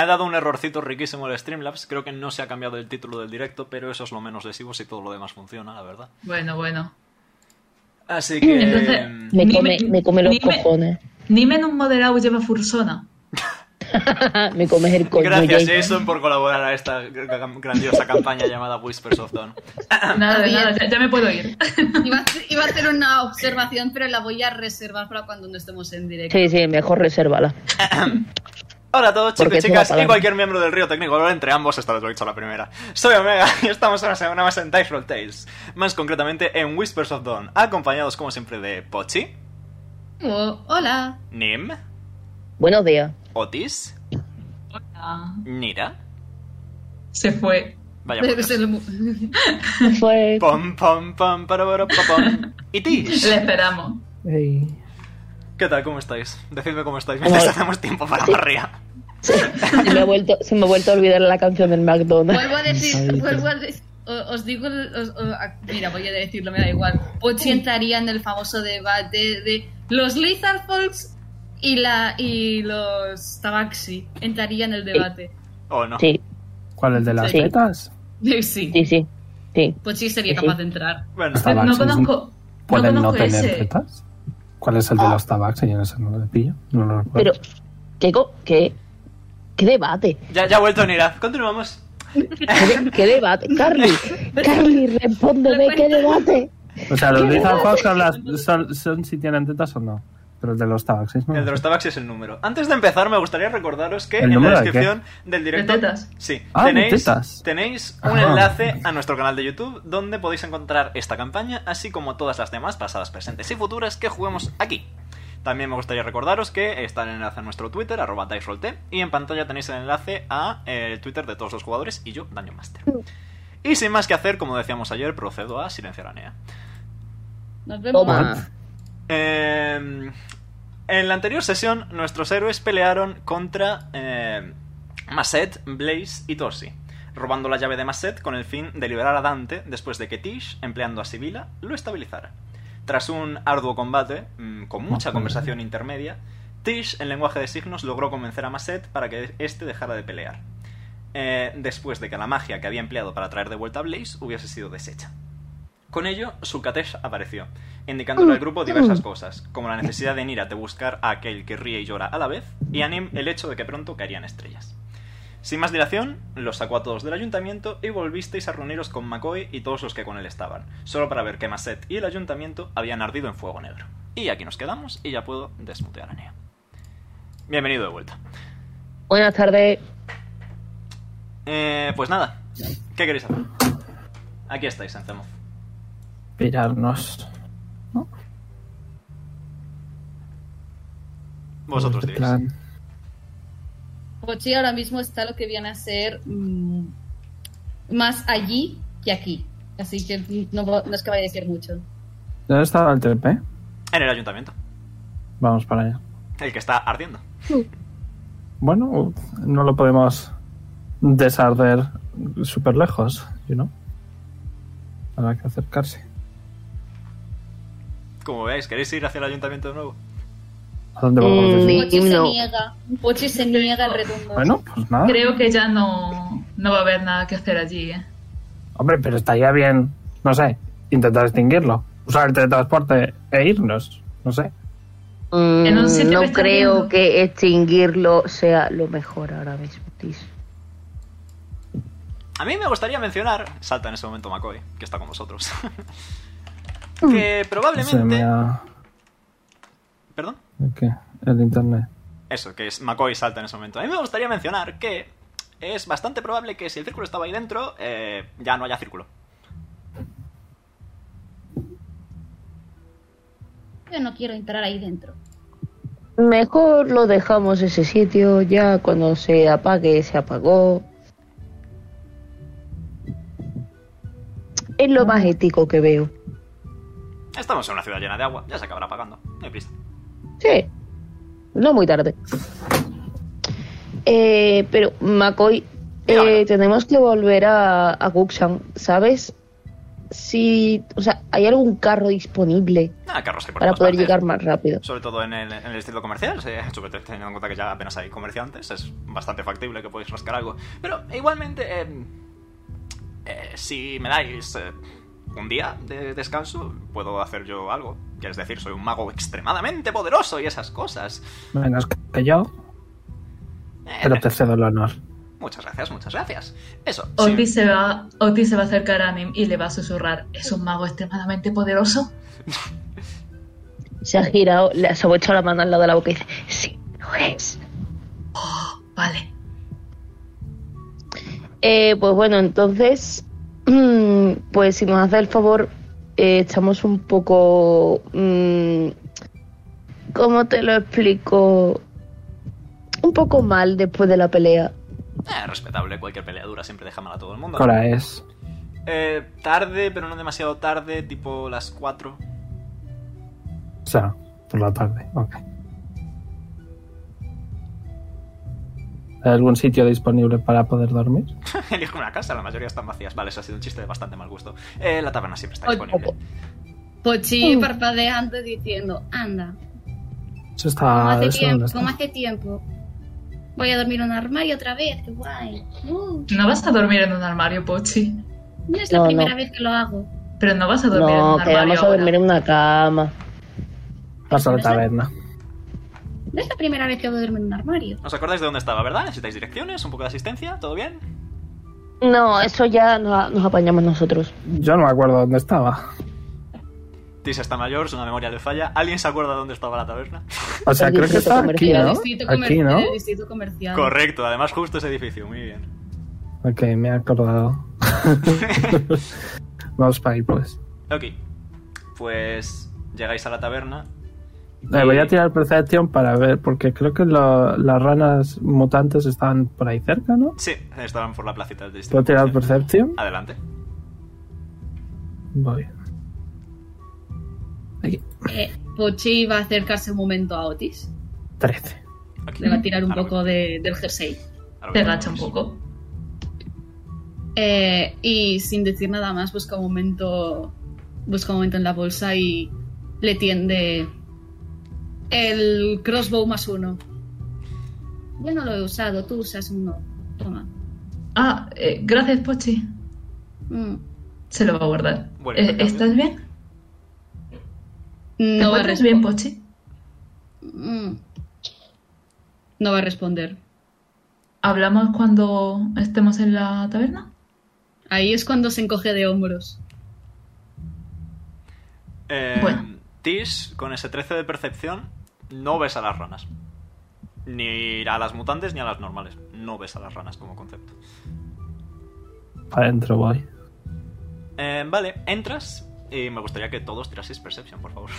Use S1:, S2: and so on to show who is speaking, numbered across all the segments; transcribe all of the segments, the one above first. S1: Ha dado un errorcito riquísimo el Streamlabs. Creo que no se ha cambiado el título del directo, pero eso es lo menos lesivo si todo lo demás funciona, la verdad.
S2: Bueno, bueno.
S1: Así que. em,
S2: Entonces-
S3: Me
S2: Ni
S3: come,
S2: me-
S3: me come
S2: ni
S3: los
S2: me-
S3: cojones.
S2: Nimen un moderado lleva Fursona. Ah.
S3: Ah, me comes el coño.
S1: Gracias,
S3: Jason.
S1: Jason, por colaborar a esta gran- grandiosa campaña llamada Whispers of Dawn.
S2: Nada, de
S4: Ah, Bien.
S2: nada, ya, ya me puedo ir.
S4: Iba a, hacer, iba a hacer una observación, pero la voy a reservar para cuando no estemos en directo.
S3: Sí, sí, mejor resérvala.
S1: Hola a todos, chicos
S3: Porque
S1: y
S3: es una
S1: chicas, y
S3: palabra.
S1: cualquier miembro del río técnico. Ahora entre ambos, esta vez lo he dicho a la primera. Soy Omega y estamos una semana más en Dice Roll Tales. Más concretamente en Whispers of Dawn, acompañados como siempre de Pochi,
S4: Oh, hola.
S1: Nim,
S3: Buenos días.
S1: Otis,
S2: Hola.
S1: Nira.
S2: Ah, Se fue.
S1: Vaya
S4: Debe
S1: por
S4: ser mu-
S3: Fue.
S1: Pom, pom, pom, para, para, pa, pom. Y Tish.
S2: Le esperamos.
S5: Ey.
S1: ¿Qué tal? ¿Cómo estáis? Decidme cómo estáis
S3: Hola.
S1: mientras hacemos tiempo para la parrilla.
S3: Se, se me ha vuelto, se me ha vuelto a olvidar la canción del McDonald's.
S4: Vuelvo a decir,
S5: Ay,
S4: vuelvo a decir. Os digo, el- os- o- a- mira, voy a decirlo, me da igual. Pochi entraría en el famoso debate de los Lizard Folks y, la, y los Tabaxi. Entraría en el debate.
S1: ¿O no?
S3: Sí,
S5: ¿Cuál el de las
S3: Sí.
S5: tetas?
S4: Sí,
S3: sí, sí. Sí.
S4: Pochi sería
S3: Sí.
S4: capaz de entrar.
S1: Bueno,
S3: Ah,
S5: Está- Tabaxi
S2: no
S5: es un-
S2: conozco. No
S5: ¿Pueden no,
S2: conozco
S5: tener
S2: ese.
S5: tetas? ¿Cuál es el de los tabacos? Yo no sé, no lo pillo. No lo recuerdo.
S3: Pero, ¿qué, co- qué, qué debate?
S1: ya, ya ha vuelto Nira. Continuamos.
S3: ¿Qué, de- qué debate? Carly, Carly, respóndeme, ¿qué debate?
S5: O sea, los Lizard Fox son, las- son- son si tienen tetas o no. Pero el de los tabaxis no.
S1: El de los tabaxi es el número. Antes de empezar, me gustaría recordaros que
S5: ¿El
S1: en la
S5: número de qué?
S1: descripción del directo.
S2: ¿De tetas?
S1: Sí,
S5: Ah, de
S1: tenéis,
S5: tetas.
S1: tenéis un
S5: Ajá.
S1: enlace a nuestro canal de YouTube donde podéis encontrar esta campaña, así como todas las demás, pasadas, presentes y futuras que juguemos aquí. También me gustaría recordaros que está el enlace a nuestro Twitter, arroba DiceRollT, y en pantalla tenéis el enlace a eh, el Twitter de todos los jugadores y yo, Daño Master. Y sin más que hacer, como decíamos ayer, procedo a silenciar a Nea.
S4: Nos vemos.
S3: Toma.
S1: Eh, en la anterior sesión, nuestros héroes pelearon contra eh, Masset, Blaze y Torsi, robando la llave de Masset con el fin de liberar a Dante después de que Tish, empleando a Sibila, lo estabilizara. Tras un arduo combate, mm, con mucha conversación intermedia, Tish, en lenguaje de signos, logró convencer a Masset para que éste dejara de pelear. eh, después de que la magia que había empleado para traer de vuelta a Blaze hubiese sido deshecha. Con ello, Sukatesh apareció, indicándole al grupo diversas cosas, como la necesidad de Nira de buscar a aquel que ríe y llora a la vez, y a Nim el hecho de que pronto caerían estrellas. Sin más dilación, los sacó a todos del ayuntamiento y volvisteis a reuniros con McCoy y todos los que con él estaban, solo para ver que Maset y el ayuntamiento habían ardido en fuego negro. Y aquí nos quedamos y ya puedo desmutear a Nea. Bienvenido de vuelta.
S3: Buenas tardes.
S1: Eh, pues nada, ¿qué queréis hacer? Aquí estáis, en Zemoz.
S5: Pirarnos.
S1: Vosotros
S5: En
S1: diréis.
S5: Pues, plan,
S4: Pochi Pues ahora mismo está lo que viene a ser mm, más allí que aquí. Así que no, va- no es que vaya a decir mucho.
S5: ¿Dónde estaba el TP?
S1: En el ayuntamiento,
S5: Vamos para allá.
S1: el que está ardiendo.
S5: Bueno, no lo podemos desarder súper lejos, you know. Habrá que acercarse.
S1: Como veáis, ¿queréis ir hacia el ayuntamiento de nuevo?
S5: ¿A dónde vamos?
S3: Mm,
S5: Jesús?
S4: Pochi se
S3: no.
S4: niega. Pochi se niega al redondo.
S5: Bueno, pues
S3: Ah.
S5: nada.
S2: Creo que ya no, no va a haber nada que hacer allí, ¿eh?
S5: Hombre, pero estaría bien, no sé, intentar extinguirlo. Usar el teletransporte e irnos, no sé.
S3: Mm,
S2: En un sitio
S3: no
S2: que está
S3: creo
S2: viendo.
S3: que extinguirlo sea lo mejor ahora mismo, Tis.
S1: A mí me gustaría mencionar, salta en ese momento McCoy, que está con vosotros, que
S5: Mm. Se me
S1: probablemente...
S5: ha-
S1: Perdón.
S5: ¿el qué? El internet.
S1: Eso, que es McCoy salta en ese momento. A mí me gustaría mencionar que es bastante probable que si el círculo estaba ahí dentro, eh, ya no haya círculo.
S4: Yo no quiero entrar ahí dentro.
S3: Mejor lo dejamos ese sitio ya cuando se apague, se apagó. Es lo más ético que veo.
S1: Estamos en una ciudad llena de agua, ya se acabará apagando. No hay prisa.
S3: Sí, no muy tarde. Eh, pero, McCoy, eh,
S1: Dígame.
S3: tenemos que volver a, a Guxan, ¿sabes? si, o sea, hay algún carro disponible
S1: Ah, carros hay por
S3: para
S1: todas
S3: poder
S1: partes.
S3: llegar más rápido.
S1: Sobre todo en el, en el distrito comercial, sí, sobre todo teniendo en cuenta que ya apenas hay comerciantes, es bastante factible que podéis rascar algo. Pero igualmente, eh, eh, si me dais eh, un día de descanso, puedo hacer yo algo. Que es decir, soy un mago extremadamente poderoso y esas cosas.
S5: Menos que yo,
S1: Eh,
S5: pero te cedo el honor.
S1: Muchas gracias, muchas gracias. Eso. sí.
S2: Otis, se va, Otis se va a acercar a Nim y le va a susurrar. ¿Es un mago extremadamente poderoso?
S3: Se ha girado, le se ha echado la mano al lado de la boca y dice, sí, lo es.
S2: Vale.
S3: Eh, pues bueno, entonces, mm, pues si nos hace el favor, eh, estamos un poco... mm, ¿Cómo te lo explico? Un poco mal después de la pelea.
S1: Eh, respetable, cualquier pelea dura siempre deja mal a todo el mundo.
S5: Cora es.
S1: Eh, tarde, pero no demasiado tarde, tipo las 4.
S5: O sea, por la tarde. Ok. ¿Hay algún sitio disponible para poder dormir?
S1: Elijo una casa, la mayoría están vacías. Vale, eso ha sido un chiste de bastante mal gusto. Eh, la taberna siempre está
S4: Oye,
S1: disponible.
S4: Pochi
S3: Mm.
S4: Pues parpadeando diciendo, anda,
S5: Eso
S4: como
S5: está.
S4: hace,
S5: eso no
S4: tiempo,
S5: está.
S4: como hace tiempo. Voy a dormir en un armario otra vez, qué guay. Uh,
S2: No vas a dormir en un armario, Pochi.
S4: no es la
S3: No, no.
S4: primera vez que lo hago.
S2: Pero no vas a dormir en
S3: No,
S2: un
S3: que
S2: armario.
S3: vamos a dormir en una cama.
S5: Paso a la taberna.
S4: No es la primera vez que duermo en un armario.
S1: ¿Os acordáis de dónde estaba, verdad? ¿Necesitáis direcciones? ¿Un poco de asistencia? ¿Todo bien?
S3: No, eso ya nos, nos apañamos nosotros.
S5: Yo no me acuerdo dónde estaba.
S1: Tis está mayor, una memoria le falla. ¿Alguien se acuerda dónde estaba la taberna?
S5: O sea,
S3: El
S5: creo que
S3: distrito
S5: está aquí,
S3: comercial.
S5: ¿no? Aquí, ¿no?
S4: distrito comercial.
S1: Correcto, además justo ese edificio, muy bien.
S5: Ok, me he acordado. Vamos para ahí, pues.
S1: Ok, pues llegáis a la taberna.
S5: Eh, voy a tirar Perception para ver, porque creo que lo- las ranas mutantes estaban por ahí cerca, ¿no?
S1: Sí, estaban por la placita del distrito.
S5: ¿Puedo tirar
S1: comercial.
S5: Perception?
S1: Adelante.
S5: Voy. Aquí.
S4: Eh, Pochi va a acercarse un momento a Otis.
S5: Trece.
S1: Ok.
S4: Le va a tirar un
S1: Ahora
S4: poco de- del jersey.
S1: Ahora
S2: Te
S1: voy.
S2: agacha un poco.
S4: Eh, y sin decir nada más, busca un momento. Busca un momento en la bolsa y le tiende el crossbow más uno. Yo no lo he usado, tú usas uno. Toma.
S2: Ah, eh, gracias, Pochi.
S4: Mm.
S2: Se lo va a guardar.
S1: Bueno,
S2: Eh,
S1: cambio.
S2: ¿Estás bien? ¿Te
S4: No va a
S2: encuentras bien,
S4: responder.
S2: Pochi?
S4: No va a responder.
S2: ¿Hablamos cuando estemos en la taberna?
S4: Ahí es cuando se encoge de hombros.
S1: Eh,
S2: Bueno.
S1: Tis, con ese 13 de percepción, no ves a las ranas. Ni a las mutantes ni a las normales. No ves a las ranas como concepto.
S5: Para adentro voy.
S1: Eh, vale, entras y me gustaría que todos tiraseis Perception, por favor.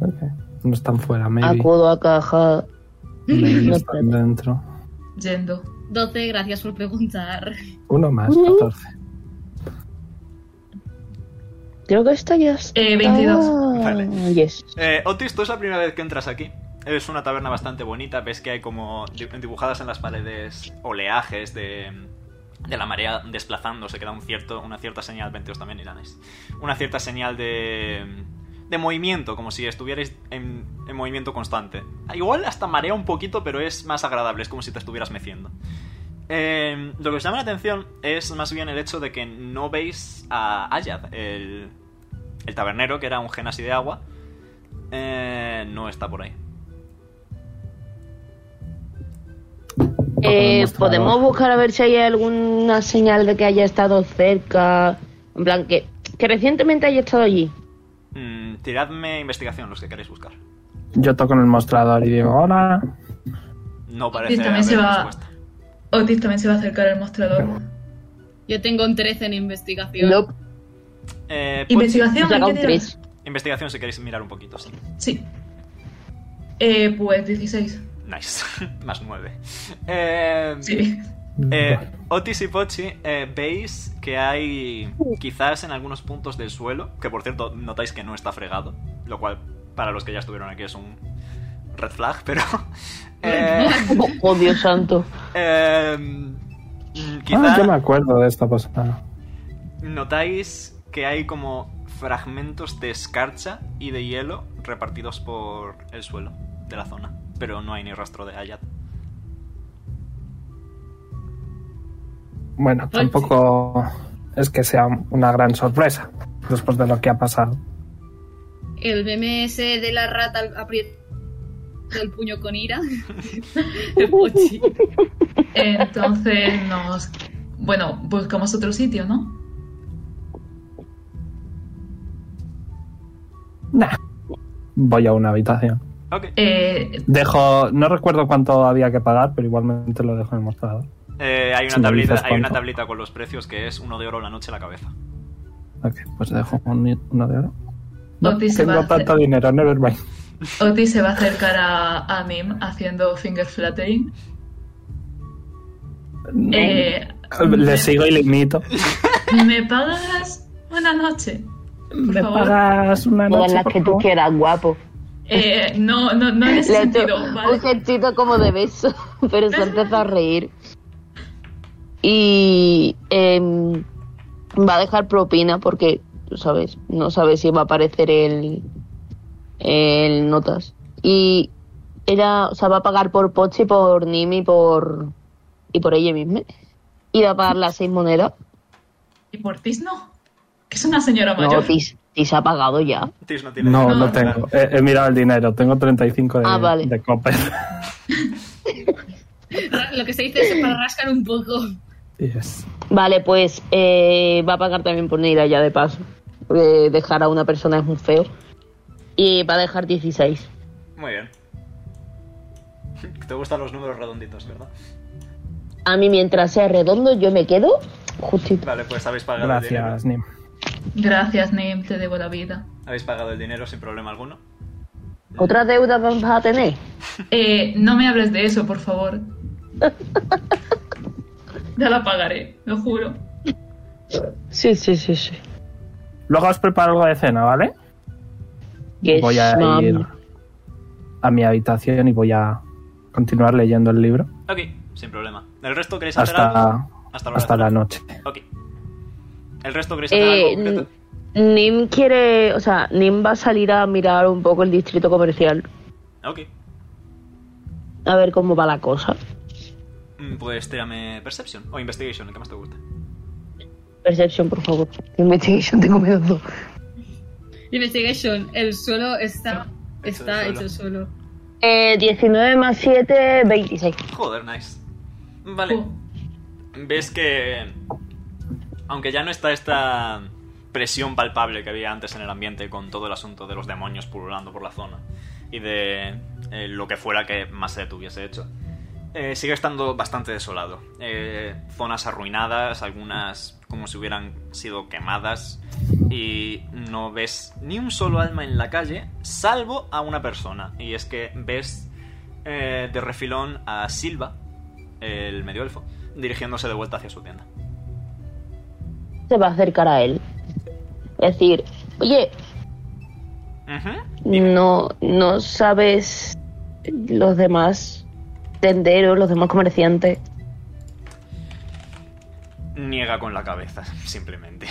S5: Ok. No están fuera, maybe.
S3: Acudo a caja.
S5: Maybe
S3: Ah, pues, No,
S5: están dentro.
S2: Yendo.
S4: 12, gracias por preguntar.
S5: Uno más,
S3: Ujú.
S5: 14.
S3: Creo que esta ya está. Ah,
S2: Eh, 22.
S1: Vale.
S3: Yes.
S1: Eh, Otis, tú es la primera vez que entras aquí. Es una taberna bastante bonita, ves que hay como di- dibujadas en las paredes oleajes de, de la marea desplazándose, que da un cierto, una cierta señal, 22 también iranes, una cierta señal de, de movimiento, como si estuvierais en, en movimiento constante. Igual hasta marea un poquito, pero es más agradable, es como si te estuvieras meciendo. Eh, lo que os llama la atención es más bien el hecho de que no veis a Ayad, el, el tabernero, que era un gen así de agua. Eh, no está por ahí.
S3: Eh,
S5: Podemos
S3: podemos
S5: trabajar.
S3: buscar a ver si hay alguna señal de que haya estado cerca. En plan, que, que recientemente haya estado allí.
S1: Mm, tiradme investigación los que queréis buscar.
S5: Yo toco en el mostrador y digo, hola.
S1: No parece haber
S2: también se va-
S1: respuesta.
S2: Otis también se va a acercar al mostrador.
S4: Yo tengo un 13 en investigación.
S3: Nope,
S1: Eh, Pochi,
S2: ¿Investigación?
S3: saca
S2: ¿Hay
S3: un
S2: que tirar?
S3: tres.
S1: investigación si queréis mirar un poquito, sí.
S2: Sí. Eh, pues 16.
S1: Nice. Más nueve.
S2: Sí.
S1: Eh, Otis y Pochi, eh, veis que hay quizás en algunos puntos del suelo, que por cierto notáis que no está fregado, lo cual para los que ya estuvieron aquí es un red flag, pero... eh,
S3: Oh, Dios santo.
S1: eh, mm,
S5: Ah,
S1: quizá
S5: yo me acuerdo de esta pasada.
S1: Notáis que hay como fragmentos de escarcha y de hielo repartidos por el suelo de la zona, pero no hay ni rastro de Hayat.
S5: Bueno, tampoco es que sea una gran sorpresa después de lo que ha pasado.
S4: El BMS de la rata aprieta el puño con ira. El pochi.
S2: Entonces nos... Bueno, buscamos otro sitio, ¿no?
S5: Nah. Voy a una habitación.
S1: Ok.
S2: Eh,
S5: Dejo. No recuerdo cuánto había que pagar, pero igualmente lo dejo en el mostrador.
S1: Eh, hay, una
S5: Si me
S1: tablita,
S5: dices
S1: hay una
S5: cuánto.
S1: tablita con los precios que es uno de oro la noche la cabeza.
S5: Ok, pues dejo un- uno de oro. No,
S2: Otis se va a
S5: tengo
S2: hacer-
S5: tanto dinero, nevermind.
S2: Otis se va a acercar a, a Mim haciendo finger flattering. Eh,
S5: Le sigo y le imito.
S2: ¿Me pagas una noche? Por
S5: Le
S2: favor.
S5: pagas una
S3: Todas
S5: noche.
S3: las
S5: por
S3: que tú
S5: favor?
S3: quieras, guapo.
S2: Eh, no, no, no en ese
S3: Le he hecho
S2: sentido, ¿vale?
S3: un gestito como de beso, pero se ha empezado a reír. Y em, va a dejar propina porque, tú sabes, no sabes si va a aparecer el, el notas. Y ella, o sea, va a pagar por Pochi, por Nimi, por y por ella misma. Y va a pagar las seis monedas.
S2: ¿Y por Tis no? Que es una señora
S3: No,
S2: mayor.
S3: Tis, Tis ha pagado ya.
S1: Tis no tiene
S5: No,
S1: dinero,
S5: no
S2: No,
S1: ¿verdad?
S5: tengo. He, he mirado el dinero. Tengo 35 de,
S3: Ah, vale.
S5: de copper.
S4: Lo que se dice es para rascar un poco.
S5: Yes.
S3: Vale, pues eh, va a pagar también por Neira ya de paso. Porque dejar a una persona es muy feo. Y va a dejar 16.
S1: Muy bien. Te gustan los números redonditos, ¿verdad?
S3: A mí mientras sea redondo yo me quedo justito.
S1: Vale, pues habéis pagado el dinero.
S5: Gracias, Nim.
S2: Gracias, Nim, te debo la vida.
S1: Habéis pagado el dinero sin problema alguno.
S3: ¿Otra deuda vas a tener?
S2: Eh, no me hables de eso, por favor. Ya la pagaré, lo juro.
S3: Sí, sí, sí, sí.
S5: Luego os preparo algo de cena, ¿vale?
S3: Yes,
S5: voy a
S3: ma'am.
S5: ir a mi habitación y voy a continuar leyendo el libro
S1: Ok, sin problema. ¿El resto queréis hacer
S5: hasta,
S1: algo? Hasta la hora
S5: hasta
S1: de
S5: la
S1: cenar.
S5: noche.
S1: Ok. ¿El resto queréis hacer algo
S3: Eh,
S1: en concreto?
S3: Nim quiere, o sea, Nim va a salir a mirar un poco el distrito comercial,
S1: Ok.
S3: a ver cómo va la cosa.
S1: Mm, Pues tírame Perception o Investigation, el que más te guste.
S3: Perception, por favor. Investigation, tengo miedo.
S4: Investigation, el suelo está, está
S1: Hecho de
S4: hecho suelo.
S3: Eh, 19 más 7, 26.
S1: Joder, nice. Vale.
S2: Oh,
S1: Ves que. Aunque ya no está esta presión palpable que había antes en el ambiente con todo el asunto de los demonios pululando por la zona y de eh, lo que fuera que Maset hubiese hecho, eh, sigue estando bastante desolado. Eh, zonas arruinadas, algunas como si hubieran sido quemadas y no ves ni un solo alma en la calle salvo a una persona y es que ves eh, de refilón a Silva, el medio elfo, dirigiéndose de vuelta hacia su tienda.
S3: se va a acercar a él. Es decir, oye,
S1: Ujú.
S3: Mm. no, no sabes los demás tenderos, los demás comerciantes.
S1: Niega con la cabeza, simplemente.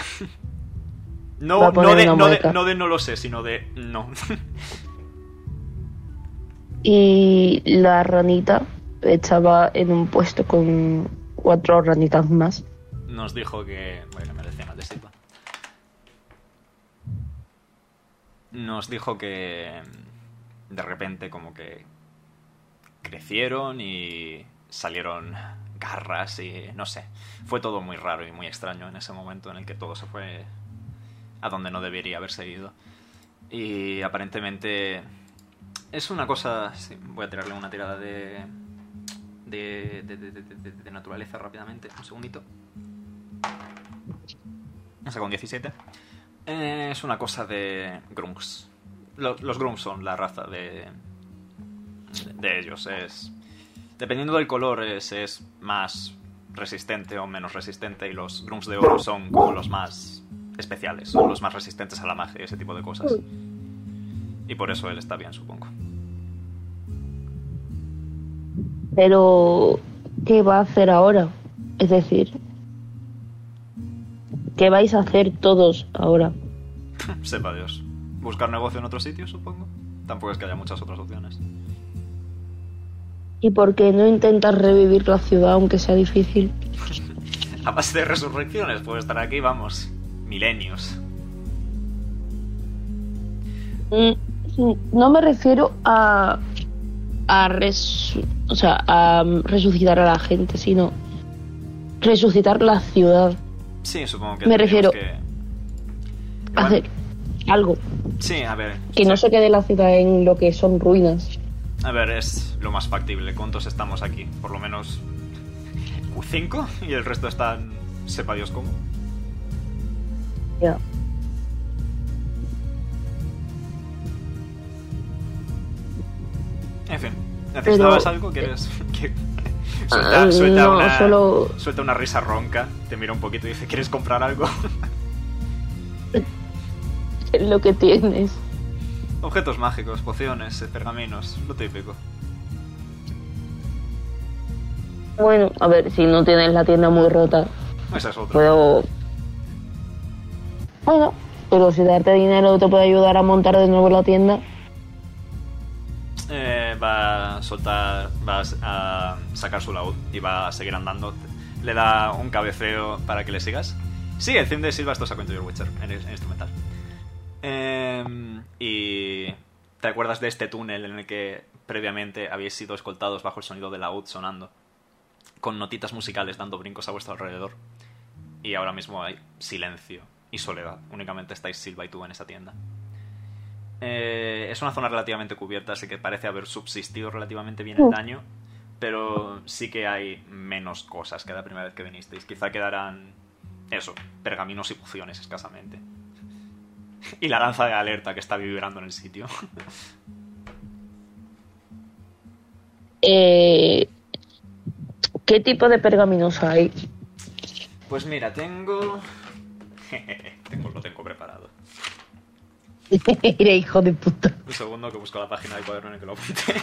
S1: No,
S3: Va a
S1: no,
S3: poner
S1: de,
S3: una
S1: no, de,
S3: mueca.
S1: no de no lo sé, sino de no.
S3: Y la ranita estaba en un puesto con cuatro ranitas más.
S1: Nos dijo que. Bueno, me decía más de Silva. Nos dijo que. mm, De repente, como que. Crecieron y. Salieron garras y. No sé. Fue todo muy raro y muy extraño en ese momento en el que todo se fue. A donde no debería haberse ido. Y aparentemente. Es una cosa. sí, voy a tirarle una tirada de. De, de, de- de- de- de naturaleza rápidamente. Un segundito. O sea, con 17. Eh, es una cosa de grunks. Lo- Los, grunks son la raza de, de ellos. Es, dependiendo del color, es, es más resistente o menos resistente. Y los grunks de oro son como los más especiales. Son los más resistentes a la magia y ese tipo de cosas. Y por eso él está bien, supongo.
S3: Pero, ¿qué va a hacer ahora? Es decir, ¿Qué vais a hacer todos ahora?
S1: Sepa Dios. Buscar negocio en otro sitio, supongo. Tampoco es que haya muchas otras opciones.
S3: ¿Y por qué no intentas revivir la ciudad aunque sea difícil?
S1: A base de resurrecciones, puedo estar aquí, vamos, milenios.
S3: Mm, No me refiero a. a res- o sea, a mm, resucitar a la gente, sino. resucitar la ciudad.
S1: Sí, supongo que.
S3: Me
S1: tendríamos
S3: refiero-
S1: que- que
S3: Hacer algo.
S1: van- Sí, a ver.
S3: Que no se quede la ciudad en lo que son ruinas.
S1: A ver, es lo más factible. ¿Cuántos estamos aquí? Por lo menos. ¿Cinco? Y el resto están. Sepa Dios cómo.
S3: Ya.
S1: En fin. ¿Necesitabas
S3: Pero- eh, ah,
S1: algo? ¿Quieres.? que- suelta, suelta
S3: Mm, no,
S1: una.
S3: solo-
S1: Suelta una risa ronca. Te mira un poquito y dice: ¿Quieres comprar algo?
S3: Lo que tienes.
S1: Objetos mágicos, pociones, eh, pergaminos, lo típico.
S3: Bueno, a ver, si no tienes la tienda muy rota,
S1: Esa es otra.
S3: puedo. Bueno, pero si darte dinero te puede ayudar a montar de nuevo la tienda.
S1: Eh, va a soltar, va a s- a sacar su laúd y va a seguir andando. Le da un cabeceo para que le sigas. Sí, el theme de Silva esto saco Your Witcher en, en instrumental. Em, y te acuerdas de este túnel en el que previamente habéis sido escoltados bajo el sonido del laúd sonando, con notitas musicales dando brincos a vuestro alrededor. Y ahora mismo hay silencio y soledad. Únicamente estáis Silva y tú en esa tienda. Eh, es una zona relativamente cubierta, así que parece haber subsistido relativamente bien el daño, pero sí que hay menos cosas que la primera vez que vinisteis. Quizá quedarán, eso, pergaminos y pociones escasamente. Y la lanza de alerta que está vibrando en el sitio.
S3: Eh, ¿Qué tipo de pergaminos hay?
S1: Pues mira, tengo... tengo lo tengo preparado.
S3: Mira, hijo de puta.
S1: Un segundo que busco la página del cuaderno en el que lo apunté.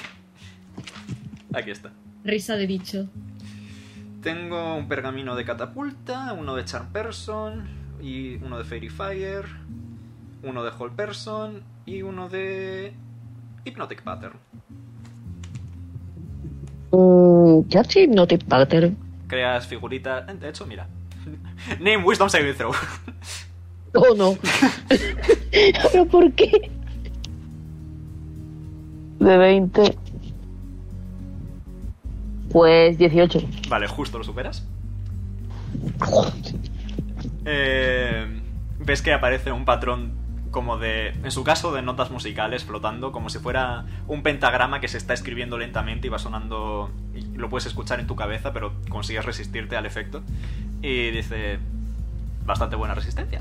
S1: Aquí está.
S4: Risa de bicho.
S1: Tengo un pergamino de catapulta, uno de charm person, y uno de fairy fire, uno de whole person y uno de hypnotic pattern.
S3: Mm, ya sí, no te pattern.
S1: Creas figuritas. De hecho, mira. Name wisdom saving throw.
S3: Oh, no. ¿Pero por qué? De 20. Pues 18.
S1: Vale, justo lo superas. Eh, ves que aparece un patrón como de, en su caso, de notas musicales flotando, como si fuera un pentagrama que se está escribiendo lentamente y va sonando, y lo puedes escuchar en tu cabeza, pero consigues resistirte al efecto. Y dice, bastante buena resistencia.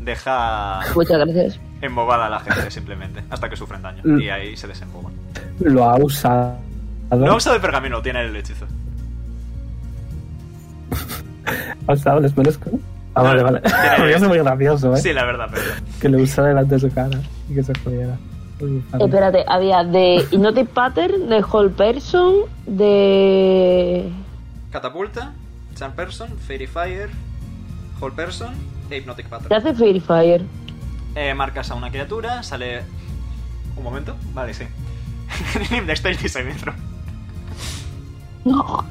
S1: Deja
S3: Muchas gracias.
S1: Ah, embobada a la gente simplemente, hasta que sufren daño.
S5: Mm.
S1: Y ahí se desemboban.
S5: Lo ha usado.
S1: No usa de pergamino, tiene el hechizo.
S5: Ha usado, les merezco. Ah, vale, vale. Porque yo soy muy gracioso, ¿eh?
S1: Sí, la verdad, pero...
S5: Que lo usara delante de su cara y que se jodiera.
S3: Eh,
S5: Uy, vale.
S3: Espérate, había de Hypnotic Pattern, de Whole Person, de.
S1: Catapulta, Charm Person, Fairy Fire, Whole Person e Hypnotic
S3: ¿Qué
S1: Pattern.
S3: hace Fairy Fire?
S1: Eh, marcas a una criatura, sale. ¿Un momento? Vale, sí. Dexterity saving throw.
S3: No.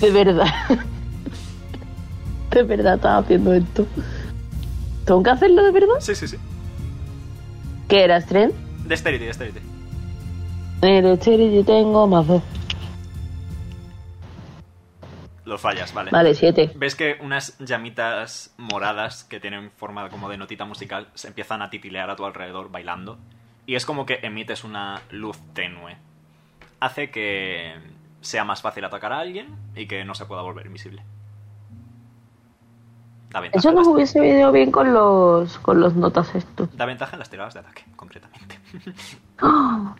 S3: De verdad. De verdad estaba haciendo esto. ¿Tengo que hacerlo de verdad?
S1: Sí, sí, sí.
S3: ¿Qué era, Stren?
S1: Dexterity, Dexterity.
S3: En el Cherry yo tengo más dos.
S1: Lo fallas, vale.
S3: Vale, siete.
S1: Ves que unas llamitas moradas que tienen forma como de notita musical se empiezan a titilear a tu alrededor bailando. Y es como que emites una luz tenue. Hace que sea más fácil atacar a alguien y que no se pueda volver invisible. Da ventaja,
S3: Eso
S1: en las-
S3: nos hubiese venido bien con los con los notas estos.
S1: da ventaja en las tiradas de ataque, concretamente.
S3: ¡Ah!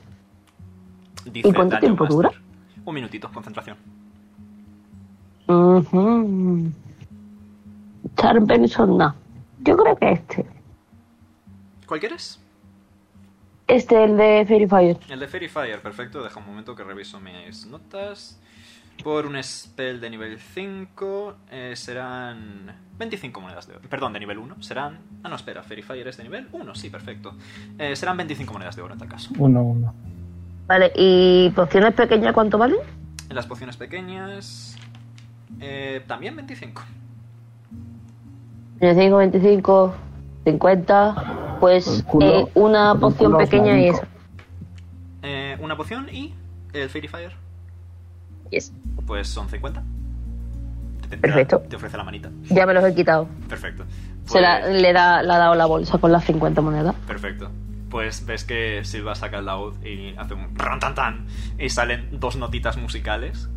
S1: Dice
S3: ¿Y cuánto
S1: Dungeon
S3: tiempo
S1: Master.
S3: dura?
S1: Un minutito, concentración.
S3: Ujú. Charm Benson, no. Yo creo que este.
S1: ¿Cuál quieres?
S3: Este, el de Fairy Fire.
S1: El de Fairy Fire, perfecto. Deja un momento que reviso mis notas. Por un spell de nivel 5 eh, serán 25 monedas de oro. Perdón, de nivel 1. Serán... Ah, no, espera. Fairy Fire es de nivel 1. Sí, perfecto. Eh, serán 25 monedas de oro en tal caso.
S5: Uno, uno.
S3: Vale, ¿y pociones pequeñas cuánto valen?
S1: En las pociones pequeñas... eh, también 25.
S3: 25, 25, 50. Pues
S5: El culo-
S3: eh, una
S5: el
S3: poción
S5: culo
S3: pequeña y eso.
S5: flamenco.
S1: Eh, una poción y el Fairy Fire.
S3: Yes.
S1: Pues son 50. Te- te-
S3: Perfecto.
S1: Te ofrece la manita.
S3: Ya me los he quitado.
S1: Perfecto.
S3: Se la,
S1: Pues-
S3: le da, le ha dado la bolsa con las 50 monedas.
S1: Perfecto. Pues ves que Silva saca el laúd y hace un ran tan tan y salen dos notitas musicales.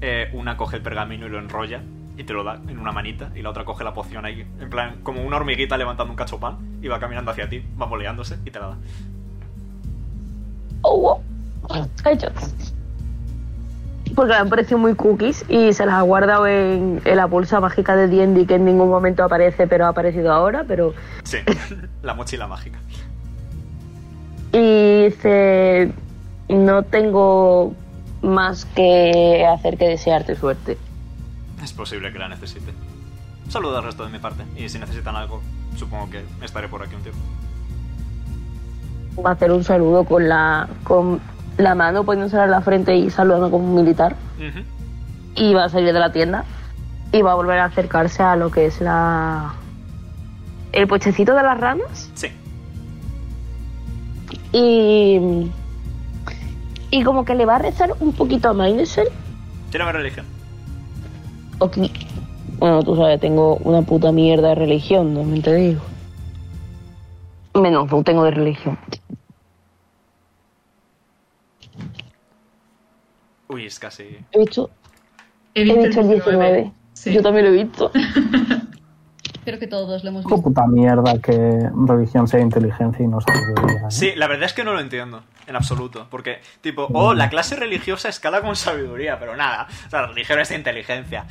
S1: Eh, una coge el pergamino y lo enrolla y te lo da en una manita y la otra coge la poción ahí, en plan como una hormiguita levantando un cachopán y va caminando hacia ti, va boleándose y te la da.
S3: Oh, wow. Ay, yo. Porque me han parecido muy cookies y se las ha guardado en, en la bolsa mágica de D&D que en ningún momento aparece, pero ha aparecido ahora, pero...
S1: Sí, la mochila mágica.
S3: Y dice, no tengo más que hacer que desearte suerte.
S1: Es posible que la necesite. Saluda al resto de mi parte y si necesitan algo, supongo que estaré por aquí un tiempo.
S3: Va a hacer un saludo con la, con la mano poniéndosela en la frente y saludando como un militar.
S1: Ujú.
S3: Y va a salir de la tienda y va a volver a acercarse a lo que es la... El pochecito de las ranas.
S1: Sí,
S3: Y. Y como que le va a rezar un poquito a Mindesel.
S1: tiene religión.
S3: Ok. Bueno, tú sabes, tengo una puta mierda de religión, también te digo. Menos, no tengo de religión.
S1: Uy, es casi...
S3: He visto,
S2: He
S3: he visto el 19.
S2: Sí.
S3: Yo también lo he visto.
S4: Creo que todos lo hemos
S5: Qué
S4: visto.
S5: puta mierda que religión sea inteligencia y no sabiduría. ¿eh?
S1: Sí, la verdad es que no lo entiendo, en absoluto. Porque, tipo, oh, la clase religiosa escala con sabiduría, pero nada. O sea, la religión es inteligencia.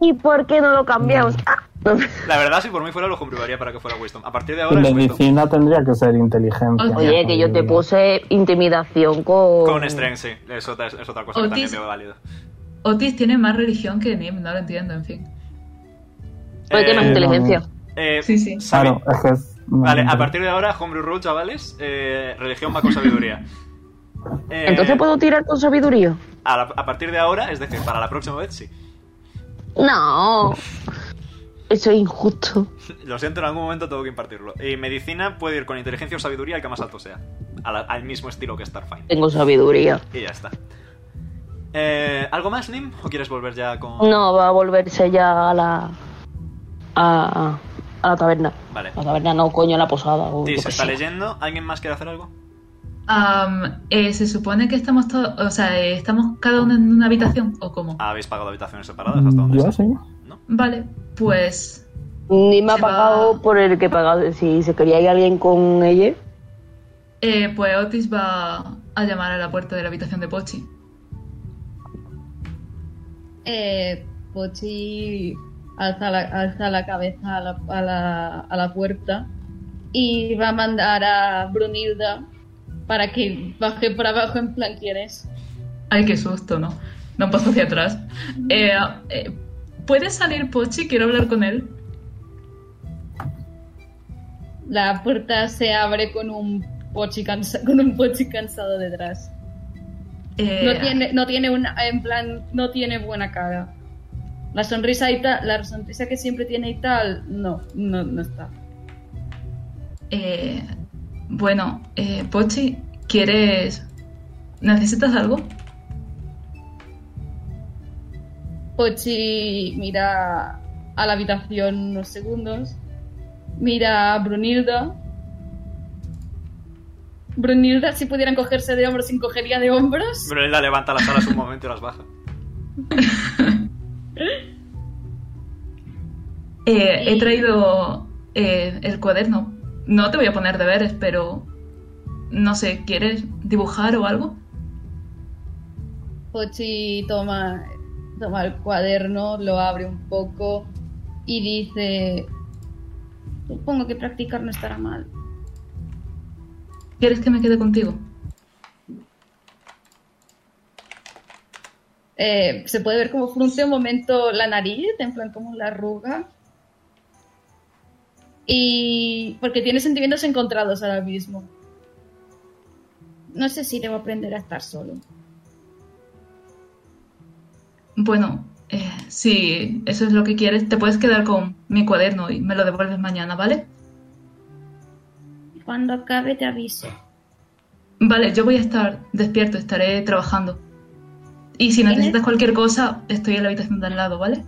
S3: ¿Y por qué no lo cambiamos?
S1: Mm.
S3: Ah, no.
S1: La verdad, si por mí fuera, lo comprobaría para que fuera Wisdom. A partir de
S5: Y
S1: ahora es Wisdom.
S5: medicina tendría que ser inteligencia.
S4: Oye,
S5: no
S3: Oye, que yo te
S5: sabiduría.
S3: puse intimidación con.
S1: Con Strength, sí. Es otra, es otra cosa que también
S2: Otis.
S1: veo válido.
S2: Otis tiene más religión que Nim, no lo entiendo, en fin.
S3: Oye, que no es
S1: Eh,
S3: inteligencia.
S1: Eh,
S2: Sí, sí.
S1: sabe-
S5: Claro, es que es.
S1: Vale, a partir de ahora, Homebrew Rule, chavales, eh, religión va con sabiduría. Eh,
S3: Entonces pues- puedo tirar con sabiduría.
S1: a, la- a partir de ahora, es decir, para la próxima vez, sí.
S3: No. Eso es injusto.
S1: Lo siento, en algún momento tengo que impartirlo. Y medicina puede ir con inteligencia o sabiduría, el que más alto sea. A la- al mismo estilo que Starfire.
S3: Tengo sabiduría.
S1: Y ya está. Eh, ¿Algo más, Nim? ¿O quieres volver ya con.?
S3: No, va a volverse ya a la. a. a la taberna.
S1: Vale.
S3: A la taberna no, coño, a la posada. o
S1: Sí,
S3: yo
S1: se
S3: qué
S1: está
S3: sé.
S1: leyendo. ¿Alguien más quiere hacer algo?
S2: Am, eh, se supone que estamos todos, o sea, eh, estamos cada uno en una habitación, ¿o cómo?
S1: Ah, ¿Habéis pagado habitaciones separadas? ¿Hasta dónde?
S5: Mm, Yo
S1: sé?
S5: sí.
S1: ¿No?
S2: Vale, pues
S3: Ni me ha
S2: Se va-
S3: pagado por el que he pagado. Si se quería ir alguien con ella.
S2: Eh, pues Otis va a llamar a la puerta de la habitación de Pochi.
S4: Eh, Pochi alza la, alza la cabeza a la, a, la, a la puerta y va a mandar a Brunilda para que baje por abajo en plan ¿quieres?
S2: Ay, qué susto, ¿no? Da un paso hacia atrás. Eh, eh, ¿Puede salir Pochi? Quiero hablar con él.
S4: La puerta se abre con un Pochi, cansa- con un pochi cansado detrás.
S2: Eh,
S4: No tiene, no tiene una, en plan, no tiene buena cara. La sonrisa y tal, la sonrisa que siempre tiene y tal, no, no, no está.
S2: eh, bueno, eh, Pochi, ¿quieres... ¿Necesitas algo?
S4: Pochi mira a la habitación unos segundos. Mira a Brunilda. Brunilda, si pudieran cogerse de hombros, sin cogería de hombros.
S1: Brunilda levanta las alas un momento y las baja.
S2: Eh, he traído eh, el cuaderno. No te voy a poner deberes, pero... No sé, ¿quieres dibujar o algo?
S4: Pochi toma, toma el cuaderno, lo abre un poco y dice: Supongo que practicar no estará mal.
S2: ¿Quieres que me quede contigo?
S6: eh, se puede ver como frunce un momento la nariz, en plan como la arruga. Y porque tiene sentimientos encontrados ahora mismo. No sé si debo aprender a estar solo.
S2: Bueno, eh, si eso es lo que quieres, te puedes quedar con mi cuaderno y me lo devuelves mañana, ¿vale?
S6: Cuando acabe te aviso.
S2: Vale, yo voy a estar despierto, estaré trabajando. Y si
S6: ¿Tienes?
S2: necesitas cualquier cosa, estoy en la habitación de al lado, ¿vale?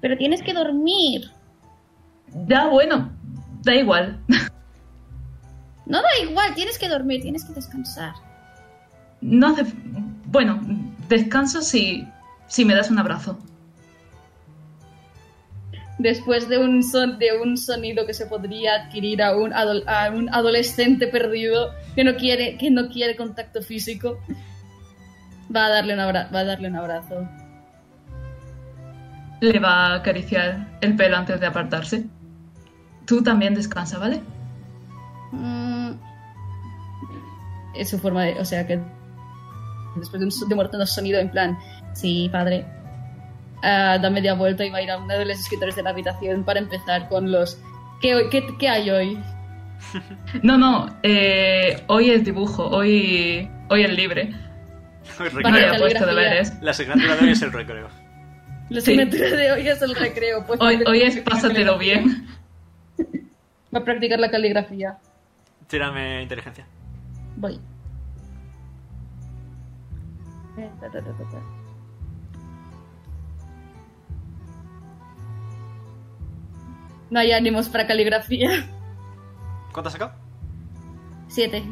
S6: Pero tienes que dormir.
S2: Ya, bueno, da igual.
S6: No da igual, tienes que dormir, tienes que descansar.
S2: No hace... Bueno, descanso si, si me das un abrazo.
S6: Después de un, son- de un sonido que se podría adquirir a un, adol- a un adolescente perdido que no, quiere, que no quiere contacto físico, va a darle un, abra- va a darle un abrazo.
S2: Le va a acariciar el pelo antes de apartarse. Tú también descansa, ¿vale?
S6: Mm. Es su forma de. O sea que. Después de un so- de muerto no sonido en plan. Sí, padre. Ah, da media vuelta y va a ir a uno de los escritores de la habitación para empezar con los. ¿Qué, hoy- qué, qué hay hoy?
S2: No, no, eh, hoy es dibujo, hoy, hoy es libre. No le
S6: Para
S1: Recreo.
S2: he puesto
S6: caligrafía.
S2: deberes.
S1: La asignatura de hoy es el recreo.
S6: La
S2: Sí.
S6: asignatura de hoy es el recreo. Pues
S2: Hoy, hoy es pásatelo bien.
S6: Va a practicar la caligrafía.
S1: Tírame inteligencia.
S6: Voy. No hay ánimos para caligrafía.
S1: ¿Cuánto has sacado?
S6: Siete.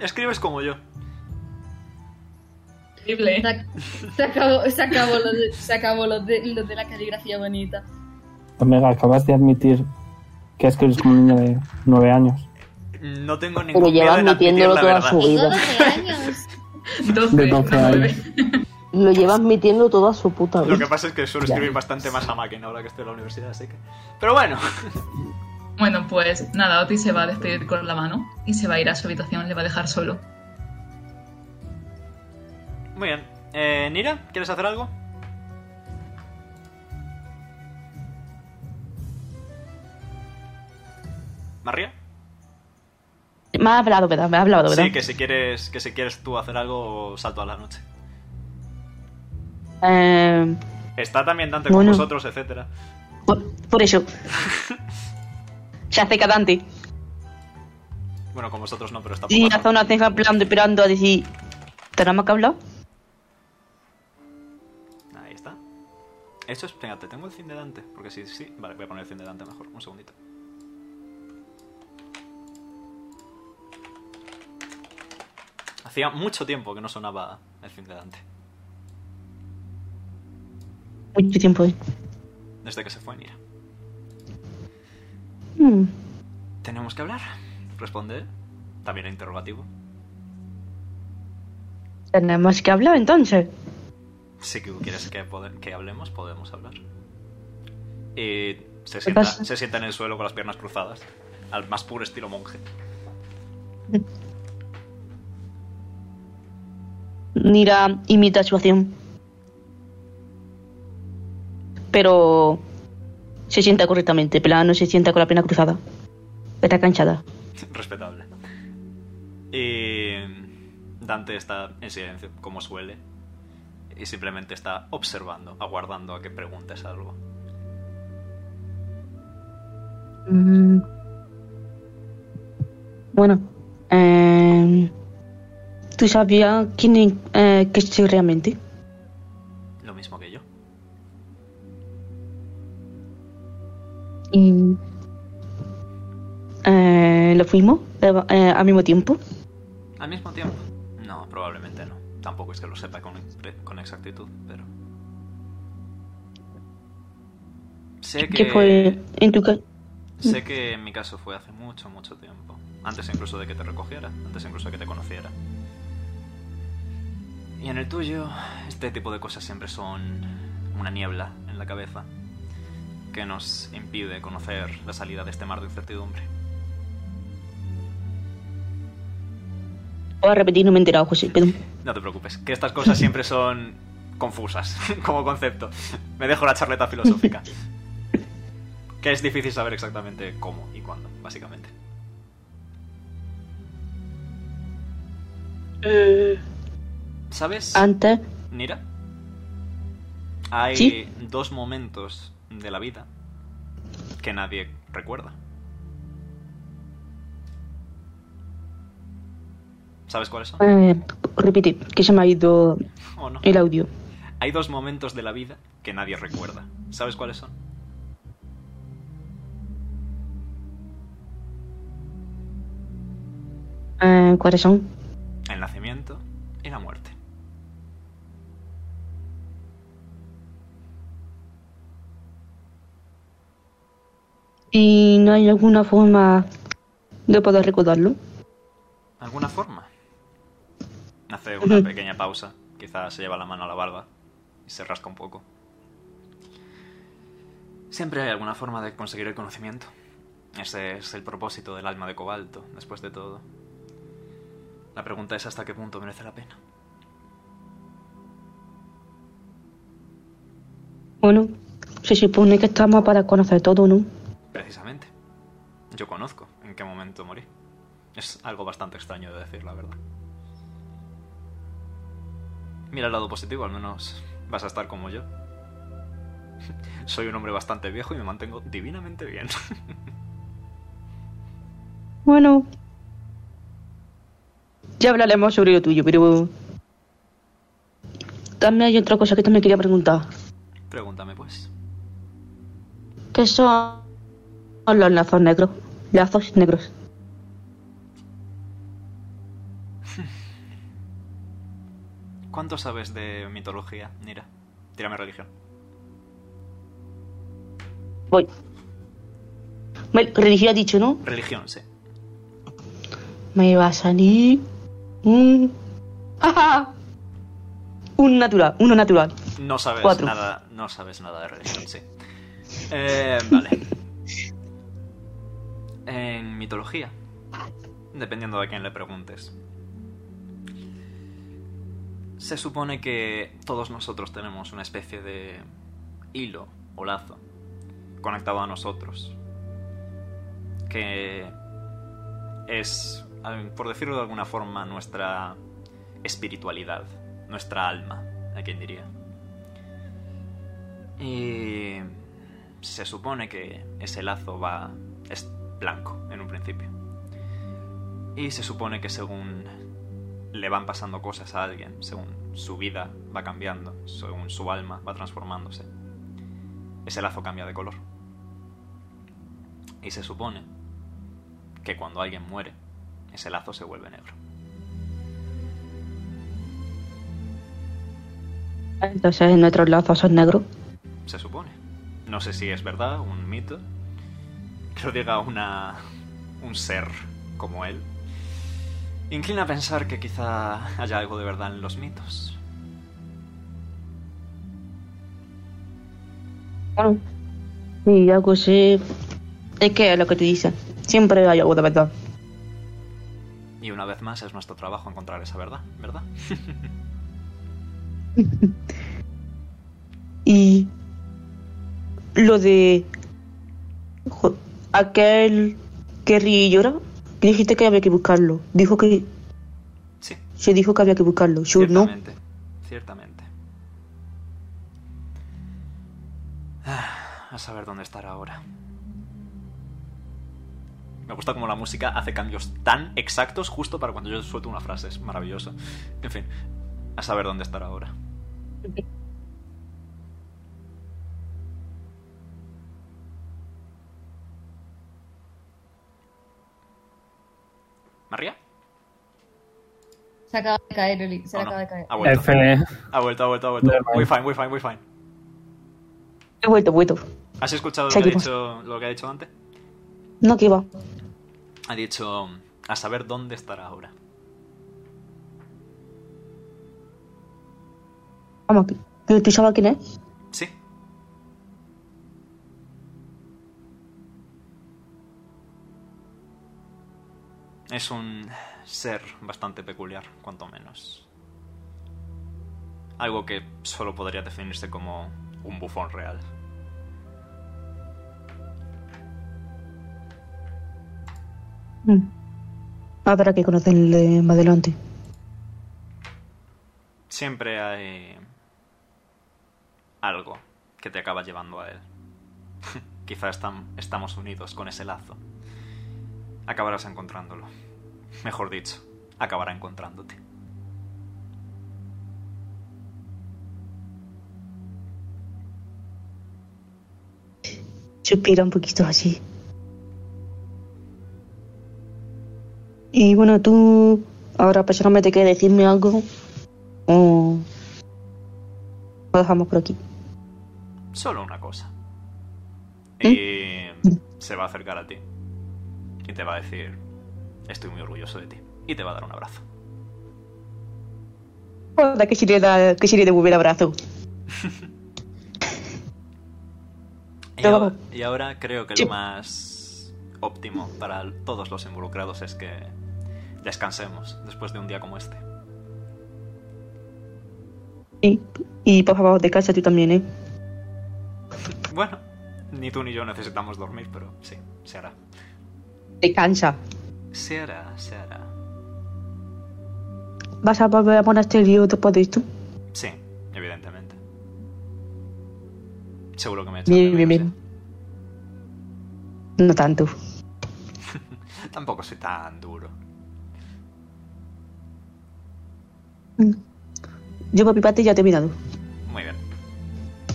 S1: Escribes como yo.
S2: Horrible.
S6: Se, se acabó, se acabó, lo, de, se acabó lo, de, lo de la caligrafía bonita.
S5: Omega, acabas de admitir que es que eres como un niño de nueve años.
S1: No tengo ningún
S3: Pero lleva
S1: miedo en admitir
S3: admitiéndolo
S1: la
S3: toda
S1: verdad.
S3: su vida.
S6: Tengo 12 años.
S2: 12,
S5: De 12 años.
S3: Lo lleva admitiendo toda su puta
S1: Lo que
S3: vida.
S1: pasa es que suelo
S3: Ya.
S1: escribir bastante más a máquina ahora que estoy en la universidad, así que... Pero bueno,
S2: Bueno, pues nada, Oti se va a despedir con la mano y se va a ir a su habitación, le va a dejar solo.
S1: muy bien. Eh, Nira, ¿quieres hacer algo? ¿María?
S3: Me ha hablado, ¿verdad? Me ha hablado, ¿verdad?
S1: Sí, que si quieres que si quieres tú hacer algo, salto a la noche.
S3: Eh,
S1: Está también Dante con
S3: Bueno.
S1: vosotros, etcétera.
S3: por, por eso. Se acerca Dante.
S1: Bueno, con vosotros no, pero está por
S3: Y
S1: la
S3: hace una ceja en plan de esperando a decir. ¿Tenemos que hablar?
S1: Ahí está. Esto es. Venga, te tengo el fin de Dante. Porque sí, sí. Vale, voy a poner el fin de Dante mejor. Un segundito. Hacía mucho tiempo que no sonaba el fin de Dante.
S3: Mucho tiempo. ¿eh?
S1: Desde que se fue Nira.
S3: Hmm.
S1: ¿Tenemos que hablar? Responde él. También el interrogativo.
S3: Tenemos que hablar entonces.
S1: Si que quieres que, pode- que hablemos, podemos hablar. Y se
S3: ¿Qué
S1: sienta,
S3: pasa?
S1: se sienta en el suelo con las piernas cruzadas. Al más puro estilo monje.
S3: Nira imita su acción. Pero se sienta correctamente, pero no se sienta con la pierna cruzada. Está canchada.
S1: Respetable. Y Dante está en silencio, como suele. Y simplemente está observando, aguardando a que preguntes algo.
S3: Mm. Bueno, eh, ¿tú sabías quién es- eh, que soy realmente?
S1: Lo mismo que yo.
S3: Y, eh, ¿Lo fuimos eh, eh, al mismo tiempo?
S1: ¿Al mismo tiempo? No, probablemente no. Tampoco es que lo sepa con, pre- con exactitud, pero... Sé
S3: Que fue
S1: que,
S3: en tu casa.
S1: sé que en mi caso fue hace mucho, mucho tiempo. Antes incluso de que te recogiera, antes incluso de que te conociera. Y en el tuyo, este tipo de cosas siempre son una niebla en la cabeza que nos impide conocer la salida de este mar de incertidumbre.
S3: Voy a repetir, no me he enterado, José, perdón.
S1: No te preocupes, que estas cosas siempre son confusas como concepto. Me dejo la charleta filosófica. Que es difícil saber exactamente cómo y cuándo, básicamente. ¿Sabes?
S3: Antes,
S1: Mira. Hay
S3: Sí.
S1: dos momentos de la vida que nadie recuerda. ¿Sabes cuáles son?
S3: eh, repite, que se me ha ido
S1: ¿O no?
S3: el audio.
S1: Hay dos momentos de la vida que nadie recuerda. ¿Sabes cuáles son?
S3: Eh, ¿Cuáles son?
S1: El nacimiento y la muerte.
S3: ¿Y no hay alguna forma de poder recordarlo?
S1: ¿Alguna forma? Hace una
S3: Ujú.
S1: pequeña pausa. Quizás se lleva la mano a la barba y se rasca un poco. Siempre hay alguna forma de conseguir el conocimiento. Ese es el propósito del alma de cobalto, después de todo. La pregunta es hasta qué punto merece la pena.
S3: Bueno, se supone que estamos para conocer todo, ¿no?
S1: Precisamente. Yo conozco en qué momento morí. Es algo bastante extraño de decir, la verdad. Mira el lado positivo, al menos vas a estar como yo. Soy un hombre bastante viejo y me mantengo divinamente bien.
S3: Bueno. Ya hablaremos sobre lo tuyo, pero... También hay otra cosa que también quería preguntar.
S1: Pregúntame pues.
S3: ¿Qué son los lazos negros? Lazos negros.
S1: ¿Cuánto sabes de mitología, Nira? Tírame religión.
S3: Voy. Bueno, religión ha dicho, ¿no?
S1: Religión, sí.
S3: Me va a salir un... ¡Ajá! Un natural, uno natural.
S1: No sabes
S3: Cuatro.
S1: nada. No sabes nada de religión, sí. Eh, vale. En mitología. Dependiendo de a quién le preguntes. Se supone que todos nosotros tenemos una especie de hilo o lazo conectado a nosotros. Que es, al- por decirlo de alguna forma, nuestra espiritualidad, nuestra alma, a quien diría. Y se supone que ese lazo va es blanco en un principio. Y se supone que según le van pasando cosas a alguien, según su vida va cambiando, según su alma va transformándose, ese lazo cambia de color. Y se supone que cuando alguien muere, ese lazo se vuelve negro.
S3: Entonces nuestros lazos son negros.
S1: se supone. No sé si es verdad, un mito, que lo diga una, un ser como él. Inclina a pensar que quizá haya algo de verdad en los mitos.
S3: Bueno. Y algo sí... Es que es lo que te dicen. Siempre hay algo de verdad.
S1: Y una vez más es nuestro trabajo encontrar esa verdad, ¿verdad?
S3: Y lo de jo- aquel que ríe y llora, dijiste que había que buscarlo. Dijo que
S1: Sí,
S3: se dijo que había que buscarlo. Sure, no.
S1: ciertamente. Ciertamente. Ah, A saber dónde estará ahora. Me gusta como la música hace cambios tan exactos justo para cuando yo suelto una frase. Es maravilloso. En fin, a saber dónde estará ahora. ¿María?
S4: Se acaba de caer, Eli. Se
S1: ¿O
S4: le
S1: no?
S4: acaba de caer.
S1: Ha vuelto.
S5: F.
S1: Ha vuelto, ha vuelto, ha vuelto.
S5: Never mind.
S1: Muy fine, muy fine, muy fine.
S3: He vuelto, he vuelto.
S1: ¿Has escuchado lo que, ha
S3: Seguimos.
S1: dicho, lo que ha dicho antes?
S3: No, que va.
S1: Ha dicho a saber dónde estará ahora.
S3: Vamos, que- que ¿tú sabes quién es?
S1: Sí, Es un ser bastante peculiar, cuanto menos. Algo que solo podría definirse como un bufón real.
S7: Mm. Habrá que conocerle más adelante.
S1: Siempre hay algo que te acaba llevando a él. Quizás estamos unidos con ese lazo. Acabarás encontrándolo. Mejor dicho, acabará encontrándote.
S7: Suspira un poquito así. Y bueno, tú ahora pues, personalmente quieres decirme algo o lo dejamos por aquí.
S1: Solo una cosa. Y se va a acercar a ti. Y te va a decir, estoy muy orgulloso de ti. Y te va a dar un abrazo.
S7: Hola, que si le da, que si le devuelve el abrazo.
S1: Y
S7: Pero-
S1: ahora, y ahora creo que
S7: Sí.
S1: lo más óptimo para todos los involucrados es que descansemos después de un día como este.
S7: Y, y por favor, descansa tú también, ¿eh?
S1: Bueno, ni tú ni yo necesitamos dormir, pero sí, se hará.
S7: Descansa.
S1: Se hará, se hará.
S7: ¿Vas a volver a monasterio después de esto?
S1: Sí, evidentemente. Seguro que me he hecho
S7: Bien, bien, bien. No tanto.
S1: Tampoco soy tan duro.
S7: Yo por mi parte ya he terminado.
S1: Muy bien.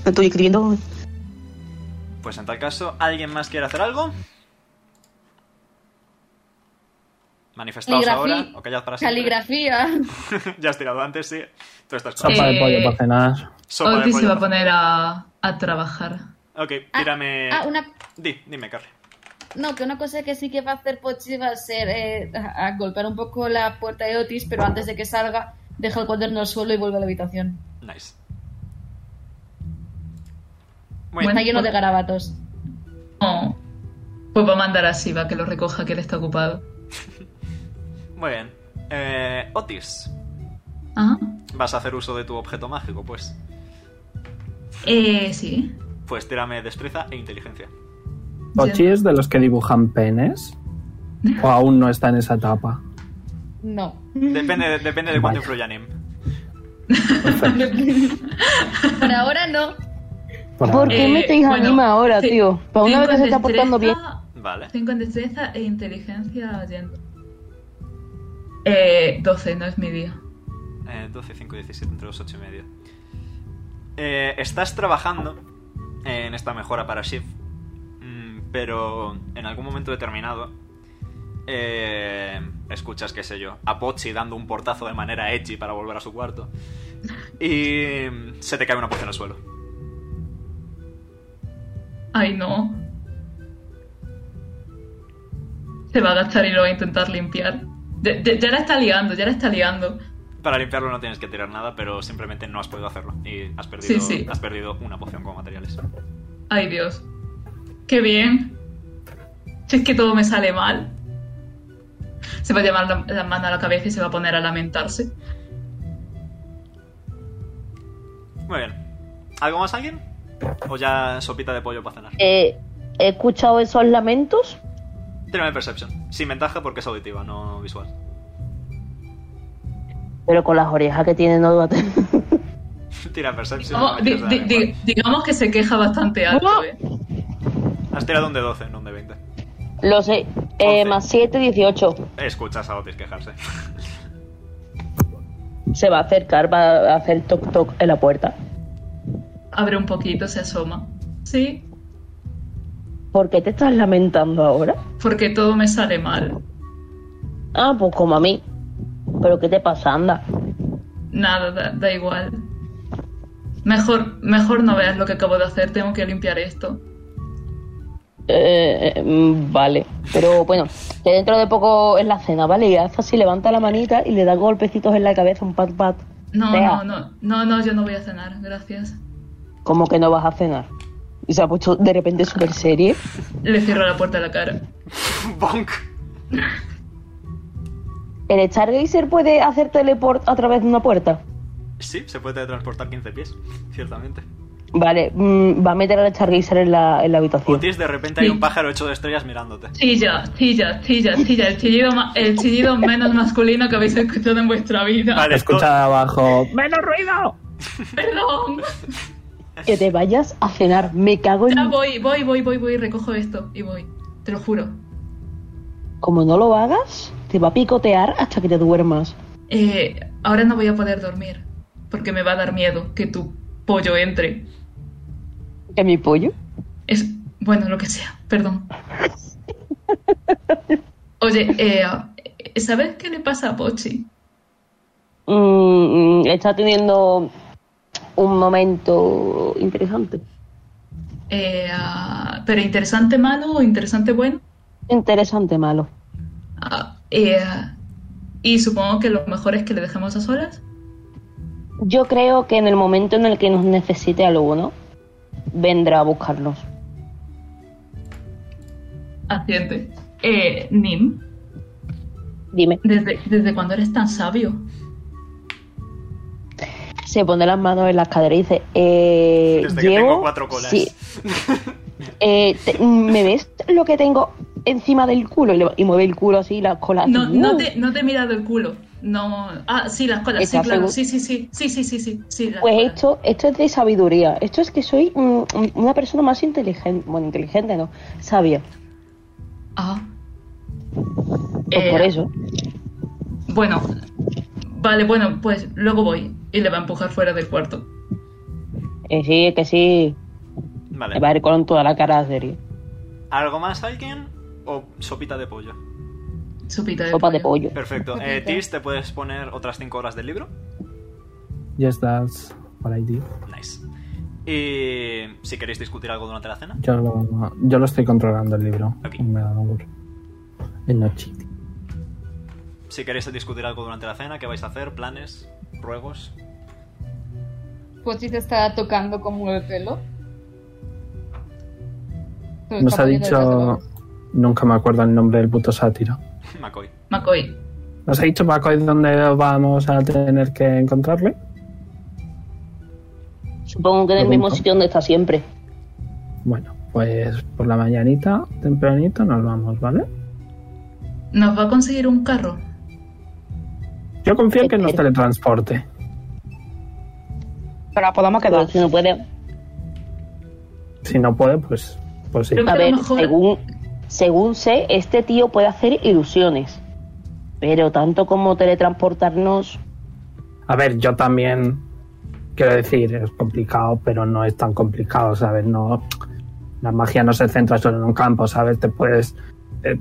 S7: No estoy escribiendo.
S1: Pues en tal caso, ¿alguien más quiere hacer algo? Manifestaos
S4: Caligrafía.
S1: ahora o callad para siempre.
S4: Caligrafía.
S1: ya has tirado antes, sí. Tú estás con
S5: Sopa de
S2: Eh,
S5: pollo para cenar.
S1: sopa de
S2: Oti se
S1: pollo.
S2: va a poner a, a trabajar.
S1: Ok,
S4: Ah,
S1: tírame.
S4: Ah, una.
S1: Di, dime, Carrie.
S4: No, que una cosa que sí que va a hacer Pochi va a ser eh, a- a golpear un poco la puerta de Otis, pero antes de que salga, deja el cuaderno al suelo y vuelve a la habitación.
S1: Nice. Muy bien.
S2: Bueno.
S4: Está lleno de garabatos.
S2: No. Pues va a mandar a Siva que lo recoja, que él está ocupado.
S1: Muy bien. Eh, Otis,
S2: Ah,
S1: vas a hacer uso de tu objeto mágico, pues.
S2: eh, sí.
S1: Pues tírame destreza e inteligencia.
S5: ¿Pochi es de los que dibujan penes? ¿O aún no está en esa etapa?
S4: No.
S1: Depende, depende de cuánto influya
S5: Vaya.
S1: Nim.
S2: Eh,
S4: Por ahora no.
S5: Por
S3: ¿Por
S5: ahora.
S3: qué
S2: Eh,
S3: metéis a
S2: bueno,
S3: Nima ahora,
S2: sí.
S3: tío? Para una
S2: Cinco
S3: vez que
S2: en
S3: se está portando bien.
S2: destreza-
S1: Vale.
S2: Cinco en destreza e inteligencia yendo. Eh, 12, no es mi día.
S1: Eh, 12, 5, 17, entre los 8 y medio. Eh, estás trabajando en esta mejora para Shift, mm, pero en algún momento determinado eh, escuchas, qué sé yo, a Pochi dando un portazo de manera edgy para volver a su cuarto y mm, se te cae una poción al suelo.
S2: Ay, no. Se va a agachar y lo va a intentar limpiar. Ya, ya- ya la está liando, ya la está liando.
S1: Para limpiarlo no tienes que tirar nada, pero simplemente no has podido hacerlo y has perdido,
S2: Sí, sí.
S1: Has perdido una poción como materiales.
S2: Ay, Dios. Qué bien. Si es que todo me sale mal. Se va a llamar la, la mano a la cabeza y se va a poner a lamentarse.
S1: Muy bien. ¿Algo más alguien? ¿O ya sopita de pollo para cenar?
S3: Eh, he escuchado esos lamentos.
S1: Tírame Perception. Sin ventaja porque es auditiva, no visual.
S3: Pero con las orejas que tiene no va a tener.
S1: Tira Perception. no
S2: Vamos, Oh, di-
S1: me tires de
S2: di-
S1: la
S2: di-
S1: lengua.
S2: digamos que se queja bastante alto, ¿eh?
S1: Has tirado un de 12, no un de 20.
S3: Lo sé.
S1: Once.
S3: Eh, más 7, 18.
S1: Escuchas a Otis quejarse.
S3: Se va a acercar, va a hacer toc toc en la puerta.
S2: Abre un poquito, se asoma. Sí,
S3: ¿Por qué te estás lamentando ahora?
S2: porque todo me sale mal.
S3: Ah, pues como a mí. ¿Pero qué te pasa, anda?
S2: Nada, da, da igual. Mejor, mejor no veas lo que acabo de hacer, tengo que limpiar esto.
S3: Eh, eh, mm, vale, pero bueno, que dentro de poco es la cena, ¿vale? Y Alfa si levanta la manita y le da golpecitos en la cabeza, un pat pat.
S2: No, no,
S3: Vea.
S2: no, no, no, yo no voy a cenar, gracias.
S3: Como que no vas a cenar. Y se ha puesto de repente super serie.
S2: Le cierro la puerta a la cara.
S1: ¡Bonk!
S3: ¿El Stargazer puede hacer teleport a través de una puerta?
S1: Sí, se puede transportar 15 pies, ciertamente.
S3: Vale, mm, va a meter al Stargazer en la, en la habitación.
S1: Otis, de repente hay un pájaro hecho de estrellas mirándote.
S2: Chilla, chilla, chilla, chilla. El chillido, ma- el chillido menos masculino que habéis escuchado en vuestra vida.
S1: Vale,
S5: Escucha
S1: to-
S5: abajo. ¡Menos ruido!
S2: Perdón.
S3: Que te vayas a cenar, me cago en...
S2: Ya voy, voy, voy, voy, voy. Recojo esto y voy. Te lo juro.
S3: Como no lo hagas, te va a picotear hasta que te duermas.
S2: Eh, ahora no voy a poder dormir. Porque me va a dar miedo que tu pollo entre.
S3: ¿Que mi pollo?
S2: Es. Bueno, lo que sea, perdón. Oye, eh, ¿sabes qué le pasa a Pochi?
S3: Mm, mm, está teniendo un momento interesante.
S2: Eh, ah, ¿Pero interesante malo o interesante bueno?
S3: Interesante, malo.
S2: Ah, eh, y supongo que lo mejor es que le dejemos a solas.
S3: Yo creo que en el momento en el que nos necesite alguno, vendrá a buscarnos.
S2: Accidente. Eh, Nim,
S3: Dime,
S2: ¿desde, ¿desde cuándo eres tan sabio?
S3: se pone las manos en las caderas y dice, eh,
S1: Desde que
S3: llevo-
S1: tengo cuatro colas.
S3: sí, eh, te- ¿Me ves lo que tengo encima del culo? Y, le- y mueve el culo así, las colas.
S2: No,
S3: así,
S2: no,
S3: ¡uh!
S2: te, no te he mirado el culo. No. Ah, sí, las colas, sí,
S3: ¿Estás
S2: claro.
S3: seguro?
S2: Sí, sí, sí. Sí, sí, sí, sí. sí las
S3: Pues
S2: colas.
S3: esto, esto es de sabiduría. Esto es que soy mm, mm, una persona más inteligente. Bueno, inteligente no, sabia.
S2: Ah.
S3: Pues
S2: Eh,
S3: por eso.
S2: Bueno. Vale, bueno, pues luego voy. Y le va a empujar fuera del cuarto.
S3: Eh, sí, que sí.
S1: Vale.
S3: Me va a ir con toda la cara de serie.
S1: ¿Algo más alguien? ¿O sopita de pollo?
S2: Sopita de
S3: Sopa de pollo.
S1: Perfecto. Eh, Tis, te puedes poner otras 5 horas del libro.
S5: Ya estás por ahí, tío.
S1: Nice. Y si queréis discutir algo durante la cena.
S5: Yo lo, yo lo estoy controlando el libro.
S1: Ok.
S5: Me da un burro. En la chiti.
S1: Si queréis discutir algo durante la cena, ¿qué vais a hacer? ¿Planes? ¿Ruegos?
S6: Pochi te Pues está tocando como el pelo. Te lo
S5: Nos
S6: está
S5: ha
S6: poniendo detrás de la
S5: dicho.
S6: oreja.
S5: Nunca me acuerdo el nombre del puto sátiro.
S1: McCoy.
S2: McCoy.
S5: Nos ha dicho Paco ¿y dónde vamos a tener que encontrarle.
S3: Supongo que en el
S5: Pregunta.
S3: mismo sitio donde está siempre.
S5: Bueno, pues por la mañanita, tempranito, nos vamos, ¿vale?
S2: Nos va a conseguir un carro.
S5: Yo confío en que nos teletransporte.
S7: Pero podamos
S3: Pero
S7: quedar.
S3: si no puede.
S5: Si no puede, pues, pues sí.
S2: Pero-
S3: A
S2: Pero
S3: ver,
S2: mejor-
S3: según, según sé, este tío puede hacer ilusiones. Pero tanto como teletransportarnos.
S5: A ver, yo también quiero decir, es complicado, pero no es tan complicado, ¿sabes? No, la magia no se centra solo en un campo, ¿sabes? Te puedes eh,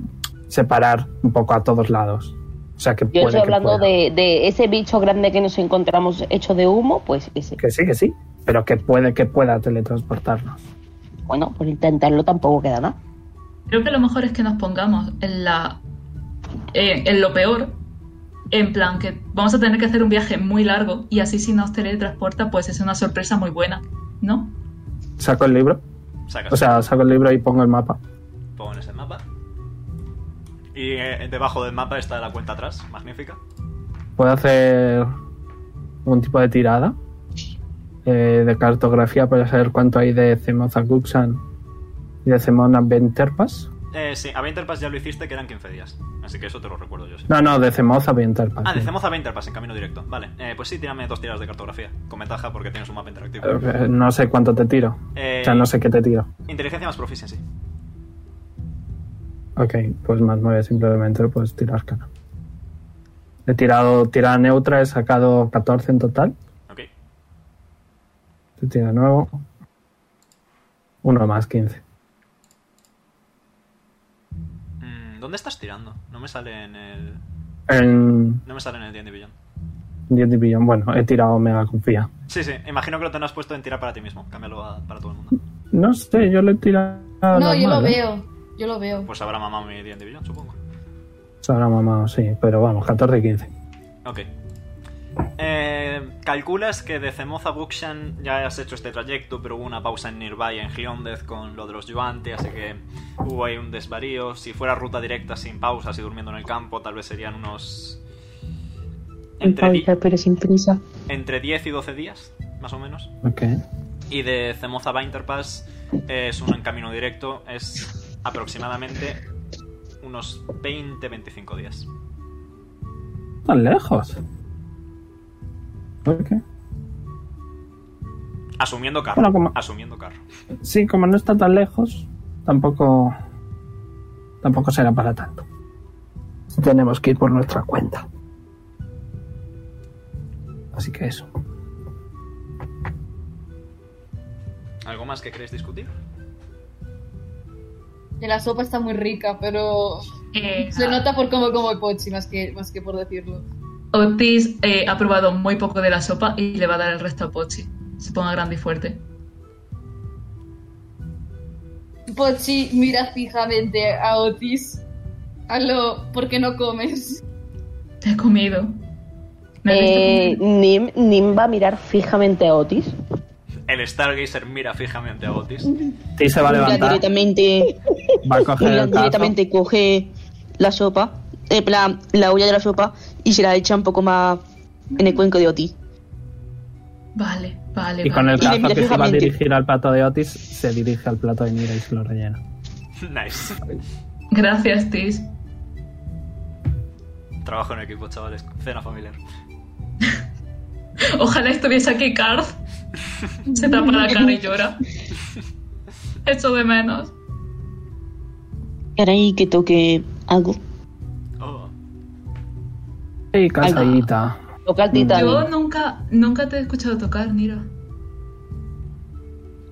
S5: separar un poco a todos lados. O sea que
S3: Yo
S5: puede
S3: estoy
S5: que
S3: hablando
S5: pueda.
S3: de, de ese bicho grande que nos encontramos hecho de humo, pues ese.
S5: que sí, que sí, pero que puede que pueda teletransportarnos.
S3: Bueno, por intentarlo tampoco queda nada.
S2: Creo que lo mejor es que nos pongamos en la. eh, en lo peor. En plan, que vamos a tener que hacer un viaje muy largo. Y así, si nos teletransporta, pues es una sorpresa muy buena. ¿No?
S5: Saco el libro,
S1: Sacas.
S5: o sea, saco el libro y pongo el mapa.
S1: Pones el mapa. Y eh, debajo del mapa está la cuenta atrás. Magnífica.
S5: Puedo hacer un tipo de tirada eh, de cartografía para saber cuánto hay de Cemoza Guxan y de Cemona Venterpas.
S1: Eh, sí, a Winterpass ya lo hiciste que eran 15 días. Así que eso te lo recuerdo yo. sí.
S5: No, no, de Cemoza Venterpas.
S1: Ah, decimos a Winterpass en camino directo. Vale. Eh, pues sí, tírame dos tiras de cartografía. Con ventaja porque tienes un mapa interactivo.
S5: Eh, No sé cuánto te tiro.
S1: Eh,
S5: O sea, no sé qué te tiro.
S1: Inteligencia más proficiency.
S5: Ok, pues más nueve simplemente, pues tiro arcana. He tirado tirada neutra, he sacado 14 en total.
S1: Ok.
S5: Te tiro de nuevo. Uno más, 15.
S1: Mm, ¿Dónde estás tirando? No me sale en el.
S5: En
S1: No me sale en el D&D Beyond.
S5: 10 de billón, bueno, he tirado mega confía.
S1: Sí, sí, imagino que lo tendrás puesto en tirar para ti mismo. Cámbialo a- para todo el mundo.
S5: No sé, yo le he tirado.
S6: No, yo lo
S5: normal, ¿eh?
S6: veo. Yo lo veo.
S1: Pues habrá mamá mi D&D Beyond, supongo.
S5: Se habrá mamado, sí, pero vamos, 14 y 15.
S1: Ok. Eh, calculas que de Zemoz a Buxan ya has hecho este trayecto, pero hubo una pausa en Nirvaya, en Giondez, con lo de los Yuante, así que hubo ahí un desvarío. Si fuera ruta directa, sin pausas y durmiendo en el campo, tal vez serían unos Entre, di-
S7: Avisar, pero sin prisa.
S1: entre 10 y 12 días, más o menos.
S5: Ok.
S1: Y de Zemoza a Interpass es un camino directo, es aproximadamente unos 20-25 días.
S5: Tan lejos. Ok.
S1: Asumiendo carro.
S5: Bueno, como-
S1: Asumiendo carro.
S5: Sí, como no está tan lejos, tampoco. Tampoco será para tanto. Tenemos que ir por nuestra cuenta. Así que eso.
S1: ¿Algo más que queréis discutir?
S6: Que la sopa está muy rica, pero
S2: Eh,
S4: Ah.
S6: se nota por cómo como Pochi, más que, más que por decirlo.
S2: Otis eh, ha probado muy poco de la sopa y le va a dar el resto a Pochi. Se ponga grande y fuerte.
S6: Pochi mira fijamente a Otis. A lo, ¿por qué no comes?
S2: Te he comido. Me has visto
S3: Eh,
S2: comiendo.
S3: Nim, Nim va a mirar fijamente a Otis.
S1: El Stargazer mira fijamente a Otis.
S5: Ti se va a
S7: Milan
S5: levantar,
S7: directamente,
S5: va a coger
S7: Milan
S5: el cazo.
S7: directamente coge la sopa, en plan, la olla de la sopa y se la echa un poco más en el cuenco de Otis.
S2: Vale, vale.
S5: Y con
S2: vale.
S5: el
S7: Y le
S5: cazo
S7: mira
S5: que se va a
S7: fijamente.
S5: dirigir al plato de Otis, se dirige al plato de Mira y se lo rellena.
S1: nice.
S2: Gracias, Tis.
S1: Trabajo en equipo, chavales. Cena familiar.
S2: Ojalá estuviese aquí Karth. Se tapa la cara y llora. Echo de menos.
S7: Ahora ahí que toque algo.
S1: Oh.
S5: Y
S7: va.
S5: casadita.
S3: Toca a ti
S5: Mm.
S3: también.
S2: Yo nunca, nunca te he escuchado tocar, Nira.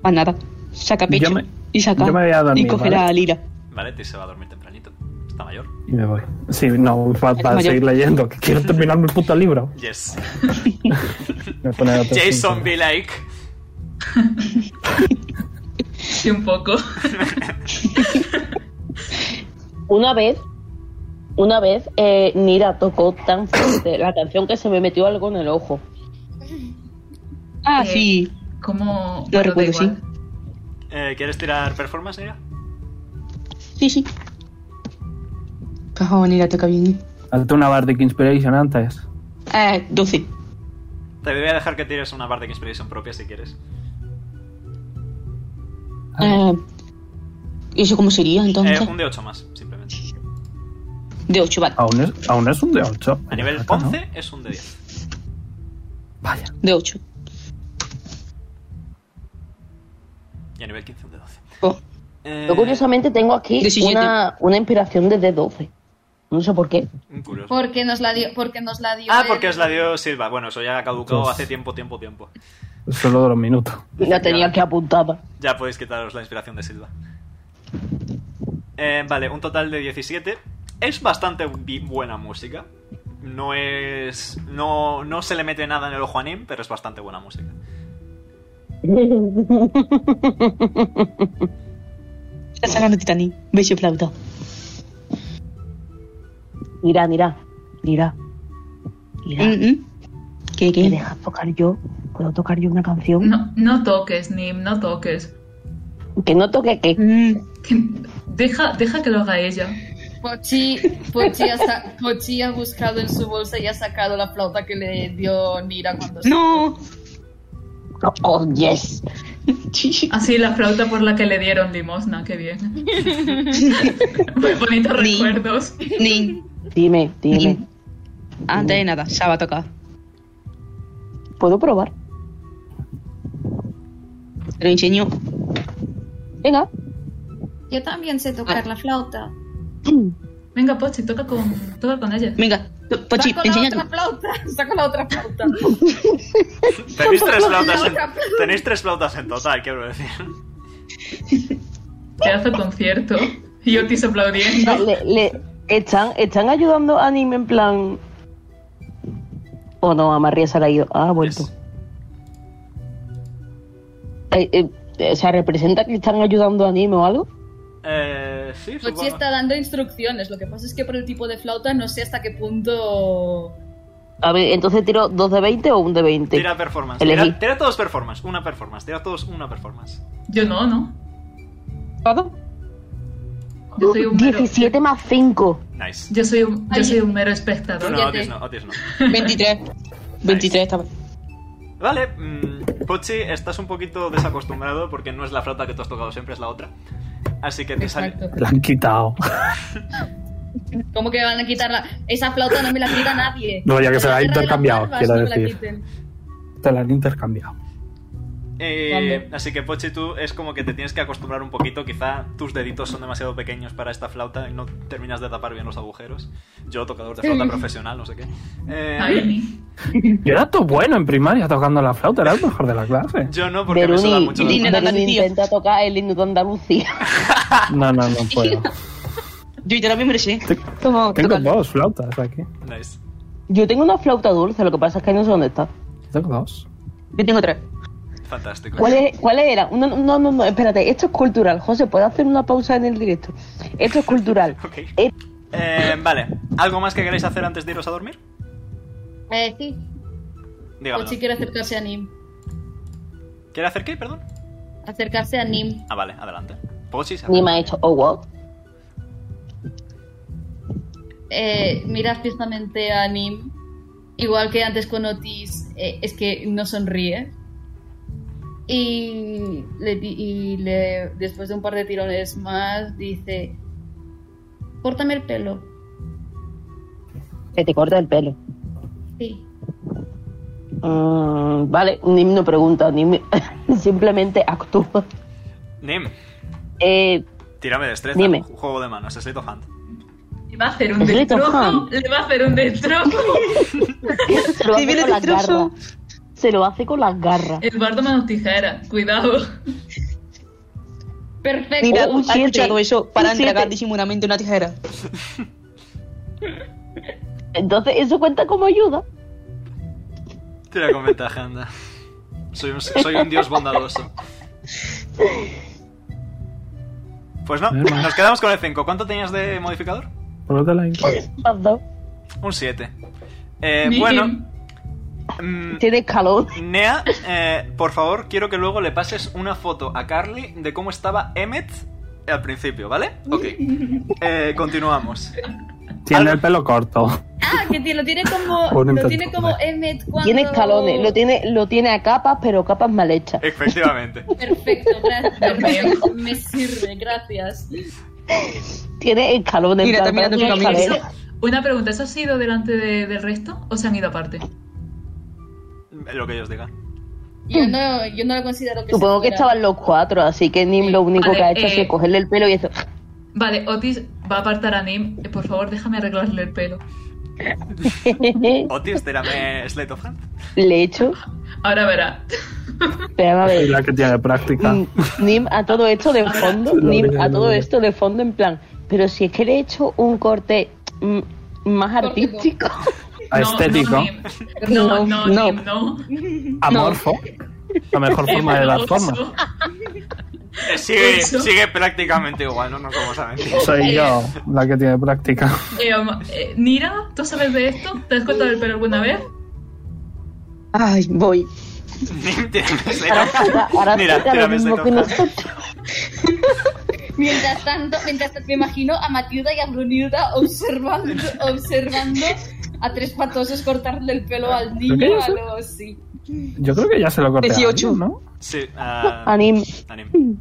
S7: Más nada. Saca pecho.
S5: Yo me-
S7: y saca.
S5: yo me voy a dormir,
S7: y coge
S5: ¿vale?
S7: la lira.
S1: Vale, Tis se va a dormir tempranito. Está mayor.
S5: Y me voy. Sí, no, pa- para,
S7: Mayor.
S5: seguir leyendo, que quiero terminar mi puto libro.
S1: Yes.
S5: Me pone otro
S1: Jason
S5: síntoma.
S1: be like.
S2: Sí, un poco.
S3: Una vez, una vez, eh, Nira tocó tan fuerte la canción que se me metió algo en el ojo.
S7: Ah,
S2: Eh,
S7: sí.
S2: Como.
S7: Lo recuerdo, sí.
S1: Eh, ¿Quieres tirar performance, Nira?
S7: Sí, sí. Cajón, la toca bien.
S5: Hazte una Bardic Inspiration antes.
S7: Eh, 12.
S1: Te voy a dejar que tires una Bardic Inspiration propia si quieres.
S7: Eh, ¿y ¿Eso cómo sería
S1: Eh,
S7: entonces?
S1: un Ah. de 8 más, simplemente.
S7: De 8, vale.
S5: Aún es, aún es un de 8.
S1: A nivel 11 es un de 10.
S5: Vaya.
S7: De 8.
S1: Y a nivel 15 un de 12.
S7: Oh,
S1: Eh,
S3: Yo curiosamente tengo aquí
S7: 17.
S3: una, una inspiración de D12. No sé por qué.
S1: Eh, un curioso.
S6: Porque nos la dio, porque nos la dio.
S1: Ah,
S6: él.
S1: porque os la dio Silva. Bueno, eso ya ha caducado
S5: Pues-
S1: hace tiempo, tiempo, tiempo.
S5: Solo de los minutos.
S3: La tenía que apuntada.
S1: Ya podéis quitaros la inspiración de Silva. Eh, vale, un total de 17. Es bastante bi- buena música. No es. No, no se le mete nada en el ojo a Nim, pero es bastante buena música.
S7: Está sacando Titanic. Beso flauta.
S3: Mira, mira, mira. Mira,
S7: Mm, mm. ¿Qué,
S3: ¿me
S7: qué?
S3: dejas tocar yo? ¿Puedo tocar yo una canción?
S2: No, no toques, Nim, no toques.
S3: Que no toque que
S7: Mm,
S2: Que- Deja, deja que lo haga ella.
S6: Pochi, Pochi, ha sa- Pochi ha buscado en su bolsa y ha sacado la flauta que le dio Nira cuando se-
S7: No.
S3: Oh, yes.
S2: Así la flauta por la que le dieron limosna, qué bien. Muy bonitos
S7: Nim.
S2: recuerdos.
S7: Ni.
S3: Dime, dime.
S7: Ni. Antes de nada, ya va a tocar.
S3: ¿Puedo probar?
S7: Te lo enseño.
S3: Venga.
S6: Yo también sé tocar la flauta.
S2: Venga, Pochi, toca con, toca con ella.
S7: Venga, to- Pochi,
S6: saco la
S7: enseña
S6: otra flauta, saco la otra flauta.
S1: Tenéis tres flautas en,
S6: otra.
S1: tenéis tres flautas en total, quiero decir.
S2: Pedazo concierto. Y Otis aplaudiendo.
S3: Le, le- están, ¿Están ayudando a Anime en plan...? Oh, no, Amarría se la ha ido. Ah, ha vuelto.
S1: Yes.
S3: Eh, eh, eh, o sea, ¿representa que están ayudando a Anime o algo?
S1: Eh, sí,
S6: Pochi
S1: supongo.
S6: Pues está dando instrucciones, lo que pasa es que por el tipo de flauta no sé hasta qué punto...
S3: A ver, entonces tiro dos de 20 o un de 20.
S1: Tira performance.
S3: Elegí.
S1: Tira, tira todos performance. Una performance. Tira todos una performance.
S2: Yo no, ¿no?
S3: ¿Todo?
S2: Yo soy un mero-
S3: 17 más 5.
S1: Nice.
S2: Yo soy un, yo
S6: Ay,
S2: soy un mero
S1: Tú
S2: espectador.
S1: no, Otis no, Otis no.
S7: 23. 23 esta vez.
S1: Vale, mm, Pochi, estás un poquito desacostumbrado porque no es la flauta que tú has tocado siempre, es la otra. Así que te sale.
S6: Exacto.
S5: La han quitado.
S6: ¿Cómo que van a quitarla? Esa flauta no me la quita nadie.
S5: No, ya que
S6: En
S5: se la ha
S6: guerra de las
S5: intercambiado,
S6: barbas
S5: quiero
S6: no me la
S5: decir.
S6: quiten.
S5: Te la han intercambiado.
S1: Eh,
S6: Vale.
S1: así que Pochi, tú es como que te tienes que acostumbrar un poquito. Quizá tus deditos son demasiado pequeños para esta flauta y no terminas de tapar bien los agujeros. Yo, tocador de flauta profesional, no sé qué. Eh,
S2: Ay, mi.
S5: Yo era todo bueno en primaria tocando la flauta, era el mejor de la clase.
S1: yo no, porque me suda
S3: Beruni,
S1: mucho. la-
S7: Beruni.
S3: Beruni intenta tocar el himno de Andalucía.
S5: No, no, no puedo.
S7: Yo ya también me lo sé.
S3: Toma,
S5: Tengo
S3: toca.
S5: dos flautas aquí.
S1: Nice.
S3: Yo tengo una flauta dulce, lo que pasa es que no sé dónde está.
S5: Tengo dos.
S7: Yo tengo tres.
S1: Fantástico.
S3: ¿Cuál, es- cuál era? No, no, no, no, espérate, esto es cultural. José, ¿puedes hacer una pausa en el directo? Esto es cultural.
S1: Ok.
S3: Eh,
S1: Eh, vale, ¿algo más que queráis hacer antes de iros a dormir?
S6: Eh, sí.
S1: Dígamelo.
S6: Pochi quiere acercarse a Nim.
S1: ¿Quiere hacer qué, perdón?
S6: Acercarse a Nim.
S1: Ah, vale, adelante. Pochi se
S3: Ni
S1: acerca.
S3: me ha hecho, oh wow.
S6: Eh, mira fijamente a Nim. Igual que antes con Otis, eh, es que no sonríe. Y, le, di- y le- después de un par de tirones más dice... Córtame el pelo.
S3: Que te corta el pelo.
S6: Sí.
S3: Mm, vale, Nim no pregunta, Nim simplemente actúa.
S1: Nim,
S3: Eh,
S1: tírame destreza.
S3: Dime.
S1: Ju- Juego de manos, Slate of Hand.
S2: Le va a hacer un
S3: Es Little
S2: destrozo.
S3: Hand.
S2: Le va a hacer un destrozo.
S3: se lo
S7: Sí,
S3: hace
S7: viene
S3: con las
S7: destrozo.
S3: garras. Se lo hace con las garras.
S2: Eduardo manos tijeras. Cuidado.
S6: Perfecto.
S7: Mira,
S3: un
S7: ¿has
S3: siete.
S7: escuchado eso para
S3: Un
S7: entregar
S3: siete.
S7: disimuladamente una tijera.
S3: Entonces, eso cuenta como ayuda.
S1: Tira con ventaja, anda. Soy un, soy un dios bondadoso. Pues no, nos quedamos con el 5. ¿Cuánto tenías de modificador?
S5: ¿Por qué te la inco-
S3: Más dos.
S1: Un 7. Eh,
S2: Nim.
S1: bueno. mm,
S3: Tiene escalón.
S1: Nea, eh, por favor, quiero que luego le pases una foto a Carly de cómo estaba Emmet al principio, ¿vale? Ok. Eh, continuamos.
S5: Tiene el pelo corto.
S6: Ah, que tiene- lo tiene como,
S5: Pon un
S6: lo tiene
S5: tanto.
S6: como Emmet cuando...
S3: Tiene escalones, lo tiene, lo tiene a capas, pero capas mal hechas.
S1: Efectivamente.
S6: Perfecto, gracias. perfecto, Me sirve, gracias.
S3: Tiene escalones. en
S7: Mira,
S3: plan,
S7: está mirando
S3: parece
S7: su
S3: una
S7: camisa.
S3: escalera.
S2: Una pregunta. ¿Eso ha sido delante de- del resto o se han ido aparte?
S1: Lo que ellos digan.
S6: Yo no, yo no lo considero que
S3: Supongo
S6: se
S3: que
S6: fuera.
S3: estaban los cuatro, así que Nim lo único
S2: Vale,
S3: que ha hecho ha sido
S2: eh,
S3: cogerle el pelo y eso.
S2: Vale, Otis va a apartar a Nim. Eh, Por favor, déjame arreglarle el pelo.
S1: Otis, tírame Slate of Hand.
S3: Le echo.
S2: Ahora verá.
S3: Espera, a
S5: Y
S3: ver.
S5: la que tiene práctica.
S3: Mm, Nim a todo esto de fondo,
S5: Ah. Lo
S3: Nim
S5: digo,
S3: a
S5: lo
S3: todo
S5: digo.
S3: esto de fondo en plan, pero si es que le he hecho un corte mm, más artístico,
S2: No,
S5: Estético.
S2: No, Nim. no, no,
S7: No,
S2: Nim, no.
S5: Amorfo. La mejor forma de dar forma.
S2: Hermoso.
S1: Eh, Sigue,
S2: Eso.
S1: sigue prácticamente igual, no nos vamos a mentir.
S5: Soy yo la que tiene práctica.
S2: Eh, am- eh, Nira, ¿tú sabes de esto? ¿Te has cortado el pelo alguna vez?
S7: Ay, voy.
S1: Nim, tírame Slate of Hand.
S3: ahora
S1: Mira,
S3: toca lo
S1: tírame Slate
S3: mismo
S1: of
S3: que
S1: Hand.
S3: nosotros.
S6: Mientras tanto, mientras tanto, me imagino a Matilda y a Brunilda observando, observando a tres patosos cortarle el pelo al niño o algo así.
S5: Yo creo que ya se lo corté. a
S7: 18.
S5: alguien, ¿no?
S1: Sí, ah, a-
S3: A Nim,
S1: a Nim.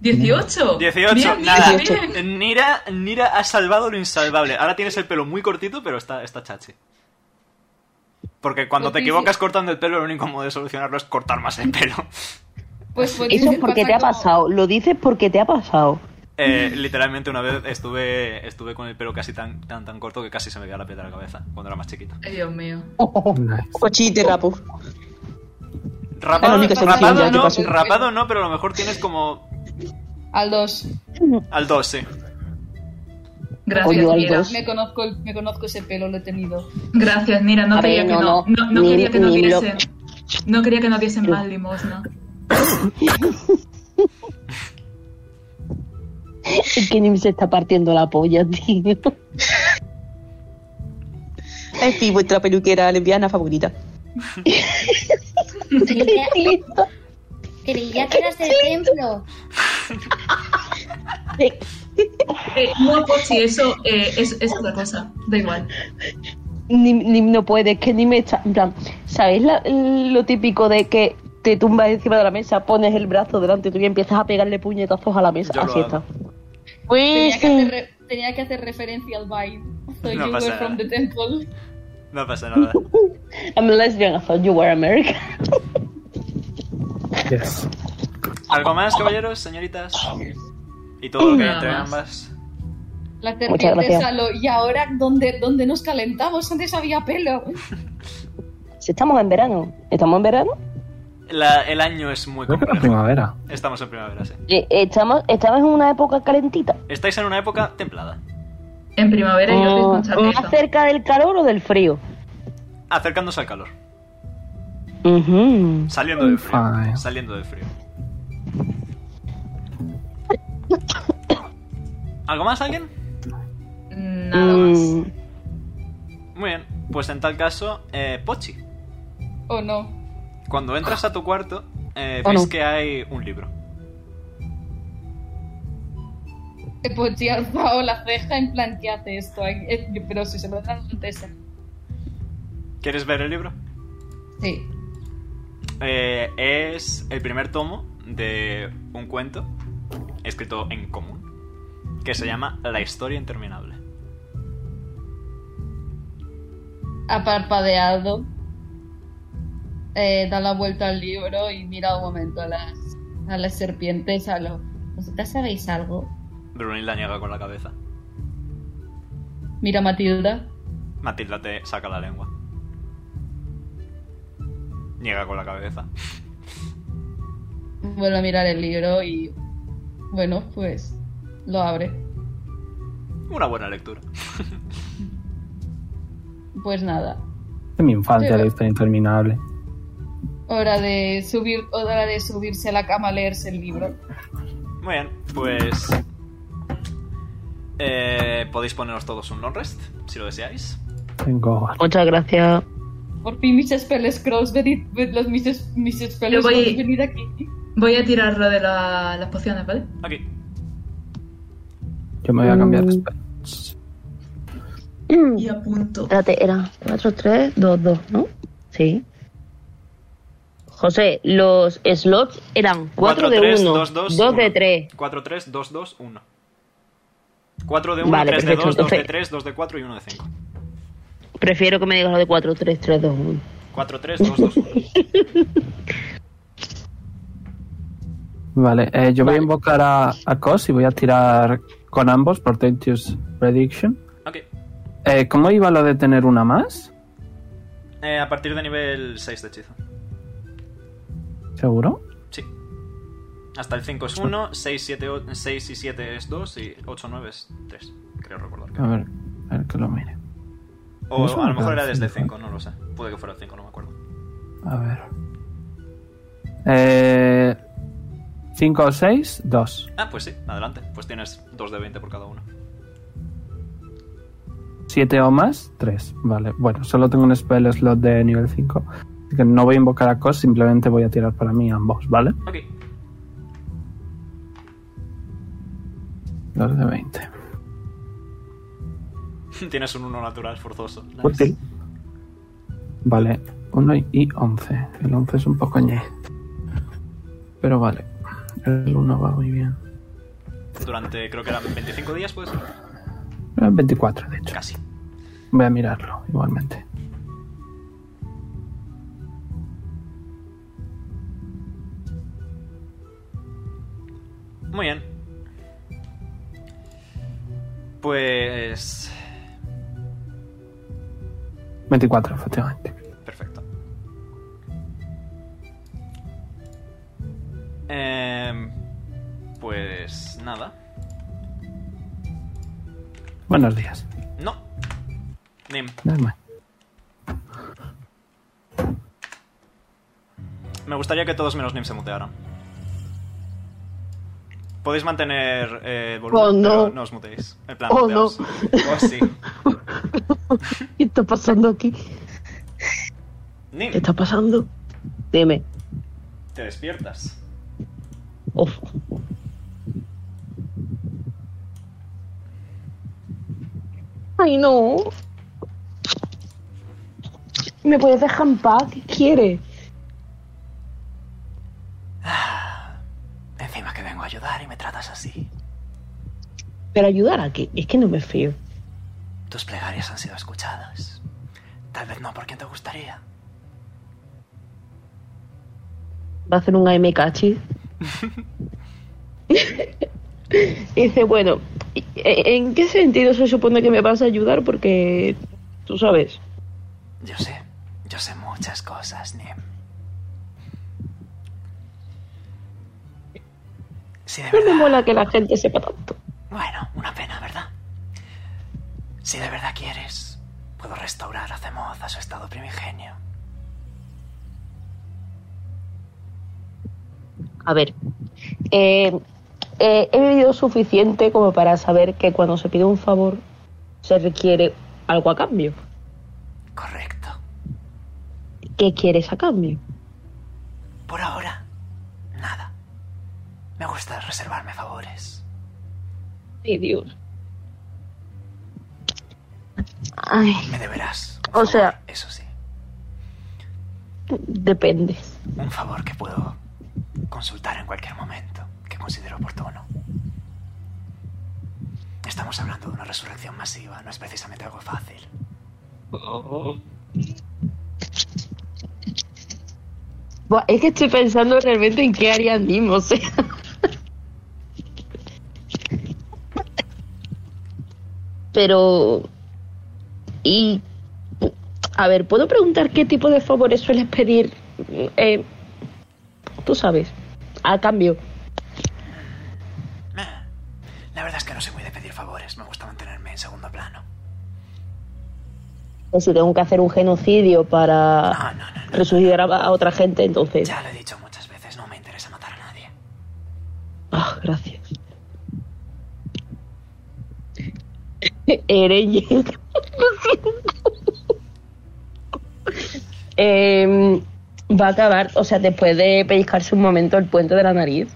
S2: 18.
S1: 18,
S2: Bien,
S1: nada.
S2: bien, bien.
S1: Nira, Nira ha salvado lo insalvable. Ahora tienes el pelo muy cortito, pero está, está chachi. Porque cuando te
S6: Otis-
S1: equivocas cortando el pelo, lo único modo de solucionarlo es cortar más el pelo.
S6: Pues, pues,
S3: eso
S6: se
S3: porque
S6: pasa
S3: te ha
S6: como-
S3: pasado, lo dices porque te ha pasado.
S1: Eh, literalmente una vez estuve, estuve con el pelo casi tan, tan, tan corto que casi se me veía la piel de la cabeza cuando era más chiquito.
S2: Ay, Dios mío.
S5: Nice.
S7: Ochi, te rapo.
S1: Rapado,
S7: única solución,
S1: rapado,
S7: ya te
S1: no,
S7: pasé.
S1: rapado no, pero a lo mejor tienes como
S6: Al dos.
S1: al 2, sí.
S2: Gracias,
S3: Oye, hay
S2: Nira.
S3: dos.
S6: Me conozco, el- me conozco ese pelo, lo he tenido.
S2: Gracias, Nira. No
S3: A
S2: quería
S3: ver,
S2: que
S3: no,
S2: no.
S3: no.
S2: No, no
S3: Ni-
S2: quería que no
S3: ni lo-
S2: diesen. No quería que no diesen más limosna.
S3: Es que Nim se está partiendo la polla, tío.
S7: En fin, vuestra peluquera lesbiana favorita.
S8: Creía, creía que eras del templo.
S2: Eh, no, Pochi, eso eh, es, es otra cosa. Da igual.
S3: Ni, ni- no puede, es que ni me está. En plan, ¿sabéis la- lo típico de que te tumbas encima de la mesa, pones el brazo delante tuyo y empiezas a pegarle puñetazos a la mesa?
S1: Yo lo
S3: Así
S1: hago.
S3: está.
S6: Tenía
S7: Pues
S6: que,
S7: sí.
S6: hacer re- tenía que hacer referencia al vibe. So
S1: No
S6: you
S1: pasa
S6: were from
S1: nada.
S6: the temple.
S1: No pasa nada.
S3: I'm lesbian, I thought you were American.
S5: Yes.
S1: ¿Algo más, caballeros, señoritas? Y todo lo que
S2: Nada
S1: entre
S2: más.
S1: ambas.
S6: La
S3: Muchas gracias.
S6: tercera lo Y ahora, ¿dónde, ¿dónde nos calentamos? Antes había pelo.
S3: Si estamos en verano, ¿estamos en verano?
S1: La- el año es muy
S5: Creo que la
S1: complejo.
S5: primavera.
S1: Estamos en primavera, sí.
S3: Eh, Estamos, estamos en una época calentita.
S1: Estáis en una época templada.
S2: En primavera yo estoy
S3: Oh,
S2: con chaqueta.
S3: ¿Más cerca del calor o del frío?
S1: Acercándose al calor.
S3: Ujú.
S1: Saliendo del frío.
S5: Fine.
S1: Saliendo del frío. ¿Algo más, alguien?
S2: Nada más.
S3: Mm,
S1: Muy bien. Pues en tal caso, eh, Pochi.
S6: ¿O no?
S1: Cuando entras a tu cuarto, eh,
S3: Oh,
S1: ves
S3: no.
S1: que hay un libro.
S6: Te podría ha alzado la Pues ceja en plan, ¿qué hace esto? Eh, Pero si se lo dan antes. eh.
S1: ¿Quieres ver el libro?
S6: Sí.
S1: Eh, es el primer tomo de un cuento escrito en común que se llama La historia interminable.
S6: ha parpadeado, eh, da la vuelta al libro y mira un momento a las, a las serpientes, a lo... ¿Vosotras sabéis algo?
S1: Brunil la niega con la cabeza.
S6: Mira a Matilda.
S1: Matilda te saca la lengua. Niega con la cabeza.
S6: Vuelve a mirar el libro y... Bueno, pues lo abre.
S1: Una buena lectura.
S6: Pues nada.
S5: De mi infancia,
S6: Sí.
S5: la historia interminable.
S6: Hora de subir, hora de subirse a la cama a leerse el libro.
S1: Muy bien, pues... eh, podéis poneros todos un long rest, si lo deseáis.
S5: Tengo.
S3: muchas gracias.
S6: Por fin mis espeles cross, venid, ven los mis, es- mis espeles
S2: Yo voy-
S6: cross, venid aquí.
S2: Voy a tirar lo de la- las pociones, ¿vale?
S1: Aquí.
S5: Yo me voy a cambiar.
S3: Mm.
S5: Espera.
S3: Mm,
S2: Y apunto.
S3: Espérate, era 4, 3, 2, 2, ¿no? Sí. José, los slots eran 4 de 1, 2,
S1: 2
S3: de 3.
S1: 4, 3, 2, 2, 1. 4 de 1,
S3: Vale,
S1: 3
S3: perfecto,
S1: de 2, 2 de
S3: entonces-
S1: 3, 2 de 4 y 1 de 5.
S3: Prefiero que me digas lo de 4, 3, 3, 2, 1.
S1: 4, 3, 2, 2, 1.
S5: Vale, eh, yo voy a invocar a, a Cos y voy a tirar con ambos Protectious Prediction.
S1: Ok.
S5: Eh, ¿Cómo iba lo de tener una más?
S1: Eh, a partir de nivel 6 de hechizo.
S5: ¿Seguro?
S1: Sí. Hasta el 5 es 1, 6, 7, 6 y 7 es 2 y 8, 9 es 3. Creo recordar.
S5: A ver, a ver que lo mire.
S1: O
S5: No sé,
S1: a lo mejor
S5: claro,
S1: era desde
S5: cinco.
S1: 5, no lo sé. Puede que fuera el 5, no me acuerdo.
S5: A ver. Eh, 5 o 6, 2.
S1: Ah, pues sí, adelante. Pues tienes 2 de 20 por cada uno.
S5: 7 o más, 3. Vale, bueno, solo tengo un spell slot de nivel 5. Así que no voy a invocar a Cos, simplemente voy a tirar para mí ambos, ¿vale?
S1: Ok.
S5: 2 de 20.
S1: tienes un 1 natural forzoso. Nice.
S5: Útil. Vale, 1 y 11. El 11 es un poco ñe. Pero vale, el 1 va muy bien.
S1: Durante, creo que eran 25 días, pues.
S5: Eh, 24, de hecho.
S1: Casi.
S5: Voy a mirarlo igualmente.
S1: Muy bien. Pues.
S5: 24, efectivamente.
S1: Perfecto. Em, pues nada.
S5: Buenos días.
S1: No. Nim,
S5: Nada más.
S1: me gustaría que todos menos Nim se mutearan. Podéis mantener eh, el volumen,
S3: Oh, no.
S1: pero no os muteéis. En plan,
S3: Oh,
S1: muteaos.
S3: no.
S1: Oh, sí.
S3: ¿Qué está pasando aquí?
S1: Nim,
S3: ¿Qué está pasando? Dime.
S1: te despiertas.
S3: Uf. Ay, no. ¿Me puedes dejar en paz? ¿Qué quieres?
S1: Encima que vengo a ayudar y me tratas así.
S3: Pero ayudar a qué? Es que no me fío.
S1: Tus plegarias han sido escuchadas. Tal vez no por quien te gustaría.
S3: Va a hacer un AMK cachi. y dice, bueno, ¿y- e, ¿en qué sentido se supone que me vas a ayudar? Porque tú sabes.
S1: Yo sé, yo sé muchas cosas, Nim. Si de
S3: No me
S1: verdad.
S3: mola que la gente sepa tanto.
S1: Bueno, una pena, ¿verdad? Si de verdad quieres, puedo restaurar a Zemoz a su estado primigenio.
S3: A ver, eh, eh, he vivido suficiente como para saber que cuando se pide un favor se requiere algo a cambio.
S1: Correcto.
S3: ¿Qué quieres a cambio?
S1: Por ahora, nada. Me gusta reservarme favores.
S3: Ay, Dios. Ay,
S1: Me deberás. un
S3: O sea-
S1: Eso sí.
S3: depende.
S1: Un favor que puedo consultar en cualquier momento que considero oportuno. Estamos hablando de una resurrección masiva, no es precisamente algo fácil.
S3: Buah, es que estoy pensando realmente en qué haría Nim, o sea. Pero. Y. A ver, ¿puedo preguntar qué tipo de favores sueles pedir? Eh, tú sabes. A cambio.
S1: Meh. La verdad es que no soy muy de pedir favores, me gusta mantenerme en segundo plano.
S3: O pues si tengo que hacer un genocidio para
S1: Ah, No, no, no, no.
S3: resucitar a, a otra gente, entonces.
S1: Ya lo he dicho muchas veces, no me interesa matar a nadie.
S3: Ah, gracias. Eren Lo siento. Em, va a acabar, o sea, después de pellizcarse un momento el puente de la nariz.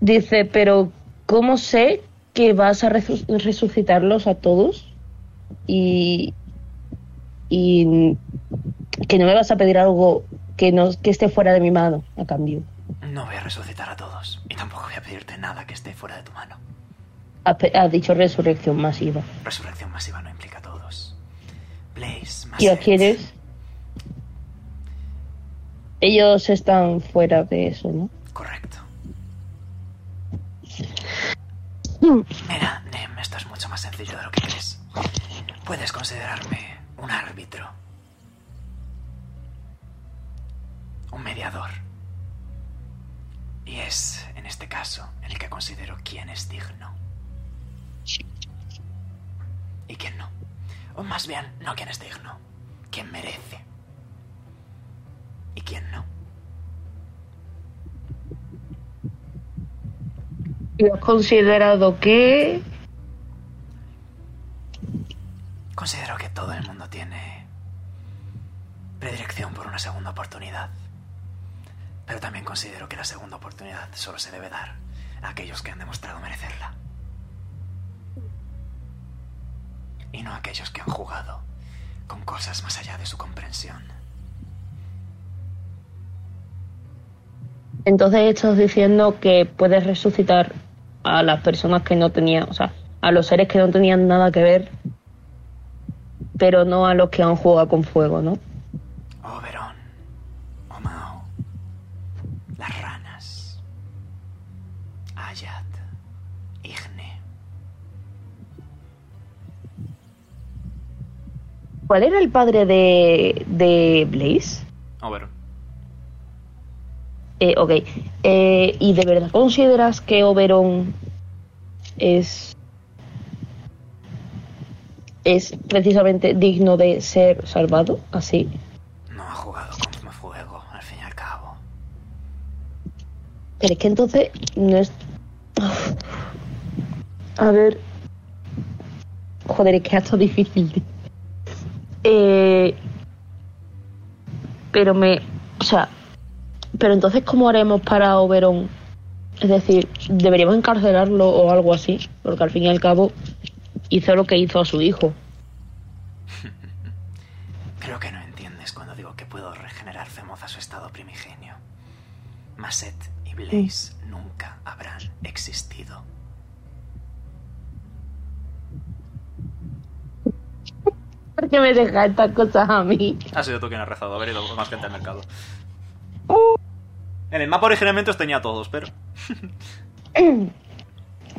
S3: Dice, pero ¿cómo sé que vas a resu- resucitarlos a todos? Y, y que no me vas a pedir algo que, no, que esté fuera de mi mano a cambio.
S1: No voy a resucitar a todos y tampoco voy a pedirte nada que esté fuera de tu mano.
S3: Ha, pe- ha dicho resurrección masiva.
S1: Resurrección masiva no implica a todos. Blaze,
S3: ¿Y a
S1: Maset,
S3: quiénes? Ellos están fuera de eso, ¿no?
S1: Correcto. Mira, Nem, esto es mucho más sencillo de lo que crees. Puedes considerarme un árbitro. Un mediador. Y es, en este caso, en el que considero quién es digno. Y quién no. O más bien, no quién es digno. Quién merece. Y quién no.
S3: ¿Y has considerado que
S1: Considero que todo el mundo tiene predilección por una segunda oportunidad. Pero también considero que la segunda oportunidad solo se debe dar a aquellos que han demostrado merecerla. Y no a aquellos que han jugado con cosas más allá de su comprensión.
S3: entonces estás diciendo que puedes resucitar a las personas que no tenían, o sea, a los seres que no tenían nada que ver, pero no a los que han jugado con fuego, ¿no?
S1: O Oh, Verón, o Mao, las ranas, Ayat, Igne.
S3: ¿Cuál era el padre de, de Blaze?
S1: Oberon.
S3: Eh, ok. Eh, ¿Y de verdad consideras que Oberon es. es precisamente digno de ser salvado? Así.
S1: No ha jugado con fuego, al fin y al cabo.
S3: Pero es que entonces no es. Uf. A ver. Joder, es que esto es difícil. Eh, pero me. O sea. Pero entonces, ¿cómo haremos para Oberon? Es decir, ¿deberíamos encarcelarlo o algo así? Porque al fin y al cabo hizo lo que hizo a su hijo.
S1: Creo que no entiendes cuando digo que puedo regenerar Femoz a su estado primigenio. Maset y Blaze nunca habrán existido.
S3: ¿Por qué me deja estas cosas a mí?
S1: Ha sido tú quien ha rezado, haber ido más gente al mercado. En el mapa originalmente os tenía a todos, pero.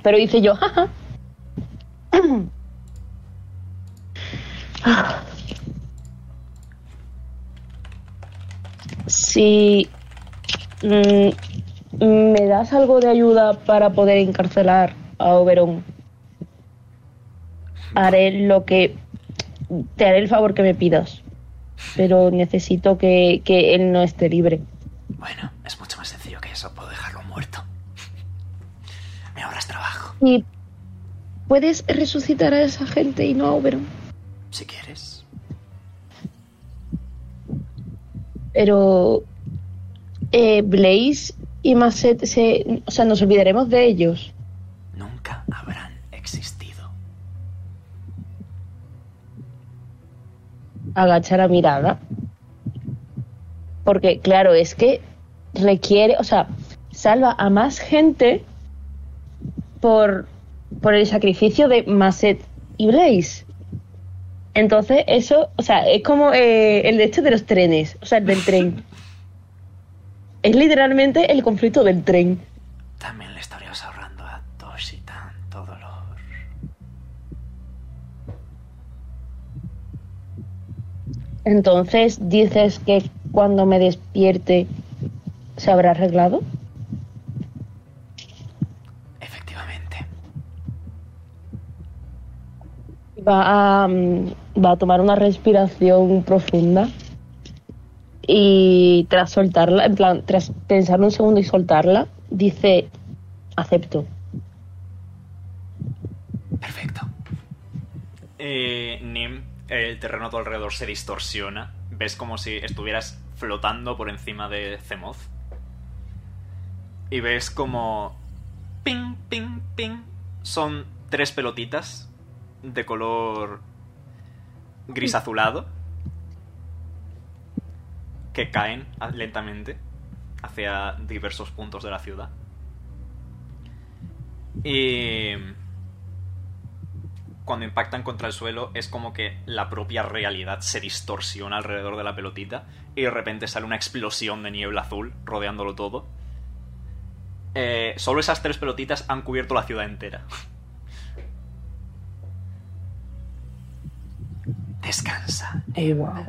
S3: Pero hice yo, jaja. Si mm, me das algo de ayuda para poder encarcelar a Oberon, haré lo que te haré el favor que me pidas, pero necesito que, que él no esté libre.
S1: Bueno, es mucho más sencillo que eso, puedo dejarlo muerto. Me ahorras trabajo.
S3: Y puedes resucitar a esa gente y no a Oberon,
S1: Si quieres,
S3: pero eh, Blaze y Masset, se, o sea, nos olvidaremos de ellos.
S1: nunca habrán existido.
S3: agacha la mirada. Porque, claro, es que requiere, o sea, salva a más gente por, por el sacrificio de Masset y Blaze. Entonces, eso, o sea, es como eh, el de este de los trenes, o sea, el del tren. es literalmente el conflicto del tren.
S1: También le estarías ahorrando a Toshi tanto dolor.
S3: Entonces, dices que cuando me despierte se habrá arreglado.
S1: Efectivamente.
S3: va a, mm, va a tomar una respiración profunda y tras soltarla, en plan, tras pensar un segundo y soltarla, dice, acepto.
S1: Perfecto. Eh, Nim, el terreno a tu alrededor se distorsiona. Ves como si estuvieras flotando por encima de Zemoth. Y ves como... Ping, ping, ping. Son tres pelotitas de color gris azulado que caen lentamente hacia diversos puntos de la ciudad. Y cuando impactan contra el suelo es como que la propia realidad se distorsiona alrededor de la pelotita y de repente sale una explosión de niebla azul rodeándolo todo. Eh, solo esas tres pelotitas han cubierto la ciudad entera. Descansa.
S5: Y wow.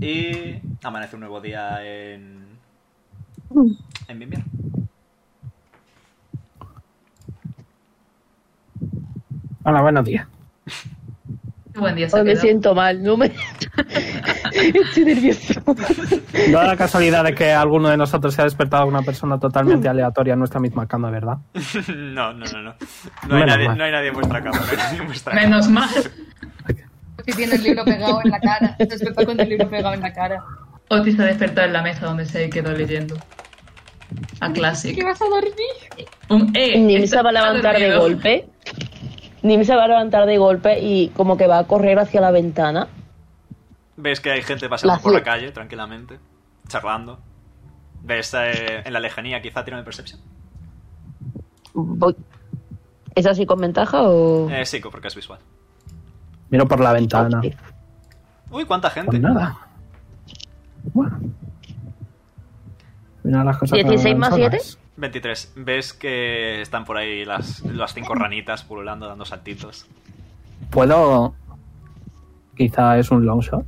S1: Y amanece un nuevo día en... En Bimbiar.
S5: Hola, buenos días.
S2: Qué buen día se ha
S3: Hoy me
S2: quedado.
S3: siento mal, no me... Estoy nervioso.
S5: Da la casualidad de que alguno de nosotros se ha despertado una persona totalmente aleatoria en nuestra misma cama, ¿verdad?
S1: No, no, no, no. No hay,
S5: Menos
S1: nadie,
S5: mal.
S1: no hay nadie en vuestra cama. No hay nadie en vuestra cama.
S2: Menos mal.
S6: Que tiene el libro pegado en la cara. Se despierta con el libro pegado en la cara.
S2: Otis se ha despertado en la mesa donde se quedó leyendo. A
S6: ¿Qué
S2: Classic.
S6: vas a dormir?
S2: Un, eh,
S3: Nim
S2: esto
S3: se va a
S2: está
S3: levantar de
S2: dormido.
S3: golpe. Nim se va a levantar de golpe y como que va a correr hacia la ventana.
S1: Ves que hay gente pasando
S3: La
S1: por la
S3: ciudad.
S1: calle tranquilamente, charlando. Ves eh, en la lejanía, quizá tiene de percepción.
S3: Voy. ¿Es así con ventaja o...?
S1: Eh, sí, porque es visual.
S5: Miro por la ventana.
S1: Uy, cuánta gente.
S5: Pues nada. Bueno. Mira las cosas
S3: 16 más
S5: solas.
S3: 7?
S1: 23. Ves que están por ahí las, las cinco ranitas pululando, dando saltitos.
S5: Puedo. Quizá es un long shot.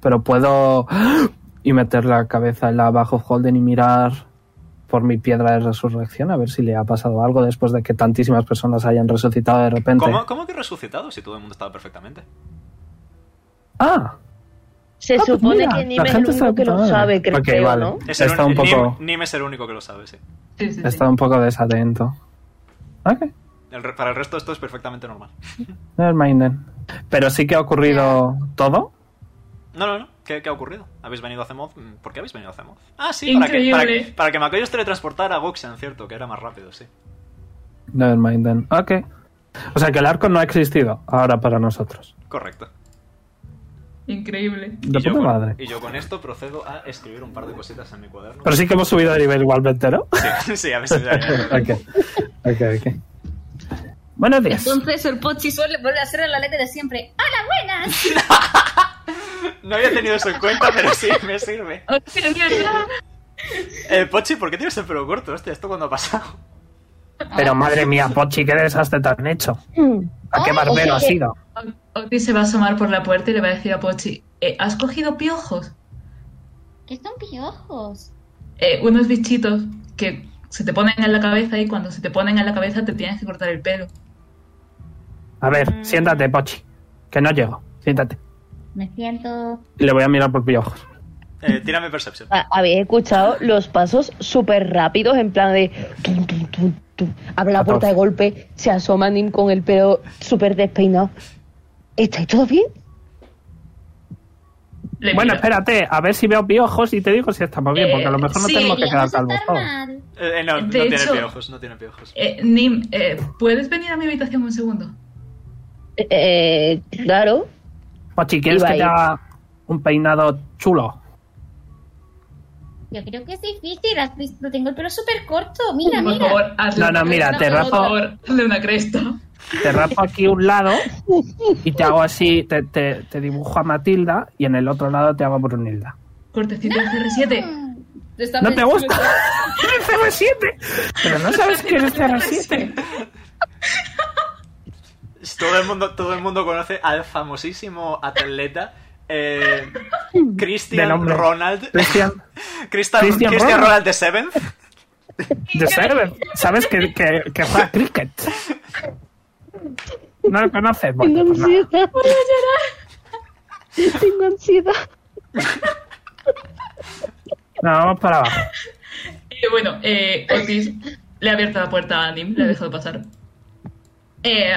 S5: Pero puedo. ¡ah! Y meter la cabeza en la bajo Holden y mirar por mi piedra de resurrección a ver si le ha pasado algo después de que tantísimas personas hayan resucitado de repente.
S1: ¿Cómo, cómo que resucitado? Si todo el mundo estaba perfectamente.
S5: Ah,
S3: Se
S5: Ah, pues
S3: supone
S5: mira,
S3: que Nim
S5: la
S3: es el
S5: gente está
S3: único que lo
S5: ocupada.
S3: sabe, creo,
S5: Ok,
S3: creo,
S5: vale.
S3: ¿no?
S1: Es el
S5: Está
S1: uni-
S5: un poco-
S1: Nim, Nim es el único que lo sabe, sí.
S2: Sí, sí,
S5: he
S2: sí.
S5: estado un poco desatento. Ok.
S1: El re- para el resto esto es perfectamente normal.
S5: Nevermind then. Pero sí que ha ocurrido todo.
S1: No, no, no. ¿Qué, qué ha ocurrido? ¿Habéis venido a Zemoth? Mm, ¿Por qué habéis venido a Zemoth? Ah, sí, para que,
S2: Increíble.
S1: para, que, para que Macayos teletransportara a Goxan, cierto, que era más rápido, sí.
S5: Nevermind then. Ok. O sea que el arco no ha existido ahora para nosotros.
S1: Correcto.
S2: Increíble.
S5: De
S1: y, yo
S5: puta
S1: con,
S5: madre.
S1: y yo con esto procedo a escribir un par de cositas en mi cuaderno.
S5: Pero sí que hemos subido de nivel igualmente, ¿no?
S1: Sí, sí, a veces ya- ya-
S5: ok. Ok, ok. Buenos días.
S4: Entonces el Pochi suele vuelve a hacer la letra de siempre.
S6: Ah,
S4: ¡Hola, buenas!
S1: No había tenido eso en cuenta, pero sí, me sirve. Eh, Pochi, ¿por qué tienes el pelo corto? Hostia, ¿esto cuándo ha pasado?
S5: Pero madre mía, Pochi, qué desastre tan hecho. ¿A qué
S6: Ay,
S5: barbero
S6: o sea
S5: has
S6: que-
S5: ido?
S2: Oti se va a asomar por la puerta y le va a decir a Pochi, "Eh, ¿has cogido piojos?
S6: ¿Qué son piojos?
S2: Eh, unos bichitos que se te ponen en la cabeza y cuando se te ponen en la cabeza te tienes que cortar el pelo.
S5: A ver, siéntate, Pochi. Que no llego. Siéntate.
S6: Me siento.
S5: Y le voy a mirar por piojos.
S1: Eh, tírame Perception.
S3: A- Habéis Ah, escuchado los pasos súper rápidos, en plan de. tum, tum, tum, tum. Abre la puerta de golpe, se asoma Nim con el pelo súper despeinado. ¿Estáis todos bien?
S2: Le
S5: Bueno,
S2: mira.
S5: espérate, a ver si veo piojos y te digo si estamos bien, porque a lo mejor no
S2: Eh,
S5: tenemos que
S2: sí,
S5: quedar calvos. todos.
S6: mal.
S1: Eh, eh, no, no
S2: De
S1: tiene
S2: hecho-
S1: piojos, no tiene piojos.
S2: Eh, Nim, eh, ¿puedes venir a mi habitación un segundo?
S3: Eh, claro.
S5: Pochi, Pues ¿quieres
S3: Iba
S5: que te
S3: a ir.
S5: haga un peinado chulo?
S6: Yo creo que es difícil. has visto, Tengo el pelo súper corto. Mira,
S2: Por
S6: mira.
S2: favor, hazle
S5: No,
S2: una
S5: no, mira,
S2: cresta,
S5: te
S2: por
S5: rapo-
S2: favor, hazle una cresta.
S5: Te rapo aquí un lado y te hago así, te, te- te dibujo a Matilda y en el otro lado te hago a Brunilda.
S2: Cortecito de CR7.
S4: Está
S5: ¿No te
S4: pensando-
S5: gusta? ¡Es CR7! Pero no sabes que es CR7.
S1: Todo el mundo, todo el mundo conoce al famosísimo atleta eh,
S5: De
S1: Christian
S5: nombre.
S1: Ronald.
S5: Cristian,
S1: Christian,
S5: Christian
S1: Christian
S5: Ronald.
S1: Ronald de Seventh.
S5: de Seven. ¿Sabes que, que, que juega cricket? ¿No lo conoces? Bueno,
S3: Tengo
S5: pues nada.
S3: ansiedad. Voy a llorar. Tengo ansiedad.
S5: No, vamos para abajo.
S2: Eh, bueno, eh, Otis le ha abierto la puerta a Nim, le ha dejado pasar. Eh,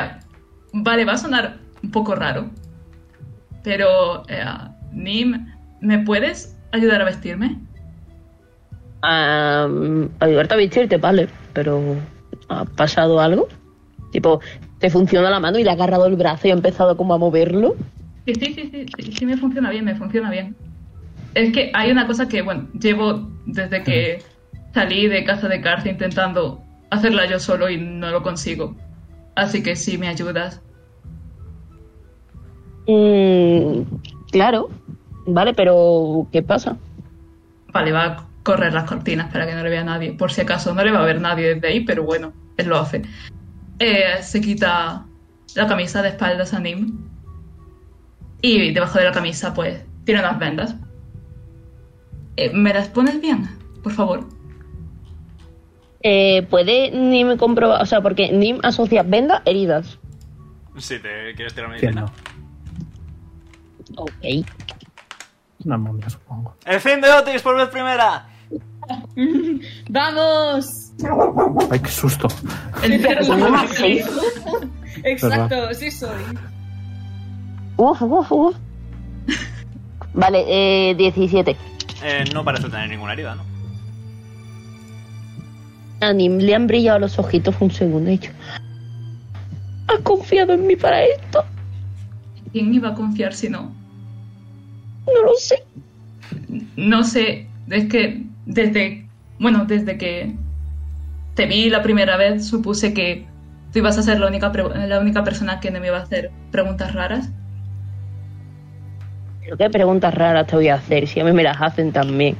S2: vale, va a sonar un poco raro. Pero, eh, Nim, ¿me puedes ayudar a vestirme?
S3: Am, ayudarte a vestirte, vale, pero ¿ha pasado algo? Tipo, te funciona la mano y le ha agarrado el brazo y ha empezado como a moverlo.
S2: Sí, sí, sí, sí, sí, sí, me funciona bien, me funciona bien. Es que hay una cosa que, bueno, llevo desde que salí de casa de Carth intentando hacerla yo solo y no lo consigo. Así que si me ayudas.
S3: Mm, claro, vale, pero ¿qué pasa?
S2: Vale, va a correr las cortinas para que no le vea nadie. Por si acaso no le va a ver nadie desde ahí, pero bueno, él lo hace. Eh, se quita la camisa de espaldas a Nim. Y debajo de la camisa, pues, tiene unas vendas. Eh, ¿Me las pones bien? Por favor.
S3: Eh, ¿Puede Nim comprobar? O sea, porque Nim asocia vendas, heridas.
S1: Si te quieres tirar
S5: ¿Quién
S1: medicina.
S5: no?
S3: Ok.
S5: Una momia, supongo.
S1: El fin de Otis por vez primera.
S4: ¡Vamos!
S5: Ay, qué susto.
S2: El perro se va a reír.
S4: Exacto, sí soy.
S3: Uf, uf, uf. Vale, eh, 17.
S1: Eh, no parece tener ninguna herida, ¿no?
S3: A Nim le han brillado los ojitos un segundo. He dicho, ¿has confiado en mí para esto?
S2: ¿Quién iba a confiar si no?
S3: No lo sé.
S2: No sé, es que desde, bueno, desde que te vi la primera vez supuse que tú ibas a ser la única, pre- la única persona que no me iba a hacer preguntas raras.
S3: Pero qué preguntas raras te voy a hacer, si a mí me las hacen también.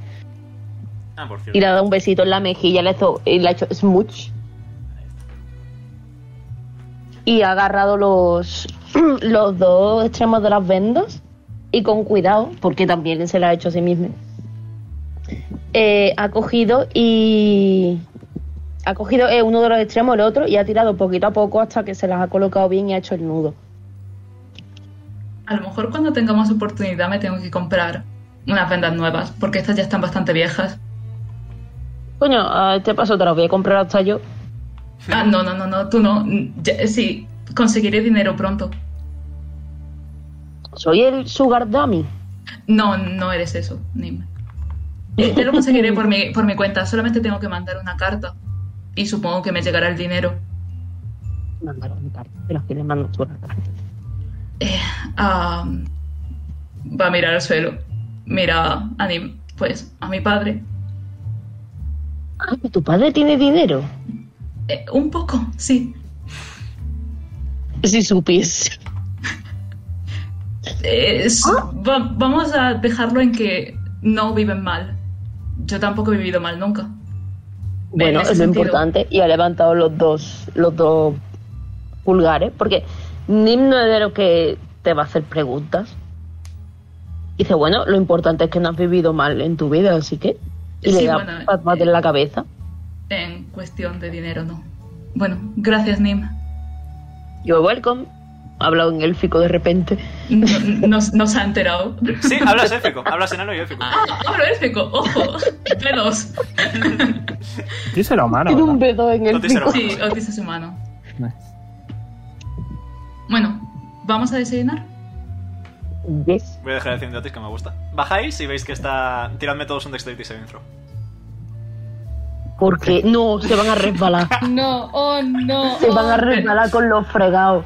S1: Ah, por
S3: Y
S1: cierto.
S3: le ha dado un besito en la mejilla, le ha hecho, y le ha hecho smooch. Y ha agarrado los, los dos extremos de las vendas y con cuidado, porque también se la ha hecho a sí mismo. eh, ha cogido y... Ha cogido eh, uno de los extremos, el otro, y ha tirado poquito a poco hasta que se las ha colocado bien y ha hecho el nudo.
S2: A lo mejor cuando tengamos oportunidad me tengo que comprar unas vendas nuevas, porque estas ya están bastante viejas.
S3: Coño, a este paso te las voy a comprar hasta yo.
S2: Ah, no, no, no, no, tú no. Ya- sí, conseguiré dinero pronto.
S3: Soy el Sugar Dummy.
S2: No, no eres eso, Nim. Eh, yo lo conseguiré por mi, por mi cuenta. Solamente tengo que mandar una carta. Y supongo que me llegará el dinero.
S3: Mandaron carta, pero que le mando por acá.
S2: Ah, Eh, va a mirar al suelo. Mira a Nim. Pues a mi padre.
S3: Ah, que tu padre tiene dinero.
S2: Eh, un poco, sí.
S3: Si supiese.
S2: Eh, es- va- vamos a dejarlo en que no viven mal. Yo tampoco he vivido mal nunca.
S3: Bueno,
S2: ese
S3: es lo
S2: sentido.
S3: importante. Y ha levantado los dos, los dos pulgares, porque Nim no es de lo que te va a hacer preguntas. Dice, bueno, lo importante es que no has vivido mal en tu vida, así que. Y
S2: Sí,
S3: le da
S2: bueno,
S3: palmas en la cabeza.
S2: En cuestión de dinero, no. Bueno, gracias, Nim.
S3: Yo, welcome. Ha hablado en élfico de repente.
S2: No, no- no se ha enterado.
S1: Sí, hablas élfico, hablas enano y élfico.
S2: ¡Ah! ¡Hablo élfico! ¡Ojo! ¡Pelos!
S5: Sí, será humano.
S3: Tiene un
S5: ¿verdad?
S3: dedo en
S1: No te será
S3: élfico.
S1: humano.
S2: Sí, Otis es humano. Bueno, ¿vamos a desayunar?
S3: Yes.
S1: Voy a dejar el acción de Otis que me gusta. Bajáis y veis que está. Tiradme todos un Dexterity Saving Throw.
S3: Porque no, se van a resbalar.
S6: No, oh no.
S3: Se van a
S6: oh.
S3: resbalar con los fregados.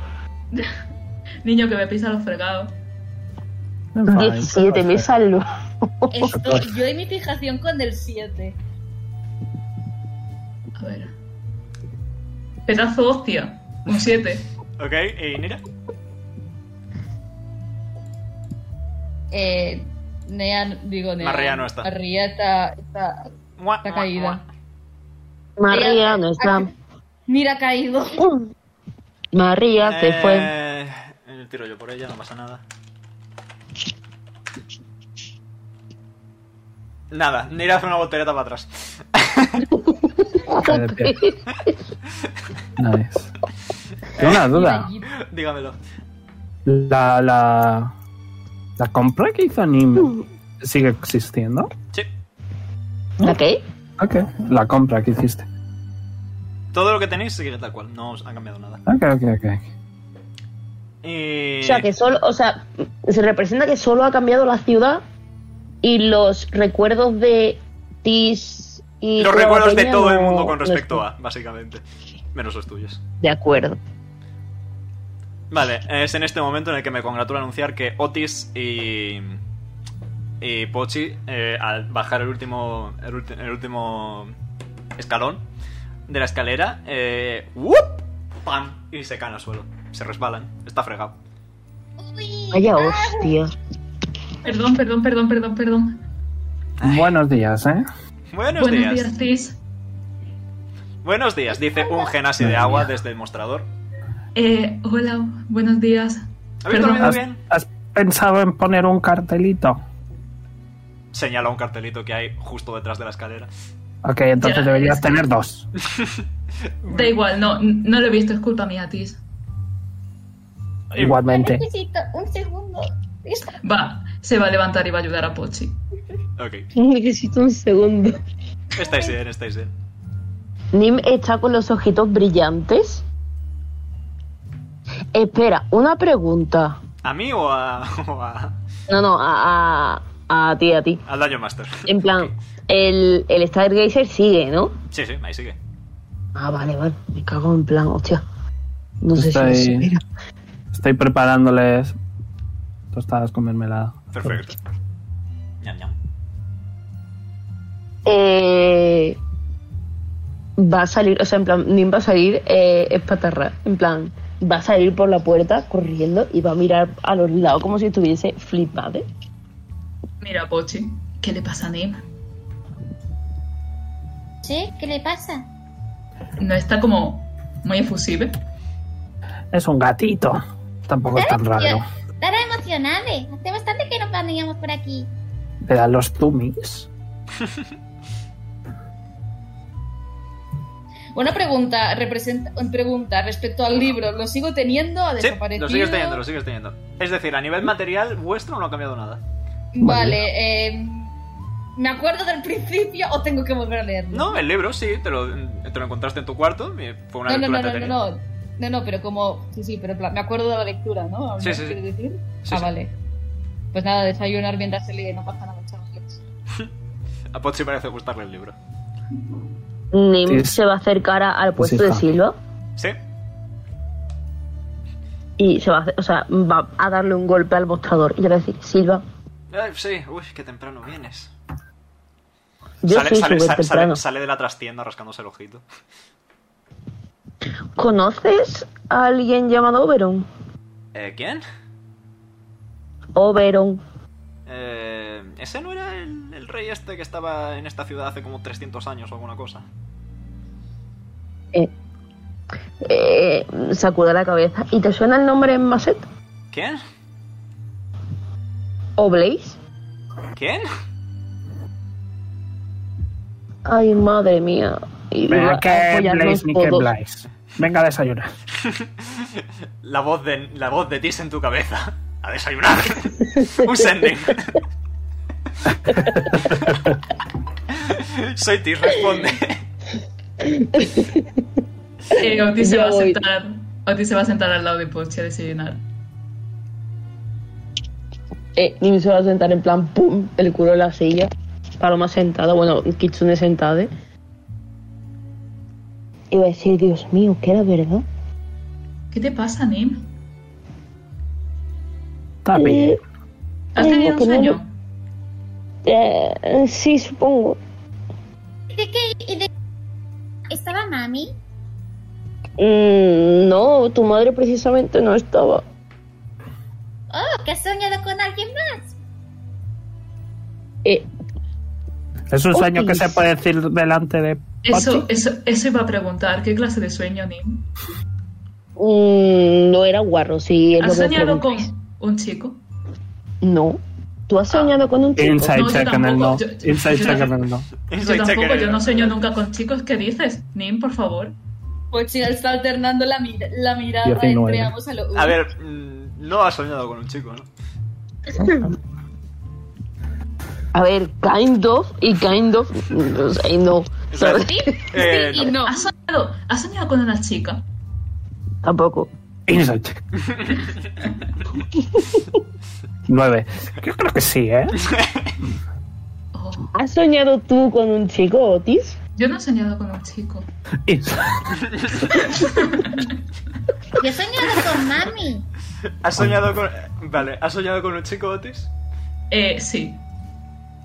S2: Niño que me pisa los fregados.
S5: Fine,
S3: 17, me
S5: perfecto.
S3: salvo.
S6: Esto, yo y mi fijación con el 7.
S2: A ver. Pedazo hostia. Un 7.
S1: ¿Ok? ¿Y Nira?
S6: Eh, Nea, digo Nea.
S1: María no está.
S6: María está, está,
S1: Mua,
S6: está
S1: mua,
S6: caída.
S1: mua.
S3: María no está.
S6: Mira, ha caído.
S3: María se fue.
S1: Eh, tiro yo por ella, no pasa nada. Nada, Nira hace una voltereta para atrás.
S5: Cae de pie. Nice. Tengo una duda.
S1: Dígamelo.
S5: La, la, la compra que hizo Nim sigue existiendo.
S1: Sí.
S3: ¿La qué?
S5: Ok. La compra que hiciste.
S1: Todo lo que tenéis sigue tal cual, no os ha cambiado nada. Eh,
S5: Ok, ok, ok.
S1: Y...
S3: O sea, que solo, o sea, se representa que solo ha cambiado la ciudad y los recuerdos de Tis y.
S1: Los
S3: toda la
S1: recuerdos de
S3: peña
S1: todo el
S3: no-
S1: mundo con
S3: no
S1: respecto
S3: están.
S1: a, básicamente. Menos los tuyos.
S3: De acuerdo.
S1: Vale, es en este momento en el que me congratula anunciar que Otis y. y Pochi, eh, al bajar el último. el, ulti- el último escalón de la escalera, eh, ¡wup! ¡pam! y se caen al suelo. Se resbalan, está fregado.
S3: Vaya hostia.
S2: Perdón, perdón, perdón, perdón, perdón.
S5: Buenos días, ¿eh?
S1: Buenos,
S2: Buenos
S1: días.
S2: días, Tis.
S1: Buenos días, dice un genasi de
S5: Madre
S1: agua
S5: mía.
S1: desde el mostrador.
S2: Eh, hola, buenos días.
S1: ¿Habéis
S2: Perdón.
S1: dormido
S5: ¿Has,
S1: bien?
S5: has pensado en poner un cartelito?
S1: Señala un cartelito que hay justo detrás de la escalera.
S5: Ok, entonces
S2: Ya,
S5: deberías
S2: es que-
S5: tener dos.
S2: Da igual, no, no lo he visto, es culpa mía, Tis.
S5: Igualmente.
S6: Necesito un segundo. Esta-
S2: Va, se va a levantar y va a ayudar a Pochi.
S1: Ok,
S3: Necesito un segundo.
S1: estáis bien, estáis bien.
S3: Nim está con los ojitos brillantes. Espera, una pregunta.
S1: ¿A mí o a. o a.
S3: No, no, a, a, a ti, a ti.
S1: al Dungeon Master?
S3: En plan, el, el Stargazer sigue, ¿no?
S1: Sí, sí, ahí sigue.
S3: Ah, vale, vale. Me cago en plan, hostia. No sé
S5: Estoy-
S3: si lo supera.
S5: Estoy preparándoles tostadas con mermelada.
S1: Perfecto. Ñam, ñam.
S3: Eh, va a salir, o sea, en plan, Nim va a salir eh, espatarra. En plan, va a salir por la puerta corriendo y va a mirar a los lados como si estuviese flipado.
S2: Mira, Pochi, ¿qué le pasa a Nim?
S6: ¿Sí? ¿Qué le pasa?
S2: No está como muy efusive.
S5: Es un gatito. Tampoco es tan raro.
S8: Estará emocionada. Hace bastante que no veníamos por aquí.
S5: Le dan los tumis.
S6: Una pregunta, representa, pregunta respecto al libro. ¿Lo sigo teniendo? ¿Ha
S1: Sí,
S6: desaparecido?
S1: lo sigues teniendo, lo sigues teniendo. Es decir, a nivel material vuestro no ha cambiado nada.
S6: Vale, eh, ¿me acuerdo del principio o tengo que volver a leerlo?
S1: No, el libro sí, te lo, te lo encontraste en tu cuarto y fue una lectura
S6: no, no, no, no, no,
S1: entretenida.
S6: no, no, no, pero como... Sí, sí, pero en plan, me acuerdo de la lectura, ¿no?
S1: Sí, sí, sí.
S6: ¿Quieres decir?
S1: Sí,
S6: ah,
S1: sí.
S6: vale. Pues nada, desayunar bien, darse y no pasa nada, chavales.
S1: A Pochi parece gustarle el libro.
S3: Nim
S5: Sí.
S3: se va a acercar a- al
S5: Pues
S3: puesto de
S5: hija.
S3: Silva
S1: ¿Sí?
S3: y se va a, hacer- o sea, va a darle un golpe al mostrador y le va a decir, Silva,
S1: Ay, sí, uy, qué temprano vienes.
S3: yo
S1: sale,
S3: soy
S1: sale,
S3: súper
S1: sale- sale-
S3: temprano.
S1: sale de la trastienda rascándose el ojito.
S3: ¿Conoces a alguien llamado Oberon?
S1: Eh, ¿Quién?
S3: Oberon.
S1: Eh, ¿Ese no era el, el rey este que estaba en esta ciudad hace como 300 años o alguna cosa?
S3: Eh, sacude la cabeza. ¿Y te suena el nombre en Masset?
S1: ¿Quién?
S3: ¿O Blaze?
S1: ¿Quién?
S3: Ay, madre mía. Y pues va
S5: Venga,
S3: a
S5: que
S3: apoyarnos
S5: Blaze ni que
S3: todos.
S5: Blaze. Venga a desayunar.
S1: La voz de, la voz de Tis en tu cabeza. A desayunar. Un sending. Soy Tis, responde.
S2: Eh, Otis se
S3: Yo
S2: va a
S3: voy.
S2: sentar. Otis Ah, se va a sentar al lado de Pochi a desayunar.
S3: Eh, Nim se va a sentar en plan, pum, el culo en la silla. Paloma sentada, bueno, Kitsune sentada. Y va a decir, Dios mío, que era verdad.
S2: ¿Qué te pasa, Nim?
S5: Está
S2: Eh,
S5: bien.
S2: ¿Has
S3: Ay,
S2: tenido
S3: lo
S2: un
S3: que no-
S2: sueño?
S3: Eh, sí, supongo.
S8: ¿Y de qué? y de- ¿Estaba mami?
S3: Mm, no, tu madre precisamente no estaba.
S8: Oh, que has soñado con alguien más.
S3: Eh,
S5: Es un sueño que
S3: Otis.
S5: se puede decir delante de.
S2: Eso,
S5: Pochi.
S2: eso, eso iba a preguntar. ¿Qué clase de sueño, Nim?
S3: mm, no era guarro, sí. es lo
S2: ¿Has
S3: que
S2: soñado con
S3: preguntas.
S2: un chico?
S3: No. ¿Tú has soñado con un chico?
S5: Inside
S2: eh, No, yo
S5: check en el no.
S2: tampoco, yo- yo-
S5: Inside
S2: yo-
S5: check en el
S2: Yo
S5: no.
S1: Soy
S2: tampoco,
S1: checker.
S2: yo no sueño nunca con chicos. ¿Qué dices? Nim, por favor.
S6: Pues sí, está alternando la, mira- la mirada
S5: 19.
S6: entre ambos a lo
S1: A ver, mm, no has soñado con un chico, ¿no?
S3: A ver, kind of y kind of. mm, o sea, y no. ¿sabes?
S1: Sí, Eh,
S6: Sí y no.
S2: ¿Has soñado, has soñado con una chica?
S3: Tampoco.
S5: Inside check. Nueve. Yo creo que sí, ¿eh?
S2: Pues Oh,
S3: ¿Has soñado tú con un chico, Otis?
S2: yo no he soñado con un chico.
S5: Inside-
S8: Yo he soñado con mami.
S1: ¿Has soñado con. Vale, ¿has soñado con un chico, Otis?
S2: Eh, sí.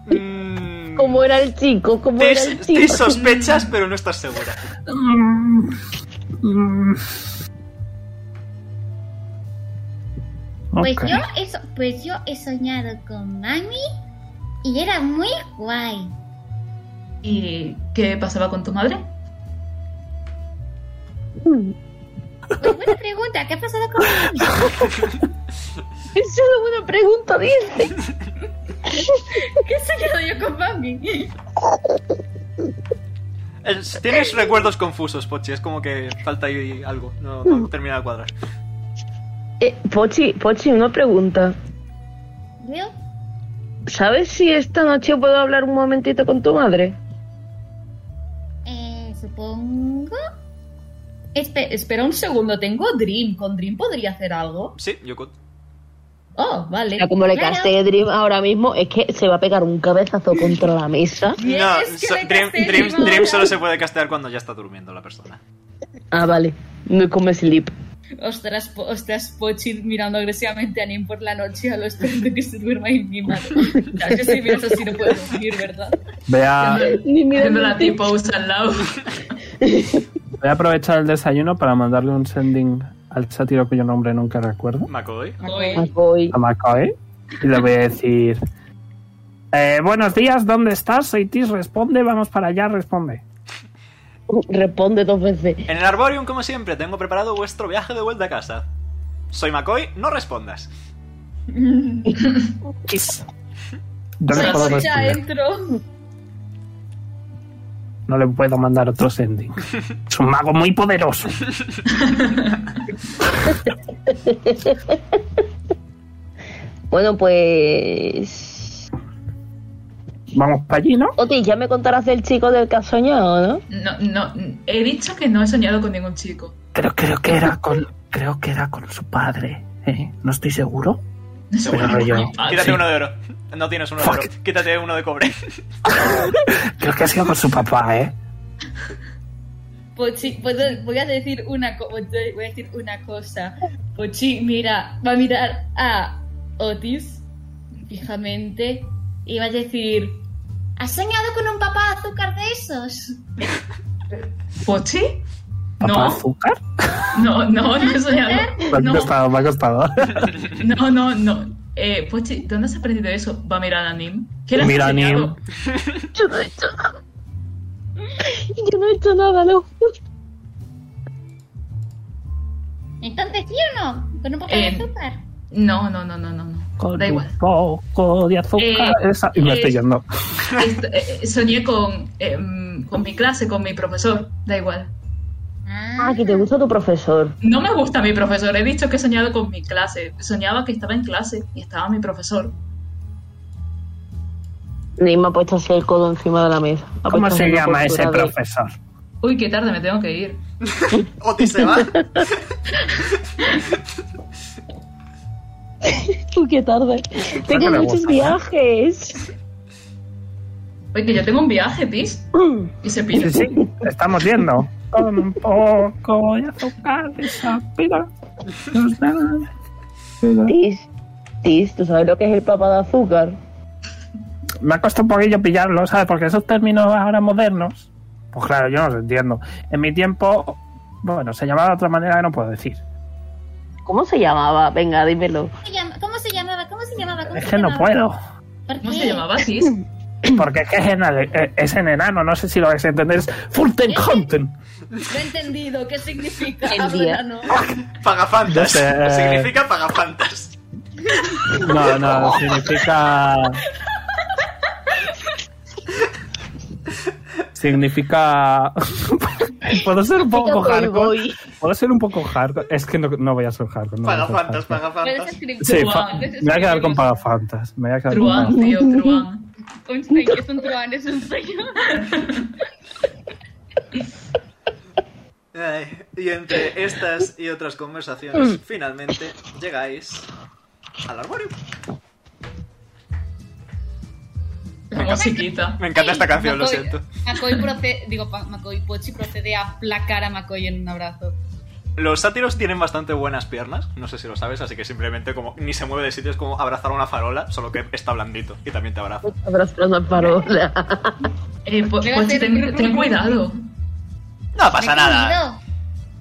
S1: Mm,
S3: ¿Cómo era el chico? ¿Cómo
S1: te,
S3: era el
S1: te
S3: chico?
S1: sospechas, pero no estás segura.
S8: Pues
S5: Ok.
S8: yo, he so- pues yo he soñado con mami y era muy guay.
S2: ¿Y qué pasaba con tu madre?
S8: Pues buena pregunta, ¿qué ha pasado con mami?
S3: Es solo una pregunta, dice.
S6: ¿Qué he soñado yo con Bambi?
S1: Es- Eh, Tienes recuerdos confusos, Pochi. Es como que falta ahí algo. No,
S6: Mm.
S1: no termina de cuadrar.
S3: Eh, Pochi, Pochi, una pregunta.
S8: Veo,
S3: ¿Sabes si esta noche puedo hablar un momentito con tu madre?
S8: eh, supongo.
S6: Espe- Este, espera un segundo, tengo Dream. ¿Con Dream podría hacer algo?
S1: Sí, Yoko.
S6: Oh, vale.
S3: Ya como le
S8: Claro.
S3: casté Dream ahora mismo, es que se va a pegar un cabezazo contra la mesa.
S6: Yes,
S1: no,
S6: que
S1: so-
S6: le
S1: Dream,
S6: casté
S1: Dream-
S6: encima.
S1: Dream solo se puede castear cuando ya está durmiendo la persona.
S3: Ah, vale. No come sleep.
S6: Ostras, po- ostras, Pochi mirando agresivamente a Nim por la noche a lo esperando que se duerma y mi madre. Claro, yo si miras así no puedo dormir, ¿verdad?
S5: Voy a,
S3: Ni mira
S2: Viendo la
S3: ni-
S2: tipo al lado.
S5: voy a aprovechar el desayuno para mandarle un sending al sátiro cuyo nombre nunca recuerdo,
S1: McCoy.
S3: Ah,
S2: Hoy.
S3: voy.
S5: a Macae, ¿eh? y le voy a decir: eh, Buenos días, ¿dónde estás? Soy Tis, responde, vamos para allá, responde.
S3: Responde dos veces.
S1: En el Arborium, como siempre, tengo preparado vuestro viaje de vuelta a casa. Soy McCoy, no respondas.
S5: Yo no,
S6: Soy
S5: le puedo
S6: Pocha,
S5: responder,
S6: entro.
S5: no le puedo mandar otro sending. Es un mago muy poderoso.
S3: Bueno, pues.
S5: Vamos para allí, ¿no?
S3: Otis, ya me contarás del chico del que has soñado, ¿no?
S2: No, no, he dicho que no he soñado con ningún chico.
S5: Pero creo que era con, creo que era con su padre. ¿eh? No estoy seguro.
S1: Seguro.
S5: Pero yo-
S1: Quítate
S5: sí.
S1: uno de oro. No tienes uno de oro. Quítate uno de cobre.
S5: Creo que ha sido con su papá, ¿eh?
S6: Pues
S4: Pochi, puedo- voy a decir una co- voy a decir una cosa.
S6: Pues
S4: Pochi, mira, va a mirar a Otis fijamente y va a decir,
S8: ¿Has soñado con un papá de azúcar de esos?
S2: ¿Pochi?
S5: ¿Papá
S2: No.
S5: azúcar?
S2: No, no, no he soñado.
S5: Me ha
S2: No,
S5: costado, me ha costado.
S2: no, no. no. Eh, Pochi, ¿dónde has aprendido eso? Va a mirar a Nim. ¿Qué le has
S5: Mira a Nim.
S2: enseñado?
S3: Yo no he hecho nada. Yo no he hecho nada, lo juro.
S8: Entonces, ¿sí o no? Con un papá de
S2: Eh,
S8: azúcar.
S2: No, no, no, no, no. no.
S5: Con
S2: Da
S5: un
S2: igual.
S5: poco de azúcar.
S2: Eh,
S5: esa- Y me
S2: eh,
S5: estoy yendo.
S2: Esto- eh, soñé con, eh, mm, con mi clase, con mi profesor. Da igual.
S8: Ah,
S3: Ah, que te gusta tu profesor.
S2: No me gusta mi profesor. He dicho que he soñado con mi clase. Soñaba que estaba en clase y estaba mi profesor.
S3: Ni me ha puesto así el codo encima de la mesa. Ha
S5: ¿Cómo
S3: puesto
S5: se
S3: una
S5: llama ese
S3: postura de-
S5: profesor?
S2: Uy, qué tarde, me tengo que ir.
S1: Otis se va.
S3: Uy, qué tarde. Tengo
S5: me
S3: muchos
S5: gusta. ¿eh?
S3: viajes.
S2: Uy, que yo tengo un viaje, Tis. Y se pilla.
S5: Sí, sí, estamos viendo. Con un poco de azúcar, esa pila. Nos da-
S3: Tis, Tis, ¿tú sabes lo que es el papá de azúcar?
S5: Me ha costado un poquillo pillarlo, ¿sabes? Porque esos términos ahora modernos, pues claro, yo no los entiendo. En mi tiempo, bueno, se llamaba de otra manera que no puedo decir.
S3: ¿Cómo se llamaba? Venga, dímelo.
S8: ¿cómo se llama- ¿Cómo se llamaba? ¿Cómo se llamaba? ¿Cómo
S5: Es
S8: se
S5: que no
S8: llamaba?
S5: puedo,
S8: ¿Por qué?
S2: ¿Cómo se llamaba, Tis?
S5: porque es que es en, ale- es en enano, no sé si lo vais a entender. Es Fulton Content.
S4: no he entendido, ¿qué significa?
S3: El
S4: Hablo
S3: día.
S4: enano.
S5: No
S1: Pagafantas.
S5: sé. eh.
S1: Significa pagafantas.
S5: No, no, significa. significa. puedo ser un poco
S3: Significa
S5: hardcore.
S3: playboy.
S5: Puedo ser un poco hardcore. Es que no, no voy a ser hardcore. No voy a ser
S1: Pagafantas,
S4: Puedes
S5: hardcore.
S1: pagafantas.
S4: escribir-
S5: Sí,
S2: Truán.
S5: fa- me voy a quedar con Pagafantas. Me voy a quedar con
S2: Truán,
S5: Pagafantas.
S2: tío, Truán.
S6: Un sueño, es un truán, es un sueño.
S1: Ay, y entre estas y otras conversaciones, finalmente llegáis al armario.
S2: La musiquita.
S1: Me encanta esta canción, lo
S6: Macoy-
S1: siento.
S6: Macoy procede, digo, pa- Macoy Pochi procede a aplacar a Macoy en un abrazo.
S1: Los sátiros tienen bastante buenas piernas, no sé si lo sabes, así que simplemente como ni se mueve de sitio es como abrazar una farola, solo que está blandito y también te abraza.
S3: Abrazando al farola.
S2: Eh, po-
S6: Debe
S2: Pochi,
S6: ser-
S2: ten, ten cuidado.
S1: No pasa
S8: Me he
S1: nada.
S8: comido.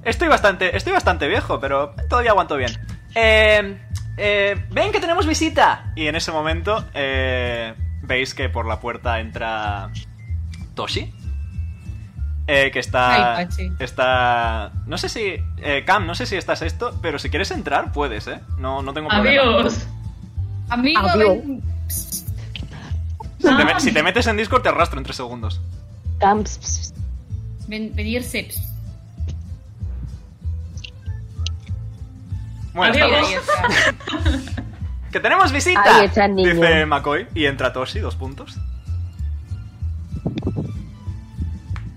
S1: Estoy bastante, estoy bastante viejo, pero todavía aguanto bien. Eh, eh, ven que tenemos visita. Y en ese momento eh, veis que por la puerta entra Toshi. eh, que está.
S6: Ay, Pachi.
S1: está. No sé si. eh, Cam, no sé si estás esto, pero si quieres entrar, puedes, ¿eh? No, no tengo problema.
S2: Adiós.
S6: Amigo,
S3: Adiós.
S6: ven-
S1: Si te, me- si te metes en Discord, te arrastro en tres segundos.
S3: Camps.
S6: ven- venirse.
S1: Bueno,
S2: Adiós.
S1: estamos.
S6: Ahí está.
S1: ¡Que tenemos visita!
S3: Ahí está el niño.
S1: Dice McCoy. Y entra Toshi, dos puntos.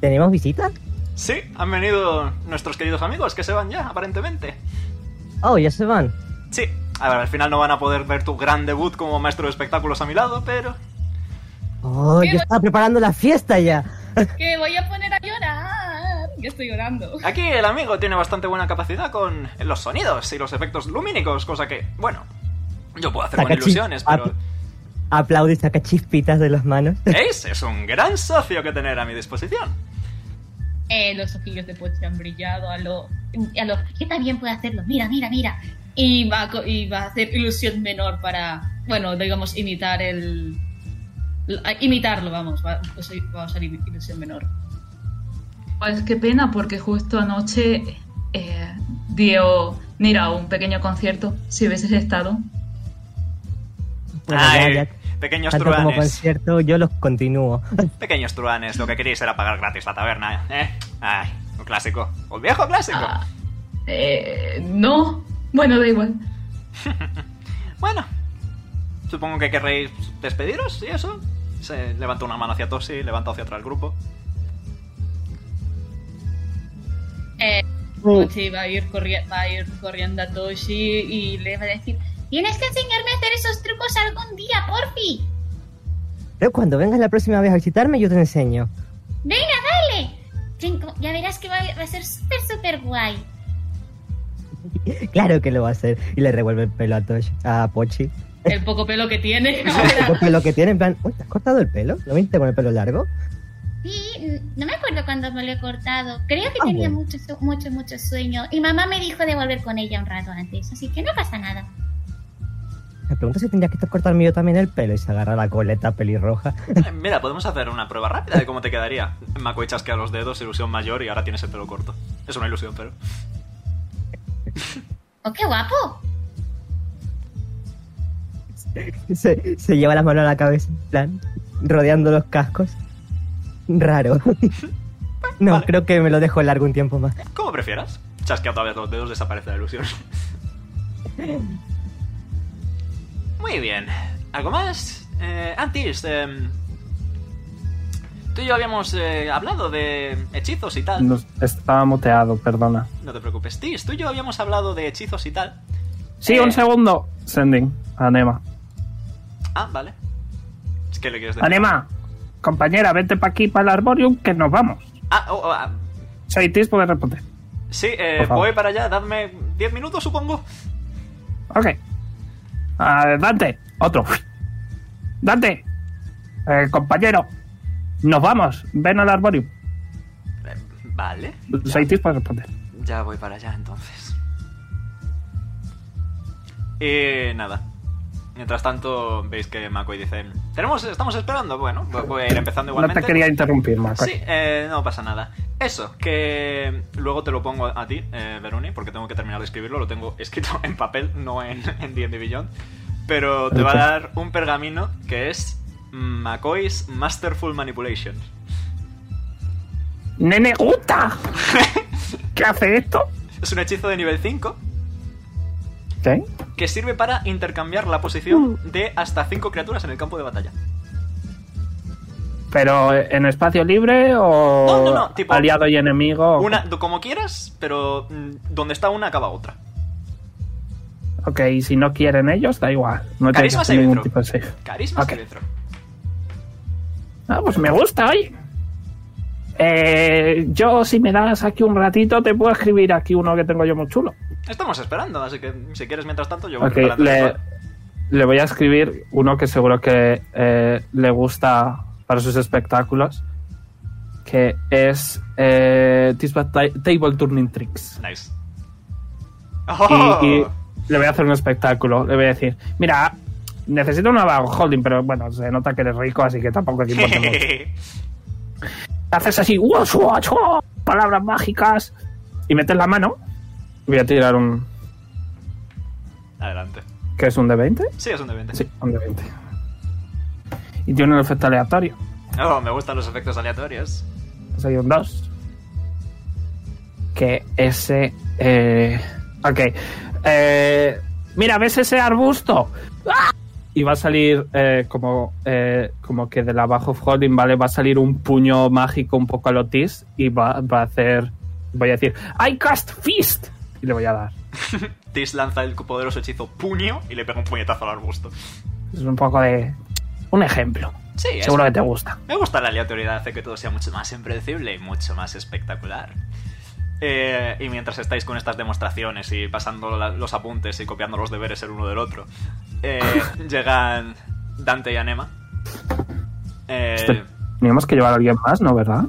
S9: ¿Tenemos visita?
S1: Sí, han venido nuestros queridos amigos que se van ya, aparentemente.
S9: Oh, ya se van.
S1: Sí, a ver, al final no van a poder ver tu gran debut como maestro de espectáculos a mi lado, pero.
S9: Oh,
S6: Qué
S9: yo estaba preparando la fiesta ya.
S6: Que voy a poner a llorar. Ya estoy llorando.
S1: Aquí el amigo tiene bastante buena capacidad con los sonidos y los efectos lumínicos, cosa que, bueno, yo puedo hacer con
S9: Saca chis-
S1: ilusiones, pero.
S9: apl- Aplaude y saca chispitas de las manos.
S1: Ace es un gran socio que tener a mi disposición.
S6: Eh, los ojillos de Pochi han brillado a lo. A lo
S8: Yo también puedo hacerlo. Mira, mira, mira.
S6: y, va a, co- y va a hacer ilusión menor para. Bueno, digamos, imitar el. l- a- Imitarlo, vamos. Va, o sea, va a usar il- ilusión menor.
S2: Pues qué pena, porque justo anoche eh, dio Nira un pequeño concierto. Si hubieses estado,
S9: Bueno,
S1: Ay,
S9: ya, ya.
S1: pequeños
S9: Tanto como
S1: truanes.
S9: concierto, yo los continúo.
S1: Pequeños truanes, lo que queréis era pagar gratis la taberna, ¿eh? Ay, un clásico. Un viejo clásico.
S2: Ah. eh, no. Bueno, da igual.
S1: Bueno, supongo que querréis despediros y eso. Se levanta una mano hacia Tosi, levanta hacia atrás el grupo.
S6: Pochi va a ir, corri- va a ir corriendo a Toshi y le va a decir:
S8: Tienes que enseñarme a hacer esos trucos algún día, porfi.
S9: Pero cuando vengas la próxima vez a visitarme, yo te enseño.
S8: Venga, dale. Trinco- Ya verás que va va a ser súper, súper guay.
S9: Claro que lo va a hacer. Y le revuelve el pelo a, Tosh, a Pochi.
S4: El poco pelo que tiene.
S9: Porque lo que tiene, en plan, uy, ¿te has cortado el pelo? ¿Lo viste con el pelo largo?
S8: Sí, n- no me acuerdo cuándo me lo he cortado. Creo que
S9: Ah,
S8: tenía
S9: bueno.
S8: mucho, su- mucho, mucho sueño. Y mamá me dijo de volver con ella un rato antes, así que no pasa nada.
S9: Me pregunto si tendría que cortarme yo también el pelo y se agarra la coleta pelirroja.
S1: Eh, Mira, podemos hacer una prueba rápida de cómo te quedaría. Mako que chasquea los dedos, ilusión mayor y ahora tienes el pelo corto. Es una ilusión, pero.
S8: ¡Oh, qué guapo!
S9: Se, se lleva las manos a la cabeza, en plan, rodeando los cascos. Raro. No,
S1: Vale.
S9: creo que me lo dejo largo un tiempo más.
S1: Como prefieras. Chasquea otra vez los dedos, desaparece la ilusión. Muy bien. ¿Algo más? Eh, antes, em, tú y yo habíamos eh, hablado de hechizos y tal.
S5: Nos- estaba muteado, perdona.
S1: No te preocupes. Tis, tú y yo habíamos hablado de hechizos y tal.
S5: Sí,
S1: Eh.
S5: un segundo. Sending. Anema.
S1: Ah, vale. Es que le quieres decir.
S5: Anema, compañera, vente para aquí, para el Arborium, que nos vamos.
S1: Ah, oh, oh, ah,
S5: Soy Tis, puede responder.
S1: sí, eh,
S5: Por favor.
S1: voy para allá. Dadme 10 minutos, supongo.
S5: Ok. Ah, Dante, otro. Dante, eh, compañero, nos vamos. Ven al Arborium.
S1: Eh, vale.
S5: Soy Tis, puede responder.
S1: Ya voy para allá entonces. Eh, nada. Mientras tanto, veis que Makoi dice: ¿Tenemos, ¿Estamos esperando? Bueno, pues voy a ir empezando
S5: No
S1: igualmente.
S5: te quería interrumpir, pues. Marco.
S1: Sí, eh, no pasa nada. Eso, que luego te lo pongo a ti, eh, Veruni, porque tengo que terminar de escribirlo. Lo tengo escrito en papel, no en en D&D Beyond. Pero te va a dar un pergamino que es McCoy's Masterful Manipulation.
S5: ¡Nene gusta! ¿Qué hace esto?
S1: Es un hechizo de nivel 5
S5: ¿Qué?
S1: que sirve para intercambiar la posición
S5: Mm.
S1: de hasta 5 criaturas en el campo de batalla.
S5: ¿Pero en espacio libre o
S1: No, no, no, tipo-
S5: aliado y enemigo?
S1: Una, do- como quieras, pero mm, donde está una acaba otra.
S5: Ok, y si no quieren ellos, da igual. No tiene que
S1: Carisma
S5: hacer
S1: saving
S5: ningún
S1: throw.
S5: tipo de save.
S1: Carisma
S5: Ok.
S1: saving throw.
S5: Ah, pues me gusta, oye. Eh, yo, si me das aquí un ratito, te puedo escribir aquí uno que tengo yo muy chulo.
S1: Estamos esperando, así que si quieres mientras tanto yo voy
S5: Ok,
S1: preparando el
S5: le,
S1: ritual.
S5: le voy a escribir uno que seguro que eh, le gusta para sus espectáculos, que es eh, This Bad Ta- Table Turning Tricks.
S1: Nice.
S5: Y, y
S1: ¡Oh!
S5: le voy a hacer un espectáculo, le voy a decir, mira, necesito una bag holding, pero bueno, se nota que eres rico, así que tampoco te importa mucho. haces así, ¡guau, guau, guau! palabras mágicas, y metes la mano. Voy a tirar un.
S1: Adelante.
S5: ¿Qué es un D20?
S1: Sí, es un de 20.
S5: Sí, un D20. Y tiene un efecto aleatorio.
S1: Oh, me gustan los efectos aleatorios.
S5: O sea, Pues hay un 2. Que ese. eh, ok. Eh, mira, ¿ves ese arbusto? ¡Ah! Y va a salir eh, como, eh, como que de la bajo holding, ¿vale? Va a salir un puño mágico un poco a lotis y va, va a hacer. Voy a decir, I cast fist. Y le voy a dar.
S1: Tis lanza el poderoso hechizo puño y le pega un puñetazo al arbusto.
S5: Es un poco de. Un ejemplo.
S1: Sí, es-
S5: Seguro que te gusta.
S1: Me gusta la aleatoriedad, hace que todo sea mucho más impredecible y mucho más espectacular. Eh, y mientras estáis con estas demostraciones y pasando la- los apuntes y copiando los deberes el uno del otro, eh, llegan Dante y Anema. Eh,
S5: Este- Teníamos que llevar a alguien más, ¿no? ¿Verdad?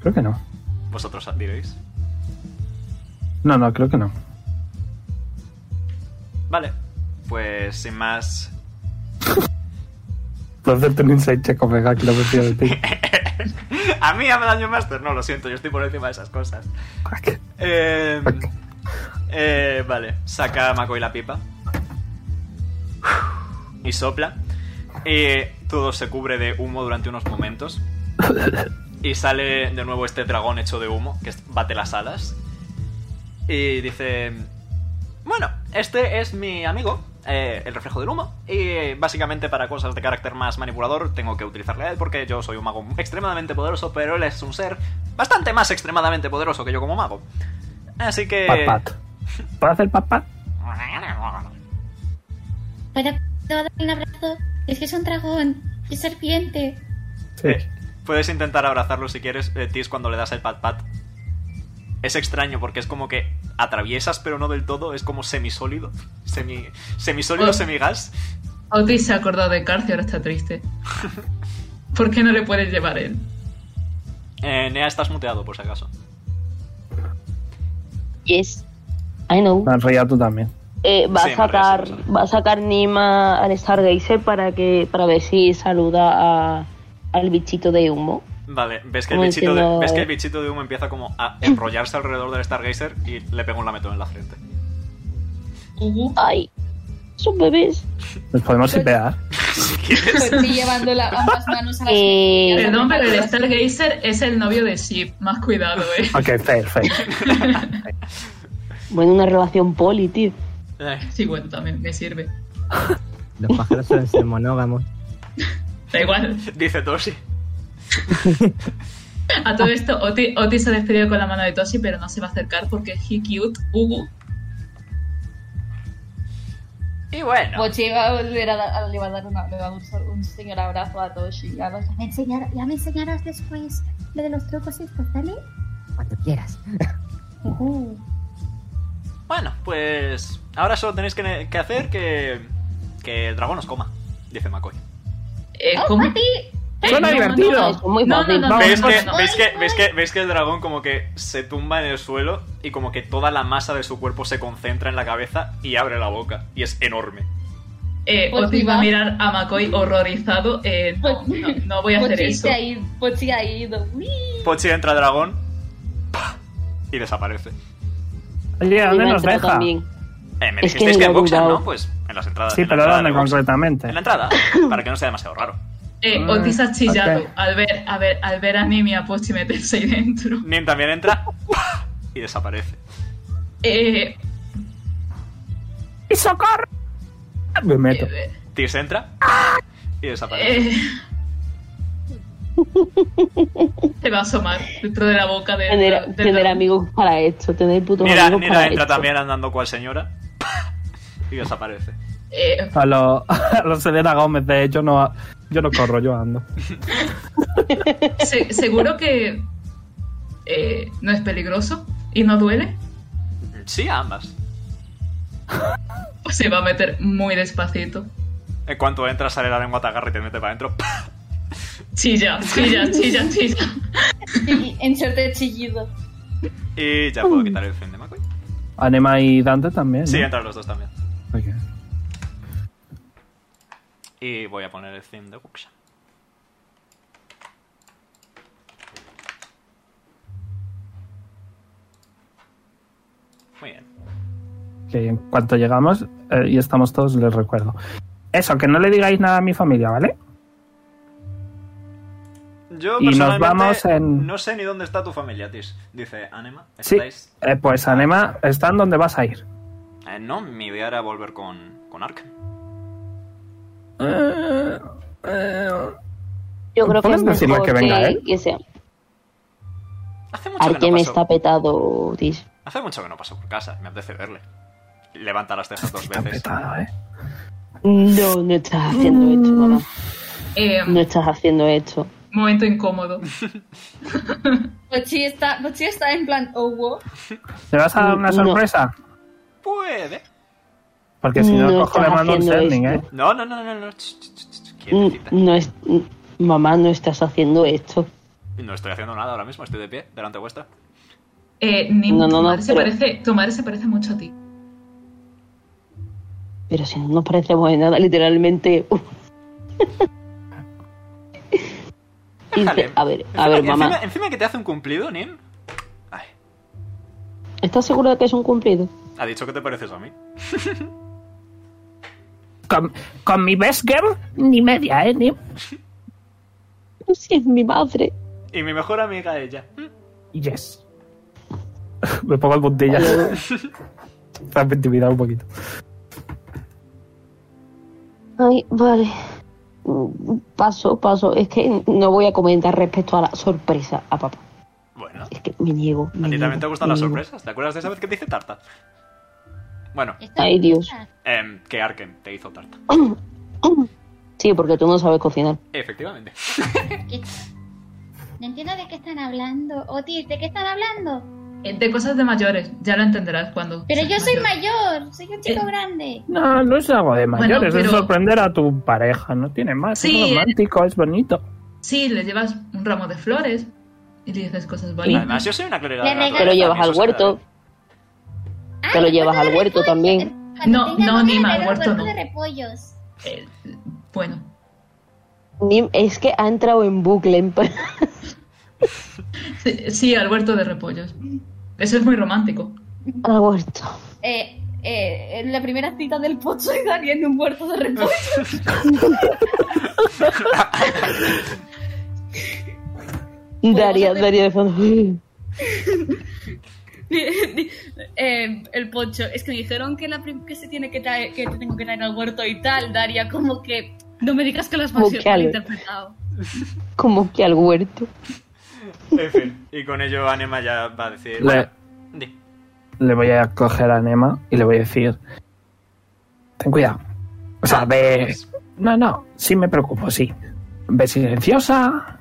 S5: Creo que no.
S1: vosotros diréis.
S5: No, no, creo que no.
S1: Vale, pues sin más.
S5: Puedo hacerte un insight check, venga, que lo prefiero de ti.
S1: A mí me daño Master, no, lo siento, yo estoy por encima de esas cosas. Eh, eh, vale, saca Mako y la pipa. Y sopla. Y todo se cubre de humo durante unos momentos. Y sale de nuevo este dragón hecho de humo que bate las alas. Y dice... Bueno, este es mi amigo, eh, el reflejo del humo. Y eh, básicamente para cosas de carácter más manipulador tengo que utilizarle a él porque yo soy un mago extremadamente poderoso, pero él es un ser bastante más extremadamente poderoso que yo como mago. Así que...
S5: Pat, pat. ¿Puedo hacer pat, pat?
S8: Pero puedo darle un abrazo. Es que es un dragón. Es serpiente.
S5: Sí.
S1: Eh, puedes intentar abrazarlo si quieres, eh, Tis, cuando le das el pat pat. Es extraño porque es como que atraviesas, pero no del todo. Es como semisólido. Semi, semisólido,
S2: Oh.
S1: semigas.
S2: Otis se acordó de Carl y ahora está triste. ¿Por qué no le puedes llevar él?
S1: Eh, Nea, estás muteado, por si acaso.
S3: Yes. I know.
S5: Sonríe tú también.
S3: Eh, va,
S1: Sí, me parece,
S3: a sacar,
S1: me parece.
S3: va a sacar Nima al Stargazer para que para ver si saluda a- al bichito de humo.
S1: Vale, ves que, el
S3: No
S1: bichito de,
S3: entiendo.
S1: ves que el bichito de humo empieza como a enrollarse alrededor del Stargazer y le pega un lametón en la frente.
S3: Ay, son bebés.
S5: Nos podemos hipear.
S6: Estoy llevando la- ambas manos
S2: Ah,
S6: a las
S3: Eh,
S6: mejillas.
S2: Perdón, pero el Stargazer es el novio de Ship. Más cuidado, eh.
S5: Ok, fair, fair.
S3: Bueno, una relación poli, tío.
S1: Eh,
S2: Sí, bueno, también me sirve.
S9: Los pájaros suelen ser monógamos.
S2: Da igual.
S1: dice Toshi.
S2: A todo esto, Otis, Otis se ha despedido con la mano de Toshi, pero no se va a acercar porque he cute, Ugu.
S1: Y bueno.
S6: Pochi Pues va a volver a, dar- a- le va a dar una- le va a dar un, un señor abrazo a Toshi. Ya vas a-
S8: Me enseñar- ya me enseñarás después lo de los trucos estos, ¿vale?
S9: Cuando quieras.
S8: Ujú.
S1: Bueno, pues ahora solo tenéis que, que hacer que, que el dragón os coma, dice Macoy.
S2: Eh,
S8: Oh,
S2: ¿Cómo? Eh,
S5: Suena
S2: no,
S5: divertido.
S2: no, no.
S3: Es muy
S2: No,
S3: fácil.
S2: no, no, no,
S1: ¿Ves
S2: no,
S1: que,
S2: no.
S1: ves, que, ves, que, ves que el dragón como que se tumba en el suelo y como que toda la masa de su cuerpo se concentra en la cabeza y abre la boca? Y es enorme.
S2: Eh,
S6: Pues
S2: Otis
S6: sí,
S2: va a
S6: va.
S2: mirar a McCoy horrorizado. Eh, no,
S6: Pues-
S2: no, no voy a hacer
S6: Pochi
S2: eso.
S6: se ha ido. Pochi ha ido. Uy.
S1: Pochi Pues entra al dragón ¡pa! y desaparece.
S5: Oye, ¿a ¿dónde
S3: Nima
S5: nos
S3: entra
S5: deja?
S3: también.
S1: Eh, me
S3: Es que
S1: dijisteis que,
S3: ni lo
S1: en
S3: he
S1: Boxer,
S3: dudado.
S1: ¿no? Pues en las entradas.
S5: Sí,
S1: en la
S5: pero
S1: entrada
S5: ¿dónde
S1: de Boxer.
S5: concretamente?
S1: En la entrada, para que no sea demasiado raro.
S2: Eh,
S5: Mm,
S2: Otis ha chillado
S5: ok.
S2: al, ver, a ver, al ver a Nimi a Pochi meterse ahí dentro.
S1: Nim también entra ¡pa! y desaparece.
S2: Eh,
S5: ¡Y socorro! Me meto.
S2: eh,
S1: Tis entra y desaparece.
S2: eh. Te va a asomar dentro de la boca del,
S3: Tener,
S2: del-
S3: tener amigos para esto, tener putos
S1: Mira,
S3: amigos
S1: mira
S3: para
S1: entra
S3: esto.
S1: también andando cual señora y desaparece.
S2: Eh,
S5: A los a los Selena Gómez, de yo no, yo no corro, yo ando.
S2: se- seguro que eh, no es peligroso y no duele.
S1: Sí, a ambas.
S2: Pues se va a meter muy despacito.
S1: En cuanto entras, sale la lengua, te agarra y te mete para adentro.
S2: Chilla, chilla, chilla, chilla.
S6: Chiqui- Inserte chillido.
S1: Y ya puedo quitar el fin de Macoy.
S5: Anima y Dante también.
S1: Sí,
S5: ¿no?
S1: entran los dos también.
S5: Ok.
S1: Y voy a poner el theme de Wuxia. Muy bien.
S5: Que en cuanto llegamos eh, y estamos todos, les recuerdo. Eso, que no le digáis nada a mi familia, ¿vale?
S1: Yo
S5: Y nos
S1: personalmente
S5: vamos en-
S1: no sé ni dónde está tu familia, Tis. Dice Anema.
S5: Sí.
S1: ¿Estáis?
S5: Eh, pues Anema, ¿están donde vas a ir?
S1: Eh, no, mi idea era volver con, con Ark.
S3: Yo creo que
S5: Puedes
S3: es
S5: decirle
S3: mejor
S5: que
S3: que,
S5: venga, ¿eh?
S3: que sea.
S1: Hace mucho que
S3: Arquem
S1: no pasó.
S3: está petado, Tis.
S1: Hace mucho que no paso por casa. Me apetece verle. Levanta las cejas dos
S5: Está
S1: veces.
S5: petado, ¿eh?
S3: No, no estás haciendo esto, mamá.
S2: Mm. Eh,
S3: No estás haciendo esto.
S2: momento incómodo.
S6: Pochi está, Pochi está en plan, oh, wow.
S5: ¿Te vas a dar una
S3: No.
S5: sorpresa?
S1: Puede.
S5: Porque si no,
S3: No
S5: cojo le
S3: estás
S5: mando un
S3: haciendo
S5: sending, ¿eh?
S3: esto.
S1: No, no, no, no, no. Ch, ch, ch, ch, quietecita.
S3: Mm, No es, mm, mamá, no estás haciendo esto. mm.
S1: No estoy haciendo nada ahora mismo. Estoy de pie, delante vuestra.
S2: Eh, Nim,
S3: No, no,
S2: tu,
S3: no,
S2: madre se
S3: pero-
S2: parece, tu madre se parece mucho a ti.
S3: Pero si no nos parecemos en nada, literalmente. Dice,
S1: Déjale.
S3: a ver,
S1: Encima-
S3: a ver,
S1: encima,
S3: mamá.
S1: Encima que te hace un cumplido, Nim. Ay,
S3: ¿Estás segura de que es un cumplido?
S1: ha dicho que te pareces a mí.
S5: Con, con mi best girl, ni media, ¿eh? Ni...
S3: No sé, es mi madre.
S1: Y mi mejor amiga ella. Mm.
S5: Yes. Me pongo el puntilla. Para intimidar un poquito.
S3: Ay, vale. Mm, Paso, paso. Es que no voy a comentar respecto a la sorpresa a papá.
S1: Bueno.
S3: Es que me niego.
S1: A
S3: me
S1: ti
S3: niego,
S1: también te gustan
S3: me
S1: las
S3: niego.
S1: sorpresas. ¿Te acuerdas de esa vez que te hice tarta? Bueno,
S8: Esto
S7: Ay,
S8: es
S7: Dios.
S8: pizza.
S1: em, que Arken te hizo tarta.
S7: Sí, porque tú no sabes cocinar.
S1: Efectivamente.
S8: ¿Qué- No entiendo de qué están hablando. Otis, ¿de qué están hablando?
S2: Eh, De cosas de mayores, ya lo entenderás cuando.
S8: Pero yo
S2: seas
S8: soy
S2: mayor.
S8: mayor, soy un chico
S2: Eh.
S8: grande.
S5: No, no es algo de mayores,
S2: Bueno, pero-
S5: es sorprender a tu pareja, no tiene más.
S2: Sí,
S5: es romántico, es bonito.
S2: Sí, le llevas un ramo de flores y le dices cosas bonitas.
S1: Además, yo soy una clériga.
S8: Le
S1: de la
S8: regalo-
S7: Te lo
S1: naturaleza,
S7: llevas al
S1: a mí eso se me da
S7: huerto.
S1: bien.
S8: Ah,
S7: Te lo
S8: el
S7: llevas
S8: puerto de
S7: al huerto
S8: repollo.
S7: también.
S8: Cuando
S2: No,
S8: tenga
S2: no,
S8: novia,
S2: Nima,
S8: le
S2: al
S8: doy
S2: huerto
S8: puerto
S2: no.
S8: de repollos.
S2: Eh, bueno,
S7: Ni- Es que ha entrado en bucle. en plan-
S2: sí, sí, al huerto de repollos. Eso es muy romántico.
S7: Al huerto.
S6: Eh, eh, en la primera cita del pozo y Dani en un huerto de repollo.
S7: Daría,
S6: hacer-
S7: daría de fondo.
S6: Eh, el pocho, es que me dijeron que, la prim- que se tiene que, traer- que te tengo que traer al huerto y tal, Daria, como que no me digas que lo has
S7: Como que algo.
S6: interpretado.
S7: Como que al huerto.
S1: ¿eh? En fin, y con ello Anema ya va a decir.
S5: Le,
S1: Di.
S5: le voy a coger a Nema y le voy a decir: Ten cuidado. O sea, ve. No, no, sí me preocupo, sí. Ve silenciosa.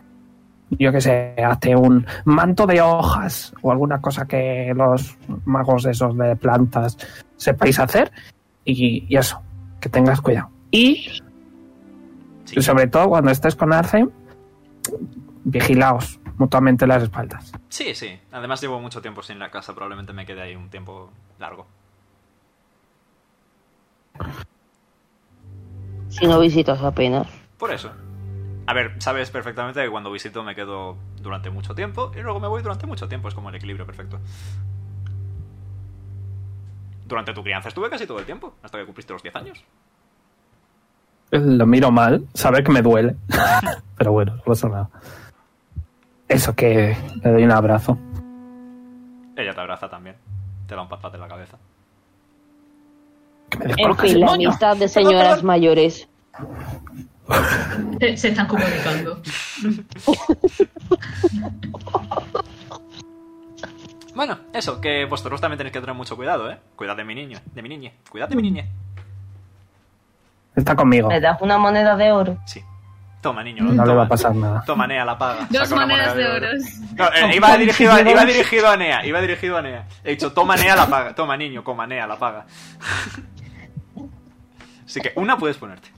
S5: Yo qué sé, hazte un manto de hojas o alguna cosa que los magos esos de plantas sepáis hacer. Y, y eso, que tengas cuidado. Y
S1: Sí.
S5: Y sobre todo cuando estés con Arce, vigilaos mutuamente las espaldas.
S1: Sí, sí. Además llevo mucho tiempo sin la casa, probablemente me quede ahí un tiempo largo.
S7: Si no visitas apenas.
S1: Por eso. A ver, sabes perfectamente que cuando visito me quedo durante mucho tiempo y luego me voy durante mucho tiempo. Es como el equilibrio perfecto. Durante tu crianza estuve casi todo el tiempo, hasta que cumpliste los 10 años.
S5: Lo miro mal, saber que me duele. Pero bueno, no pasa nada. Eso que le doy un abrazo.
S1: Ella te abraza también. Te da un pat pat en la cabeza.
S5: Que me
S7: En
S5: descolocas
S7: fin,
S5: el
S7: la
S5: moño.
S7: amistad de señoras mayores.
S2: Se, se están comunicando.
S1: Bueno, eso, que vosotros también tenéis que tener mucho cuidado, ¿eh? Cuidad de mi niño, de mi niña. Cuidad de mi niña.
S5: Está conmigo.
S7: ¿Me das una moneda de oro?
S1: Sí. Toma, niño.
S5: No le
S1: toma.
S5: va a pasar nada.
S1: Toma, Nea, la paga.
S4: Dos
S1: Saca una
S4: monedas
S1: moneda
S4: de oro.
S1: No, eh, iba, dirigido a, iba dirigido a Nea, iba dirigido a Nea. He dicho, toma Nea la paga, toma niño, coma Nea la paga. Así que una puedes ponerte.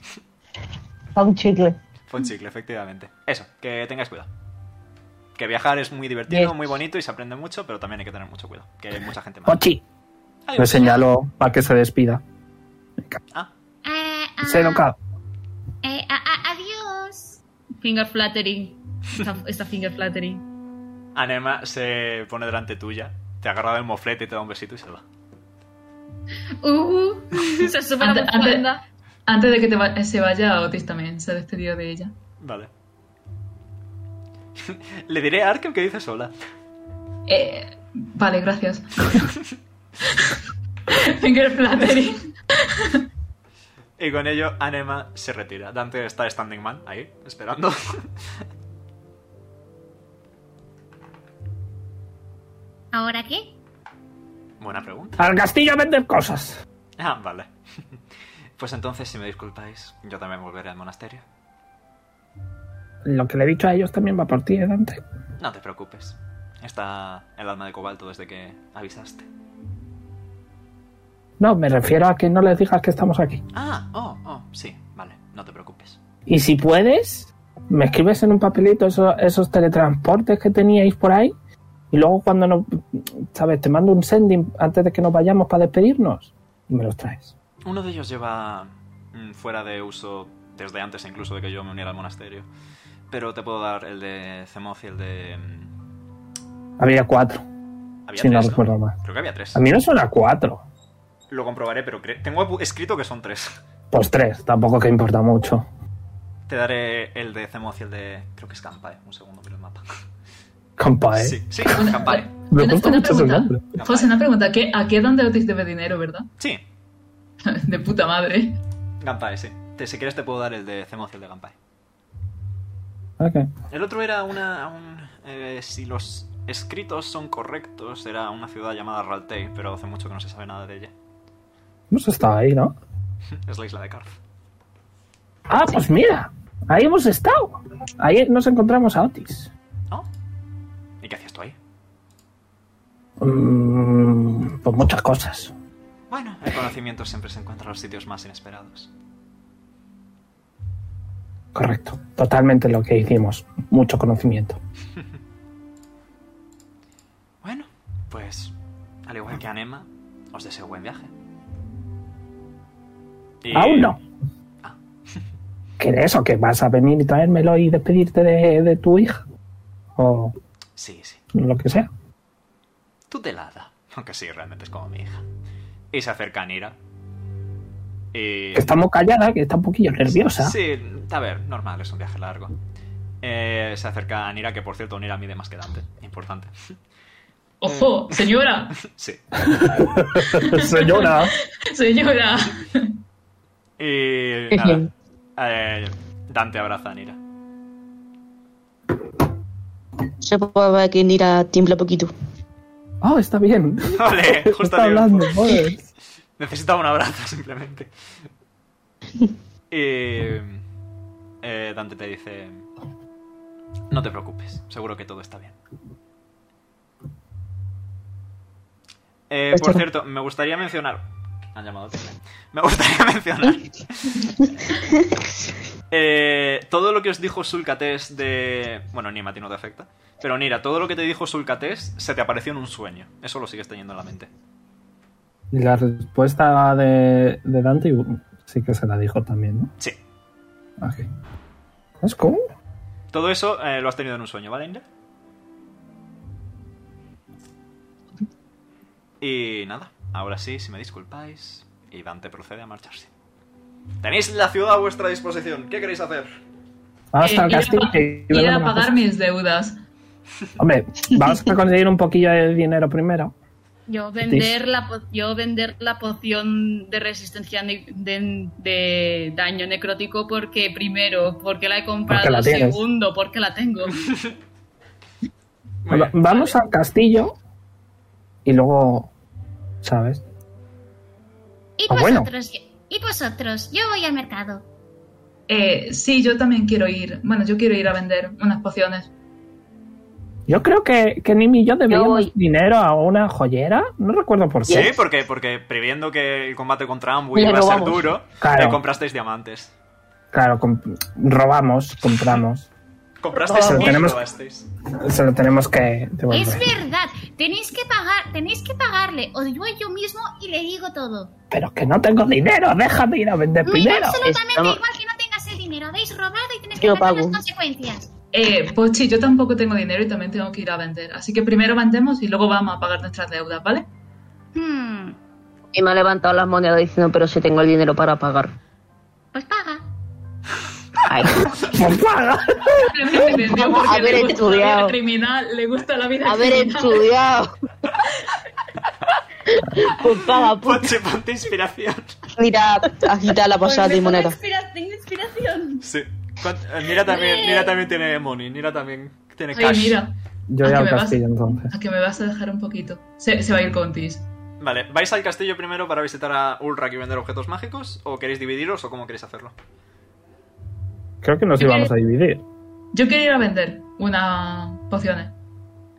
S7: A un chicle.
S1: Fue un chicle, efectivamente. Eso, que tengáis cuidado. Que viajar es muy divertido,
S7: Bien.
S1: muy bonito y se aprende mucho, pero también hay que tener mucho cuidado. Que hay mucha gente mala.
S5: Pochi.
S1: Adiós.
S5: Le señalo para que se despida.
S1: Ah,
S8: Ah, ah,
S5: Se educa.
S8: eh, ah, ah, adiós.
S4: Finger flattering. Esta, esta finger flattering.
S1: Anema se pone delante tuya, te agarra del moflete y te da un besito y se va.
S4: Uh, se sube la
S2: Ante- ante-
S4: bufanda.
S2: Antes de que te va- se vaya, Otis también se ha despedido de ella.
S1: Vale. Le diré a Arkham que dice sola.
S2: Eh, vale, gracias. Finger flattering.
S1: Y con ello, Anema se retira. Dante está standing man, ahí, esperando.
S8: ¿Ahora qué?
S1: Buena pregunta.
S5: Al castillo a vender cosas.
S1: Ah, vale. Pues entonces, si me disculpáis, yo también volveré al monasterio.
S5: Lo que le he dicho a ellos también va por ti, ¿eh, Dante.
S1: No te preocupes. Está el alma de cobalto desde que avisaste.
S5: No, me refiero a que no les digas que estamos aquí.
S1: Ah, oh, oh, sí, vale, no te preocupes.
S5: Y si puedes, me escribes en un papelito eso- esos teletransportes que teníais por ahí. Y luego cuando no, sabes, te mando un sending antes de que nos vayamos para despedirnos. Y me los traes.
S1: Uno de ellos lleva mm, fuera de uso desde antes incluso de que yo me uniera al monasterio. Pero te puedo dar el de Zemoz y el de... mm,
S5: Había cuatro,
S1: Había
S5: si no
S1: tres, ¿no?
S5: recuerdo mal.
S1: Creo que había tres.
S5: A mí no son a cuatro.
S1: Lo comprobaré, pero cre- tengo apu- escrito que son tres.
S5: Pues tres, tampoco que importa mucho.
S1: Te daré el de Zemoz y el de... Creo que es Campae. Un segundo, miro el mapa.
S5: Compa, ¿eh?
S1: Sí, sí, Campae.
S5: Me
S2: Una-
S5: gusta
S2: una
S5: mucho su
S2: pregunta.
S5: nombre.
S2: José, una pregunta. ¿qué- ¿A qué donde Otis debe dinero, verdad?
S1: Sí,
S2: De puta madre.
S1: Gampae, sí. Te- si quieres te puedo dar el de Zemoz y el de Gampae.
S5: Ok.
S1: El otro era una... un, eh, si los escritos son correctos, era una ciudad llamada Raltei, pero hace mucho que no se sabe nada de ella.
S5: Hemos estado ahí, ¿no?
S1: Es la isla de Carf.
S5: Ah, pues mira. Ahí hemos estado. Ahí nos encontramos a Otis.
S1: ¿No? ¿Y qué hacías tú ahí?
S5: Mm, pues muchas cosas.
S1: Bueno, el conocimiento siempre se encuentra en los sitios más inesperados.
S5: Correcto. Totalmente lo que hicimos. Mucho conocimiento.
S1: Bueno, pues al igual que Anema, os deseo buen viaje. Y-
S5: Aún no.
S1: Ah.
S5: ¿Qué de eso? ¿Que vas a venir y traérmelo y despedirte de, de tu hija? O
S1: Sí, sí.
S5: lo que sea.
S1: Tutelada. Aunque sí, realmente es como mi hija. Y se acerca a Nira. Y...
S5: Que está muy callada, que está un poquillo nerviosa.
S1: Sí, a ver, normal, es un viaje largo. Eh, se acerca a Nira, que por cierto, Nira mide más que Dante. Importante.
S2: ¡Ojo! ¡Señora!
S1: Sí.
S5: Señora.
S2: ¡Señora!
S1: Y nada. Eh, Dante abraza a Nira.
S7: Se puede ver que Nira tiembla poquito.
S5: Oh, está bien.
S1: Vale, justo a
S5: está
S1: tiempo.
S5: hablando. joder.
S1: Necesitaba un abrazo, simplemente. Y. eh, Dante te dice: No te preocupes, seguro que todo está bien. Eh, por cierto, me gustaría mencionar. Han llamado Tecla. Me gustaría mencionar. eh, todo lo que os dijo Sulcates de. Bueno, ni a ti no te afecta. Pero Nira, todo lo que te dijo Sulcates se te apareció en un sueño. Eso lo sigues teniendo en la mente.
S5: Y la respuesta de, de Dante uh, sí que se la dijo también, ¿no? Ah,
S1: Sí.
S5: Ok. ¿Es como?
S1: Todo eso eh, lo has tenido en un sueño, ¿vale, Inra? Y nada, ahora sí, si me disculpáis, y Dante procede a marcharse. Tenéis la ciudad a vuestra disposición, ¿qué queréis hacer?
S5: Vamos al
S2: Eh, ir a
S5: castillo.
S2: pa-
S5: y
S2: Ir
S5: vemos
S2: a
S5: una
S2: pagar
S5: cosa.
S2: mis deudas.
S5: Hombre, vamos a conseguir un poquillo de dinero primero.
S4: Yo vender la po- yo vender la poción de resistencia ne- de, de daño necrótico porque primero porque la he comprado,
S5: Porque la tienes.
S4: segundo porque la tengo.
S1: Muy
S5: Va-
S1: bien.
S5: Vamos al castillo y luego, ¿sabes?
S8: Y
S5: Ah, bueno.
S8: vosotros, y vosotros, yo voy al mercado.
S2: Eh, sí, yo también quiero ir. Bueno, yo quiero ir a vender unas pociones.
S5: Yo creo que, que Nimi y yo
S3: voy.
S5: debíamos dinero a una joyera. No recuerdo por
S1: Sí,
S5: qué.
S1: porque, porque previendo que el combate contra Ambu
S3: Le
S1: iba a ser
S3: robamos.
S1: duro,
S5: Claro.
S1: le comprasteis diamantes.
S5: Claro, comp- robamos, compramos.
S1: Comprasteis
S5: Robamos.
S1: y
S5: Tenemos-
S1: robasteis.
S5: Se lo tenemos que devolver.
S8: Es verdad, tenéis que pagar, tenéis que pagarle. Os voy yo mismo y le digo todo.
S5: Pero que no tengo dinero, déjame ir a vender
S8: Me da
S5: primero.
S8: absolutamente
S9: estamos-
S8: igual que no tengas el dinero. Habéis robado y tenéis que
S7: Yo
S8: pagar
S7: pago.
S8: las consecuencias.
S2: Eh, Pochi, yo tampoco tengo dinero y también tengo que ir a vender. Así que primero vendemos y luego vamos a pagar nuestras deudas, ¿vale?
S8: Hmm,
S3: Y me ha levantado las monedas diciendo, pero si tengo el dinero para pagar.
S8: pues paga.
S3: Ay.
S5: Pues paga.
S2: Simplemente me vendió
S7: Vamos a
S2: porque
S7: haber
S2: le gusta la vida
S7: estudiado.
S2: criminal, le gusta la vida
S7: Haber
S2: criminal.
S7: estudiado.
S3: Pues paga, pues.
S1: Ponte, ponte inspiración.
S7: Pues Mira, agita la pasada de
S6: Pues me
S7: moneda.
S6: toca inspira- tengo inspiración.
S1: Sí. Cuan- Nira eh, también, Nira también tiene money, Nira también tiene
S2: Ay,
S1: cash.
S2: mira,
S5: Yo
S2: ¿A
S5: voy
S2: qué
S5: al
S2: me vas?
S5: castillo entonces.
S2: a que me vas a dejar un poquito. Se, se va a ir con Tis.
S1: Vale, ¿vais al castillo primero para visitar a Ulrak y vender objetos mágicos? ¿O queréis dividiros o cómo queréis hacerlo?
S5: Creo que nos íbamos a dividir.
S2: Yo quiero ir a vender unas pociones.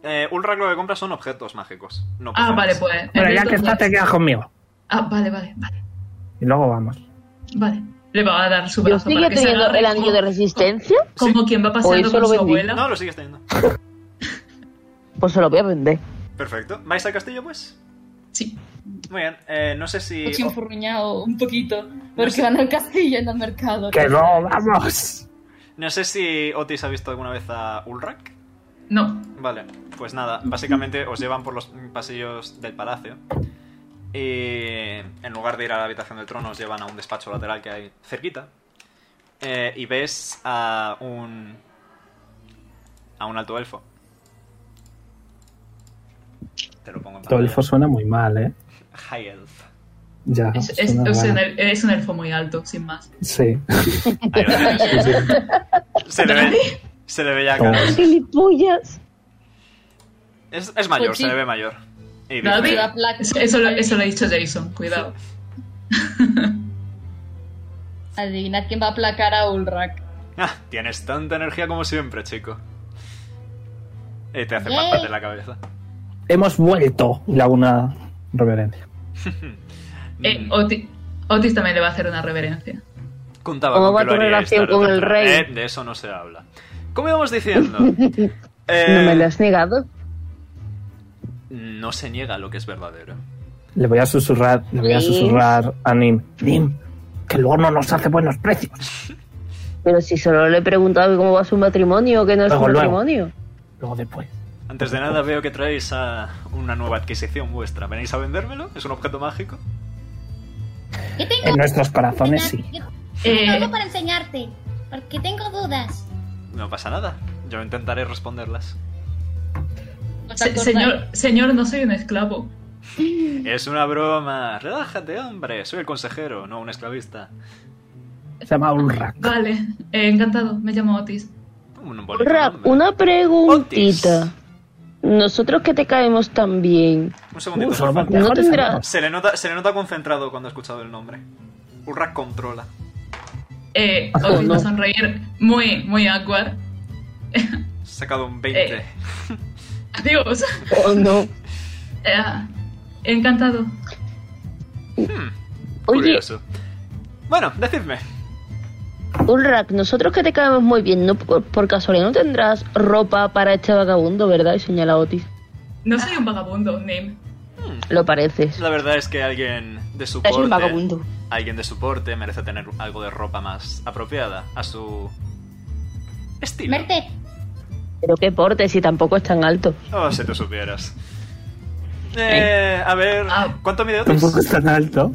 S1: Eh, Ulrak lo que compra son objetos mágicos. No
S2: Ah,
S1: pociones.
S2: vale, pues.
S5: Pero ya
S2: entonces-
S5: que está, te quedas conmigo.
S2: Ah, vale, vale, vale.
S5: Y luego vamos.
S2: Vale. Le va a dar su
S3: Yo
S2: brazo
S3: sigue
S2: para que se
S3: teniendo
S2: agarre
S3: el anillo de
S2: como,
S3: resistencia,
S2: como quien va
S3: ¿O
S2: paseando
S3: eso
S2: con
S3: lo
S2: su
S3: vendí?
S2: abuela.
S1: No, lo sigues teniendo.
S3: pues se lo voy a vender.
S1: Perfecto. ¿Vais al castillo, pues?
S2: Sí.
S1: Muy bien. Eh, no sé si...
S6: Pochi enfurruñado un poquito. Porque van al castillo en el mercado.
S5: Que luego vamos.
S1: No sé si Otis ha visto alguna vez a Ulrak.
S2: No.
S1: Vale, pues nada, básicamente os llevan por los pasillos del palacio. Y en lugar de ir a la habitación del trono, os llevan a un despacho lateral que hay cerquita. Eh, y ves a un. a un alto elfo. Te lo pongo en
S5: Todo el fo suena muy mal, ¿eh?
S1: pantalla. High elf.
S5: Ya.
S2: Es, es-
S5: suena
S2: es un,
S5: mal.
S2: el- es un elfo muy alto, sin más.
S5: Sí.
S1: Ahí lo tienes. Se le ve, se le ve ya claro.
S3: ¡Gilipollas!
S1: Es, es mayor,
S6: Pues sí.
S1: se le ve mayor. Y
S2: Nada,
S1: dice-
S6: Ciudad Black.
S2: Eso, eso lo, eso lo ha dicho Jason, cuidado.
S6: Adivinad quién va a aplacar a Ulrak.
S1: Ah, tienes tanta energía como siempre, chico. Y te hace
S3: ¿Eh?
S8: Yay.
S1: patata en la cabeza.
S5: Hemos vuelto. Y le hago una reverencia.
S1: Mm,
S3: Mm.
S2: Eh, Oti- Otis también le va a hacer una reverencia.
S1: Contaba
S3: ¿Cómo
S1: con
S3: va
S1: que lo
S3: tu
S1: haríais
S3: relación
S1: tarde o
S3: con el
S1: temprano.
S3: rey?
S1: Eh, de eso no se habla. Como íbamos diciendo, eh,
S3: ¿No me lo has negado?
S1: no se niega lo que es verdadero.
S5: Le voy a susurrar, le voy a
S3: Sí.
S5: susurrar a Nim. Nim, que el horno nos hace buenos precios.
S3: Pero si solo le he preguntado que cómo va su matrimonio, que no es
S5: Luego,
S3: un
S5: luego.
S3: matrimonio.
S5: Luego después.
S1: Antes de nada veo que traéis a una nueva adquisición vuestra. ¿Venís a vendérmelo? ¿Es un objeto mágico?
S8: Yo
S3: Eh,
S8: tengo
S5: En nuestros corazones sí.
S8: Yo
S2: Eh,
S8: tengo algo para enseñarte, porque tengo dudas.
S1: No pasa nada. Yo intentaré responderlas.
S6: ¿Os
S2: se-
S6: acordáis?
S2: señor, señor, no soy un esclavo.
S1: Es una broma. Relájate, hombre. Soy el consejero, no un esclavista.
S5: Se llama Ulrak.
S2: Vale, eh, encantado, me llamo Otis.
S1: Un bonito
S3: Rap,
S1: nombre.
S3: una
S1: Otis.
S3: preguntita. Nosotros que te caemos tan bien,
S1: Un segundito.
S5: Uh, son
S1: por
S5: los
S1: favor.
S3: No
S5: mejores
S3: tendrá-
S5: amigos.
S1: se, le nota, se le nota concentrado cuando ha escuchado el nombre. Urrak controla.
S2: Eh,
S5: Ah,
S2: Otis va
S3: Oh, no.
S2: a sonreír muy, muy awkward.
S1: Ha sacado un 20.
S2: Eh. Adiós.
S3: ¿o Oh, no?
S2: Eh, encantado.
S1: Hmm,
S3: Oye,
S1: curioso. Bueno, decidme.
S3: Ulrak, nosotros que te caemos muy bien, no por, por casualidad no tendrás ropa para este vagabundo, ¿verdad? Y señala Otis.
S2: No soy un vagabundo, Nim.
S3: Lo pareces.
S1: La verdad es que alguien de su
S7: Es un
S1: porte,
S7: vagabundo.
S1: alguien de su porte merece tener algo de ropa más apropiada a su estilo.
S8: Merte,
S3: Pero qué porte si tampoco es tan alto.
S1: Oh, si tú supieras. Eh, a ver,
S2: Ah.
S1: ¿cuánto mide
S5: Tampoco
S1: Otis?
S5: es tan alto.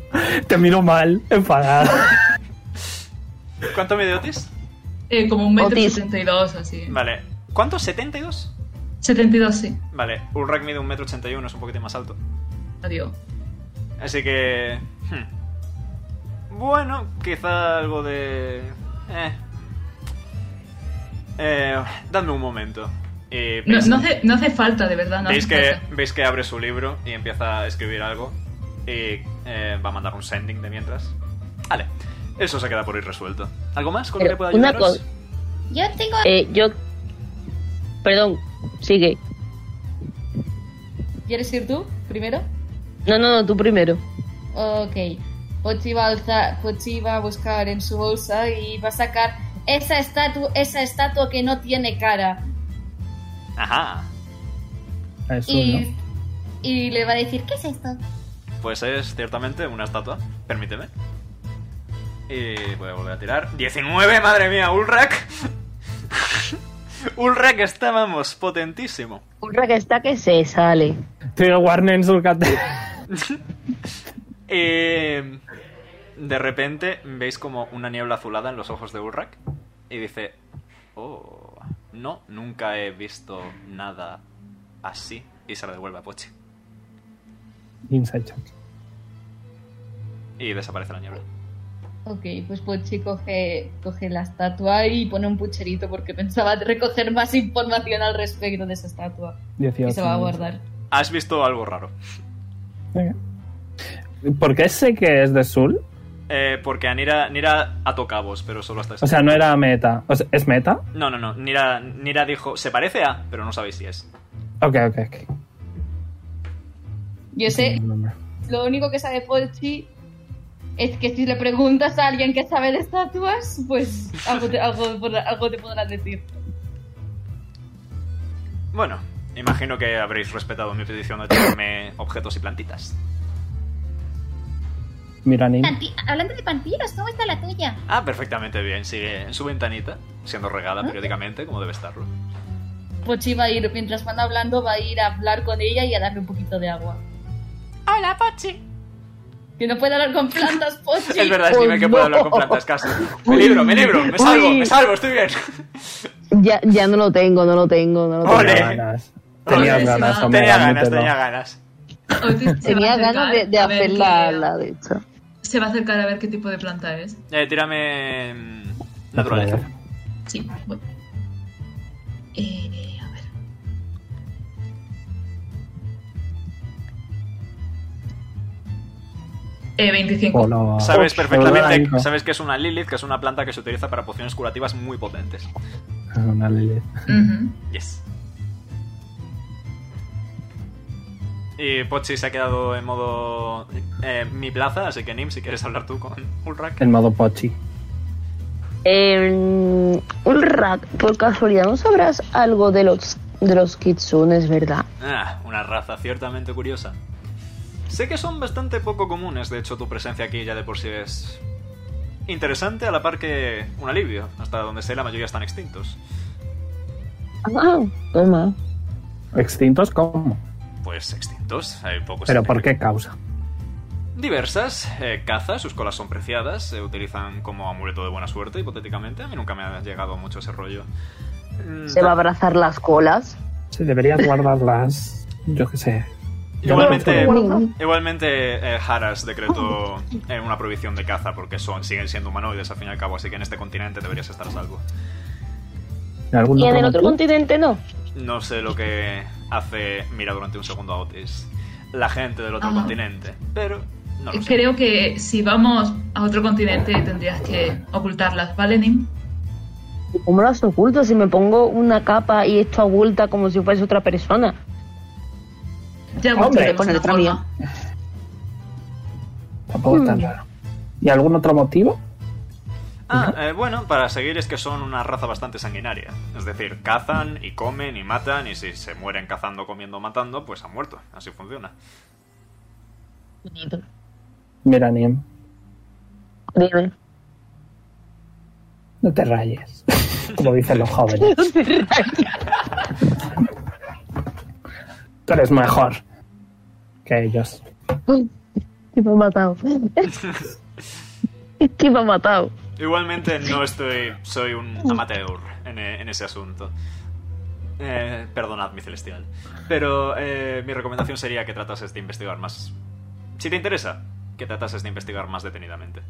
S5: Te miro mal, enfadado.
S1: ¿Cuánto mide Otis?
S2: Eh, como un metro
S3: Otis.
S2: setenta y dos, así.
S1: Vale. ¿Cuánto? ¿72?
S2: 72, sí.
S1: Vale, Ulrak mide 1,81m, es un poquitín más alto.
S2: Adiós.
S1: Así que... hmm. Bueno, quizá algo de... Eh. Eh, dadme un momento. Y
S2: No,
S1: veis-
S2: no hace, no hace falta, de verdad. No
S1: veis,
S2: hace
S1: que,
S2: falta.
S1: veis que abre su libro y empieza a escribir algo. Y eh, va a mandar un sending de mientras. Vale, eso se queda por ir resuelto. ¿Algo más con lo
S3: Pero
S1: que pueda
S3: una
S1: ayudaros?
S3: cosa-
S8: yo tengo.
S3: Eh, yo... Perdón, sigue.
S6: ¿Quieres ir tú primero?
S3: No, no, no, tú primero.
S6: Ok. Pochi va, a alza- Pochi va a buscar en su bolsa y va a sacar esa estatua, esa estatua que no tiene cara.
S1: Ajá,
S5: Eso,
S6: Y,
S5: ¿no?
S6: y le va a decir
S8: ¿Qué es esto?
S1: pues es ciertamente una estatua. Permíteme. Y voy a volver a tirar. ¡19! ¡Madre mía! ¡Ulrak! Ulrak está, vamos, potentísimo.
S3: Ulrak está que se sale.
S5: Trigger warning en su cate-
S1: Eh, de repente veis como una niebla azulada en los ojos de Ulrak y dice, oh, no, nunca he visto nada así. Y se la devuelve a Pochi.
S5: Inside check.
S1: Y desaparece la niebla.
S6: Ok, pues Pochi coge, coge la estatua y pone un pucherito porque pensaba recoger más información al respecto de esa estatua.
S5: 18.
S6: Y se va a guardar.
S1: Has visto algo raro.
S5: Venga. ¿Por qué sé que es de Sul?
S1: Eh, porque a Nira, Nira ató cabos, pero solo hasta ese
S5: O sea, no era meta. O sea, ¿Es meta?
S1: punto. No, no, no. Nira, Nira dijo, se parece a, pero no sabéis si es.
S5: Ok, ok, ok.
S6: Yo sé, lo único que sabe Pochi es que si le preguntas a alguien que sabe de estatuas, pues algo te, algo, podrá- algo te podrán decir.
S1: Bueno, imagino que habréis respetado mi petición de traerme objetos y plantitas.
S5: Mira a Nim.
S8: Panti- Hablando de pantinos, ¿cómo está la tuya?
S1: Ah, perfectamente bien. Sigue en su ventanita, siendo regada periódicamente, como debe estarlo.
S6: Pochi Pues va a ir, mientras van hablando, va a ir a hablar con ella y a darle un poquito de agua.
S8: Hola, Pochi.
S6: Que no puede hablar con plantas, Pochi.
S1: Es verdad, es nivel que puedo hablar con plantas casi. Me libro, me libro, me salvo, me salvo, estoy bien.
S3: Ya, ya no lo tengo, no lo tengo, no lo tengo.
S1: Ole.
S5: Tenía ganas. Tenías
S2: Ole.
S5: ganas, hombre.
S1: Tenía ganas,
S5: admítelo.
S1: tenía ganas.
S2: Otis se va a
S3: Tenía
S2: acercar
S3: ganas de, de
S2: a ver
S3: hacer
S2: qué-
S3: la, la de hecho.
S2: Se va a acercar a ver qué tipo de planta es.
S1: Eh, tírame. mm, Naturaleza.
S2: Sí, voy. Eh, a ver. Eh, 25.
S5: O lo-
S1: Sabes
S5: o
S1: perfectamente,
S5: lo-
S1: sabes que es una Lilith, que es una planta que se utiliza para pociones curativas muy potentes.
S5: Es una Lilith.
S2: Ujú.
S1: Yes. Y Pochi se ha quedado en modo eh, mi plaza, así que Nim, si quieres hablar tú con Ulrak.
S5: En modo pochi.
S3: Eh, Ulrak, por casualidad, ¿no sabrás algo de los, de los kitsunes, verdad?
S1: Ah, una raza ciertamente curiosa. Sé que son bastante poco comunes, de hecho tu presencia aquí ya de por sí es interesante, a la par que un alivio. Hasta donde sé, la mayoría están extintos.
S3: Ah, toma.
S5: ¿Extintos cómo?
S1: Pues extintos, hay pocos.
S5: ¿Pero por qué causa?
S1: Diversas, eh, caza, sus colas son preciadas, se utilizan como amuleto de buena suerte, hipotéticamente. A mí nunca me ha llegado mucho ese rollo. Mm,
S3: Se va a abrazar las colas.
S5: Si deberías guardarlas, yo qué sé.
S1: Igualmente,
S5: Yo
S1: igualmente eh, Haras decretó eh, una prohibición de caza porque son, siguen siendo humanoides al fin y al cabo, así que en este continente deberías estar a salvo.
S5: ¿En algún
S3: Y en el
S5: momento?
S3: otro continente no.
S1: No sé lo que hace, mira durante un segundo a Otis, la gente del otro
S2: Ah.
S1: continente, pero no lo sé.
S2: Creo que si vamos a otro continente tendrías que ocultarlas, ¿vale, Nim?
S3: ¿Y ¿Cómo las oculto si me pongo una capa y esto oculta como si fuese otra persona?
S2: Ya
S5: Hombre,
S2: encontraremos
S7: con
S2: una
S7: letra
S2: forma.
S7: mía.
S5: Tampoco es tan raro. ¿Y algún otro motivo?
S1: Ah, eh, bueno, para seguir es que son una raza bastante sanguinaria. Es decir, cazan y comen y matan y si se mueren cazando, comiendo o matando, pues han muerto. Así funciona.
S5: Mira, Niem,
S3: Dime.
S5: no te rayes. Como dicen los jóvenes. Tú eres mejor que ellos.
S3: Que me ha matado. que me ha matado.
S1: Igualmente no estoy... soy un amateur en, eh, en ese asunto. Eh, perdonad mi celestial. Pero eh, mi recomendación sería que tratases de investigar más... Si te interesa, que tratases de investigar más detenidamente.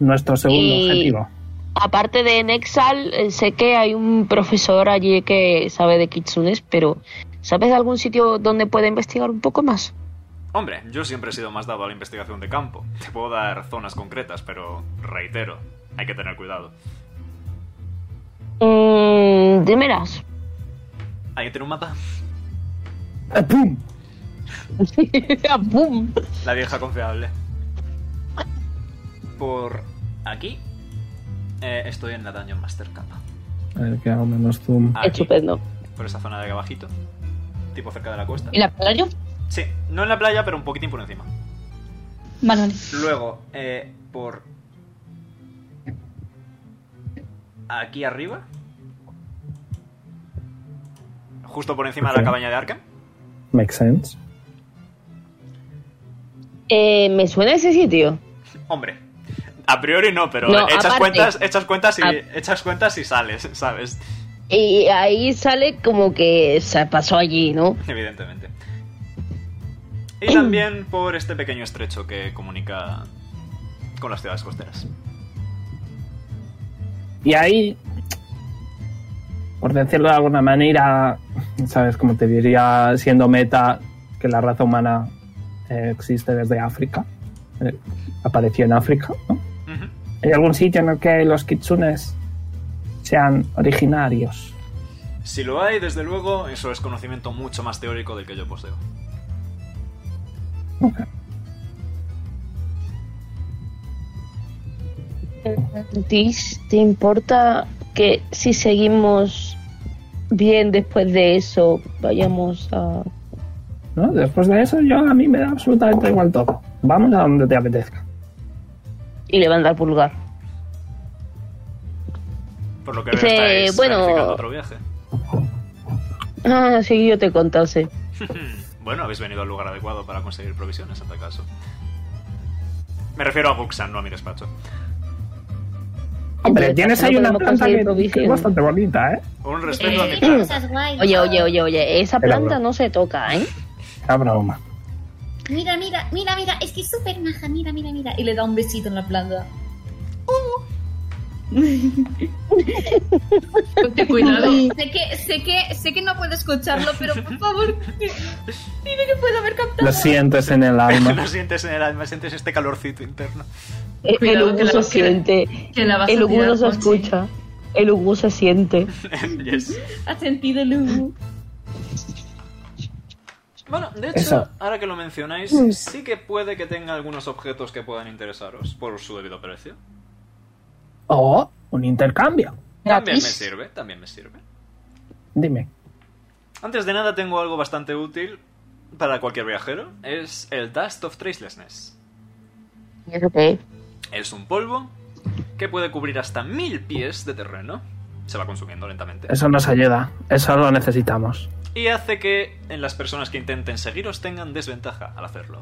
S5: Nuestro segundo
S3: Y-
S5: objetivo.
S3: Aparte de Nexal, eh, sé que hay un profesor allí que sabe de kitsunes, pero ¿sabes de algún sitio donde pueda investigar un poco más?
S1: Hombre, yo siempre he sido más dado a la investigación de campo. Te puedo dar zonas concretas, pero reitero, hay que tener cuidado.
S3: Mm, dímelas.
S1: ¿Alguien tiene un mapa?
S5: ¡Eh, ¡Pum!
S7: Ah,
S3: ¡Bum!
S1: La vieja confiable. Por aquí eh, estoy en la Dungeon Master Kappa.
S5: A ver, que hago menos zoom.
S1: Aquí,
S3: Ah, Estupendo.
S1: por esa zona de aquí abajito. Tipo cerca de la costa.
S7: ¿Y la playa?
S1: Sí, no en la playa, pero un poquitín por encima.
S7: Vale, vale.
S1: Luego, eh, por... Aquí arriba. Justo por encima de la
S5: Ok.
S1: cabaña de Arkham.
S5: Make sense.
S3: Eh, ¿Me suena ese sitio?
S1: Hombre, a priori no, pero
S3: No,
S1: echas,
S3: aparte.
S1: cuentas, echas, cuentas y,
S3: A-
S1: echas cuentas y sales, ¿sabes?
S3: Y ahí sale como que se pasó allí, ¿no?
S1: Evidentemente. Y también por este pequeño estrecho que comunica con las ciudades costeras.
S5: Y ahí, por decirlo de alguna manera, ¿sabes? Como te diría, siendo meta, que la raza humana eh, existe desde África. Eh, apareció en África, ¿no?
S1: Ujú.
S5: ¿Hay algún sitio en el que los kitsunes sean originarios?
S1: Si lo hay, desde luego, eso es conocimiento mucho más teórico del que yo poseo.
S3: Tis, ¿te importa que si seguimos bien después de eso, vayamos a...
S5: ¿No? Después de eso, yo a mí me da absolutamente igual todo. Vamos a donde te apetezca.
S3: y levantar el pulgar?
S1: Por lo que
S3: Dice,
S1: veo, estáis
S3: bueno-
S1: planificando otro viaje.
S3: Ah, sí, yo te contase.
S1: bueno, habéis venido al lugar adecuado para conseguir provisiones, en tal caso. Me refiero a Guxan, no a mi despacho.
S5: Hombre,
S3: Entonces,
S5: tienes
S3: ¿no
S5: ahí una
S3: podemos
S5: planta
S3: conseguir
S5: que, que
S3: provisiones?
S5: es bastante bonita, ¿eh?
S1: Un
S8: Sí,
S1: respeto a mi
S8: cosas guays.
S3: Oye, oye, oye, oye, esa
S5: Era
S3: planta
S5: broma.
S3: no se toca, ¿eh?
S5: La broma.
S8: Mira, mira, mira, mira, es que es súper maja, mira, mira, mira.
S6: Y le da un besito en la planta.
S2: Ponte cuidado.
S4: Sé que, sé que, sé que no puedo escucharlo, pero por favor, dime que puedo haber captado.
S5: Lo sientes en el alma.
S1: Lo sientes en el alma, sientes este calorcito interno.
S3: El, Eh, el
S2: Cuidado,
S3: Ugu
S2: que la-
S3: se
S2: que-
S3: siente.
S2: que la vas
S3: el
S2: a
S3: Ugu
S2: tirar,
S3: no se
S2: Conchi.
S3: escucha. El Ugu se siente.
S1: Yes.
S6: Ha sentido el humo.
S1: Bueno, de hecho,
S5: Eso. Mm.
S1: ahora que lo mencionáis, sí que puede que tenga algunos objetos que puedan interesaros por su debido precio.
S5: O un intercambio.
S1: También me
S7: Gratis.
S1: sirve, también me sirve.
S5: Dime.
S1: Antes de nada, tengo algo bastante útil para cualquier viajero. Es el Dust of Tracelessness. Es un polvo que puede cubrir hasta mil pies de terreno. Se va consumiendo lentamente.
S5: Eso nos ayuda. Eso lo necesitamos.
S1: Y hace que en las personas que intenten seguiros tengan desventaja al hacerlo.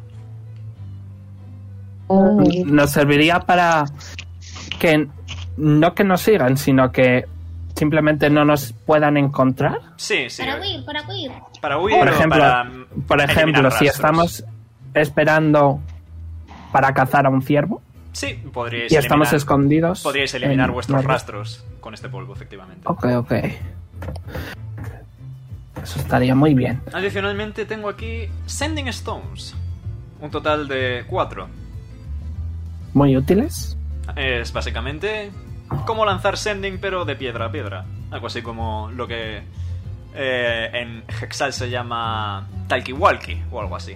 S5: Nos serviría para que no que nos sigan, sino que simplemente no nos puedan encontrar.
S1: Sí, sí. eh,
S8: Para huir, para huir.
S1: Para huir
S5: Por
S1: o
S5: ejemplo,
S1: para,
S5: por
S1: eliminar
S5: ejemplo, si
S1: rastros.
S5: estamos esperando para cazar a un ciervo
S1: Sí, podríais
S5: y estamos
S1: eliminar-
S5: escondidos.
S1: Podríais eliminar
S5: en-
S1: vuestros
S5: no,
S1: rastros con este polvo, efectivamente.
S5: Ok, ok. Eso estaría muy bien.
S1: Adicionalmente tengo aquí Sending Stones. Un total de cuatro.
S5: Muy útiles.
S1: Es básicamente como lanzar Sending pero de piedra a piedra. Algo así como lo que eh, en Hexal se llama Talkie Walkie o algo así.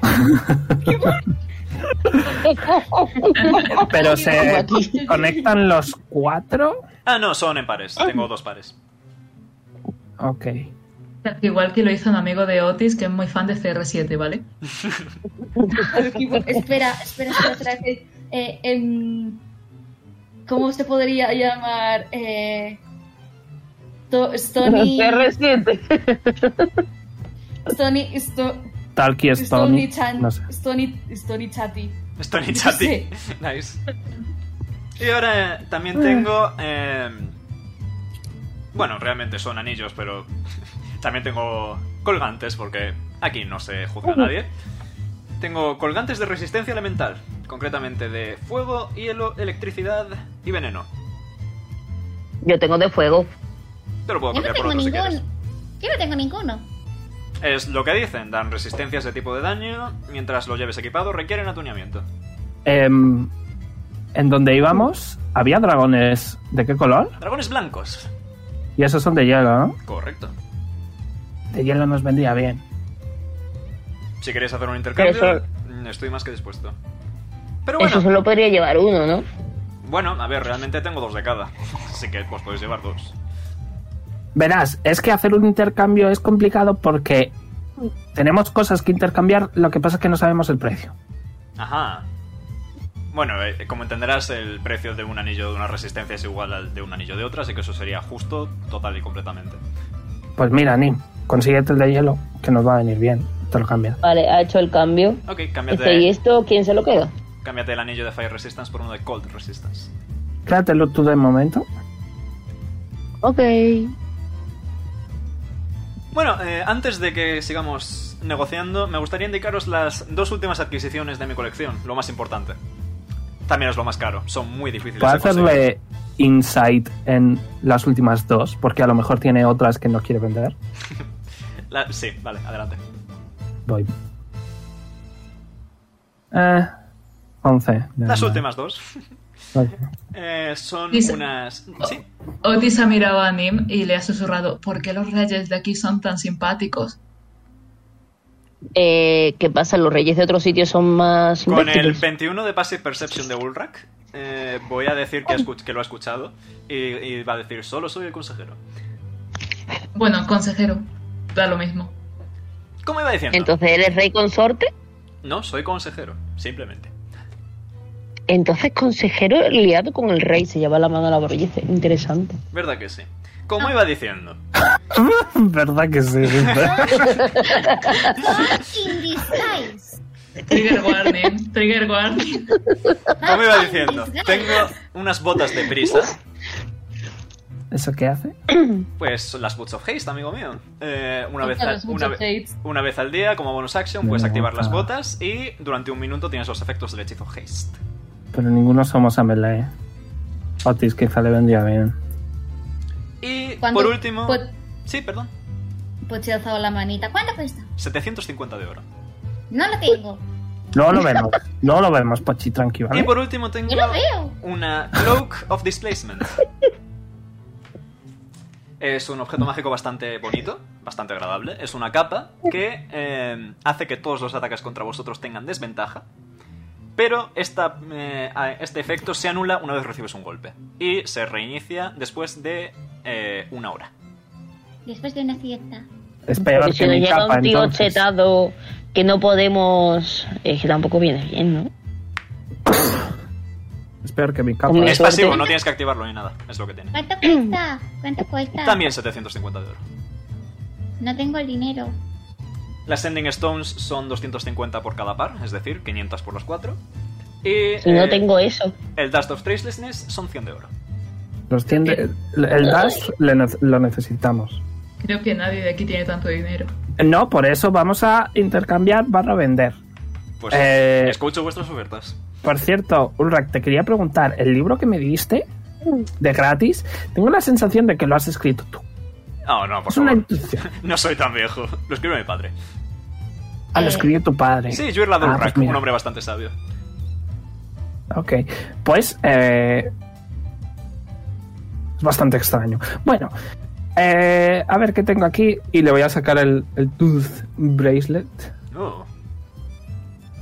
S5: Pero se conectan los cuatro.
S1: Ah, no, son en pares. Tengo dos pares.
S5: Ok.
S2: Igual que lo hizo un amigo de Otis, que es muy fan de CR7, ¿vale?
S6: espera, espera, espera, espera. eh, eh, em, ¿Cómo se podría llamar? Eh, to- Stony.
S3: CR7.
S6: Stony. Sto-
S5: Talkie
S6: Stony
S5: Stony.
S6: Chan.
S5: No sé.
S6: Stony, Stony Chatty.
S1: Stony
S6: Sí.
S1: Chatty. Nice. Y ahora eh, también tengo. eh, bueno, realmente son anillos, pero también tengo colgantes porque aquí no se juzga a nadie. Tengo colgantes de resistencia elemental, concretamente de fuego, hielo, electricidad y veneno.
S3: Yo tengo de fuego.
S1: Te lo puedo
S8: Yo no
S1: copiar por
S8: tengo
S1: otro si quieres.
S8: ninguno. Yo no tengo ninguno.
S1: Es lo que dicen, dan resistencias de tipo de daño, mientras lo lleves equipado requieren atuneamiento.
S5: Em, en donde íbamos había dragones. ¿De qué color?
S1: Dragones blancos.
S5: Y esos son de hielo, ¿no?
S1: Correcto.
S5: De hielo nos vendría bien.
S1: Si queréis hacer un intercambio,
S3: Eso-
S1: mm, estoy más que dispuesto. Pero bueno,
S3: Eso solo podría llevar uno, ¿no?
S1: bueno, a ver, realmente tengo dos de cada. Así que os podéis llevar dos.
S5: Verás, es que hacer un intercambio es complicado porque tenemos cosas que intercambiar, lo que pasa es que no sabemos el precio.
S1: Ajá. Bueno, eh, como entenderás, el precio de un anillo de una resistencia es igual al de un anillo de otra, así que eso sería justo, total y completamente.
S5: Pues mira, Nim, consíguete el de hielo, que nos va a venir bien. Te lo cambio.
S3: Vale, ha hecho el cambio.
S1: Ok,
S3: Este, ¿Y
S1: cámbiate,
S3: esto quién se lo queda?
S1: cámbiate el anillo de Fire Resistance por uno de Cold Resistance.
S5: Quédatelo tú de momento.
S3: Ok.
S1: Bueno, eh, antes de que sigamos negociando, me gustaría indicaros las dos últimas adquisiciones de mi colección, lo más importante. También es lo más caro, son muy difíciles
S5: Puedo
S1: de conseguir.
S5: hacerle insight en las últimas dos, porque a lo mejor tiene otras que no quiere vender.
S1: La- sí, vale, adelante.
S5: Voy. Eh, 11.
S1: Las últimas dos
S5: Vale.
S1: eh, son
S2: Dice-
S1: unas... Sí,
S2: Otis ha mirado a Nim y le ha susurrado, ¿por qué los reyes de aquí son tan simpáticos?
S3: Eh, ¿Qué pasa? Los reyes de otros sitios son más.
S1: con el
S3: simpáticos.
S1: 21 de Passive Perception de Ulrak, eh, voy a decir que, ha escuch- que lo ha escuchado y, y va a decir, solo soy el consejero.
S2: Bueno, consejero, da lo mismo.
S1: ¿Cómo iba diciendo?
S3: Entonces, ¿él es rey consorte?
S1: No, soy consejero, simplemente.
S3: Entonces, consejero liado con el rey. Se lleva la mano a la borrilla. Interesante.
S1: ¿Verdad que sí?
S6: Ah.
S1: Como iba diciendo,
S5: ¿Verdad que sí?
S8: In disguise.
S2: Trigger warning, trigger warning.
S1: como iba
S8: Back in
S1: diciendo,
S8: disguise.
S1: tengo unas botas de prisa
S5: ¿Eso qué hace?
S1: Pues las Boots of Haste, amigo mío. Eh, una, vez
S6: Contra
S1: al,
S6: los Boots
S1: una,
S6: of
S1: ve-
S6: Haste.
S1: una vez al día, como bonus action,
S5: Me
S1: puedes activar las
S5: gusta.
S1: botas y durante un minuto tienes los efectos del hechizo Haste.
S5: Pero ninguno somos a melee. Otis quizá le vendría bien.
S1: Y
S4: ¿Cuánto?
S1: por último...
S4: Pues-
S1: Sí, perdón.
S8: Pues he alzado la manita. ¿Cuánto cuesta?
S1: 750 de oro.
S8: No lo tengo.
S5: Luego lo vemos, luego lo vemos, Pochi, tranqui,
S1: Y
S5: ¿vale?
S1: por último tengo
S8: Yo lo veo.
S1: una Cloak of Displacement. Es un objeto mágico bastante bonito, bastante agradable. Es una capa que eh, hace que todos los ataques contra vosotros tengan desventaja. Pero esta, eh, a- este efecto se anula una vez recibes un golpe. Y se reinicia después de eh, una hora.
S8: Después de una fiesta.
S1: pues,
S5: Es
S3: Porque
S5: peor
S3: pues, si
S5: que
S3: nos
S5: mi
S3: llega
S5: capa,
S3: un tío
S5: entonces.
S3: chetado que no podemos... Es que tampoco viene bien, ¿no?
S5: Es peor que mi capa.
S3: Hombre. Muy
S1: Es pasivo,
S3: fuerte.
S1: no tienes que activarlo ni nada. Es lo que tiene.
S8: ¿Cuánto cuesta? ¿Cuánto cuesta?
S1: También 750 de oro.
S8: No tengo el dinero.
S1: Las Sending Stones son 250 por cada par, es decir, 500 por los cuatro. Y
S3: Si no
S1: eh,
S3: tengo eso.
S1: el Dust of Tracelessness son 100 de oro.
S5: Los tiende- el, el dash le ne- lo necesitamos. Eh,
S2: Creo que nadie de aquí tiene tanto dinero.
S5: No, por eso vamos a intercambiar barra vender.
S1: Pues
S5: Eh,
S1: escucho vuestras ofertas.
S5: Por cierto, Ulrak, te quería preguntar, el libro que me diste de gratis, tengo la sensación de que lo has escrito tú.
S1: Ah, No, no, por
S5: Es una
S1: favor.
S5: intuición.
S1: No soy tan viejo. Lo escribe mi padre.
S5: Ah, lo escribió tu padre.
S1: Sí, yo era
S5: Ah, pues mira.
S1: un hombre bastante sabio.
S5: Ok, pues eh, es bastante extraño. Bueno, eh, a ver qué tengo aquí y le voy a sacar el, el Tooth Bracelet.
S1: Oh,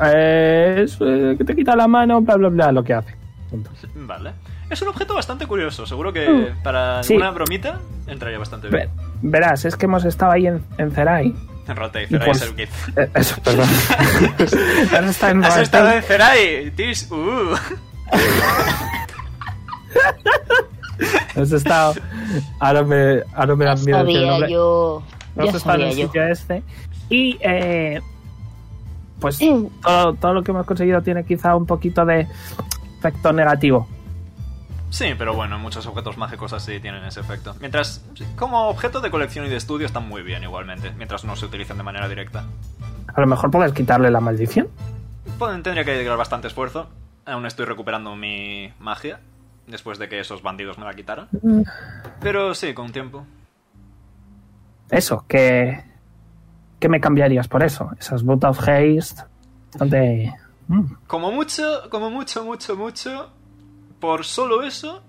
S5: Eh, es, eh, que te quita la mano, bla, bla, bla, lo que hace. Punto.
S1: vale. Es un objeto bastante curioso. Seguro que para
S5: Mm. Sí.
S1: una bromita entraría bastante
S5: Ver-
S1: bien.
S5: verás, es que hemos estado ahí en, en Zerai.
S1: En Rata y
S5: Y
S1: Zerai
S5: pues-
S1: es el que...
S5: Eh, eso, perdón. Has estado en
S1: Has
S5: Zerai.
S1: estado en Zerai, Tis. Uh.
S5: Has estado- Ahora me, ahora me
S3: Ya
S5: dan miedo decir el
S3: sabía
S5: nombre.
S3: yo...
S5: Hemos
S3: Ya
S5: estado en
S3: sabía
S5: el
S3: yo.
S5: sitio este. Y, eh, pues,
S3: Mm.
S5: todo, todo lo que hemos conseguido tiene quizá un poquito de efecto negativo.
S1: Sí, pero bueno, muchos objetos mágicos así tienen ese efecto. Mientras, sí, como objeto de colección y de estudio están muy bien igualmente, mientras no se utilizan de manera directa.
S5: A lo mejor puedes quitarle la maldición.
S1: Pueden- tendría que dedicar bastante esfuerzo. Aún estoy recuperando mi magia, después de que esos bandidos me la quitaran. Pero sí, con tiempo.
S5: Eso, que... ¿Qué me cambiarías por eso? Esas Boot of Haste... Bastante... mm,
S1: Como mucho, como mucho, mucho, mucho, por solo eso,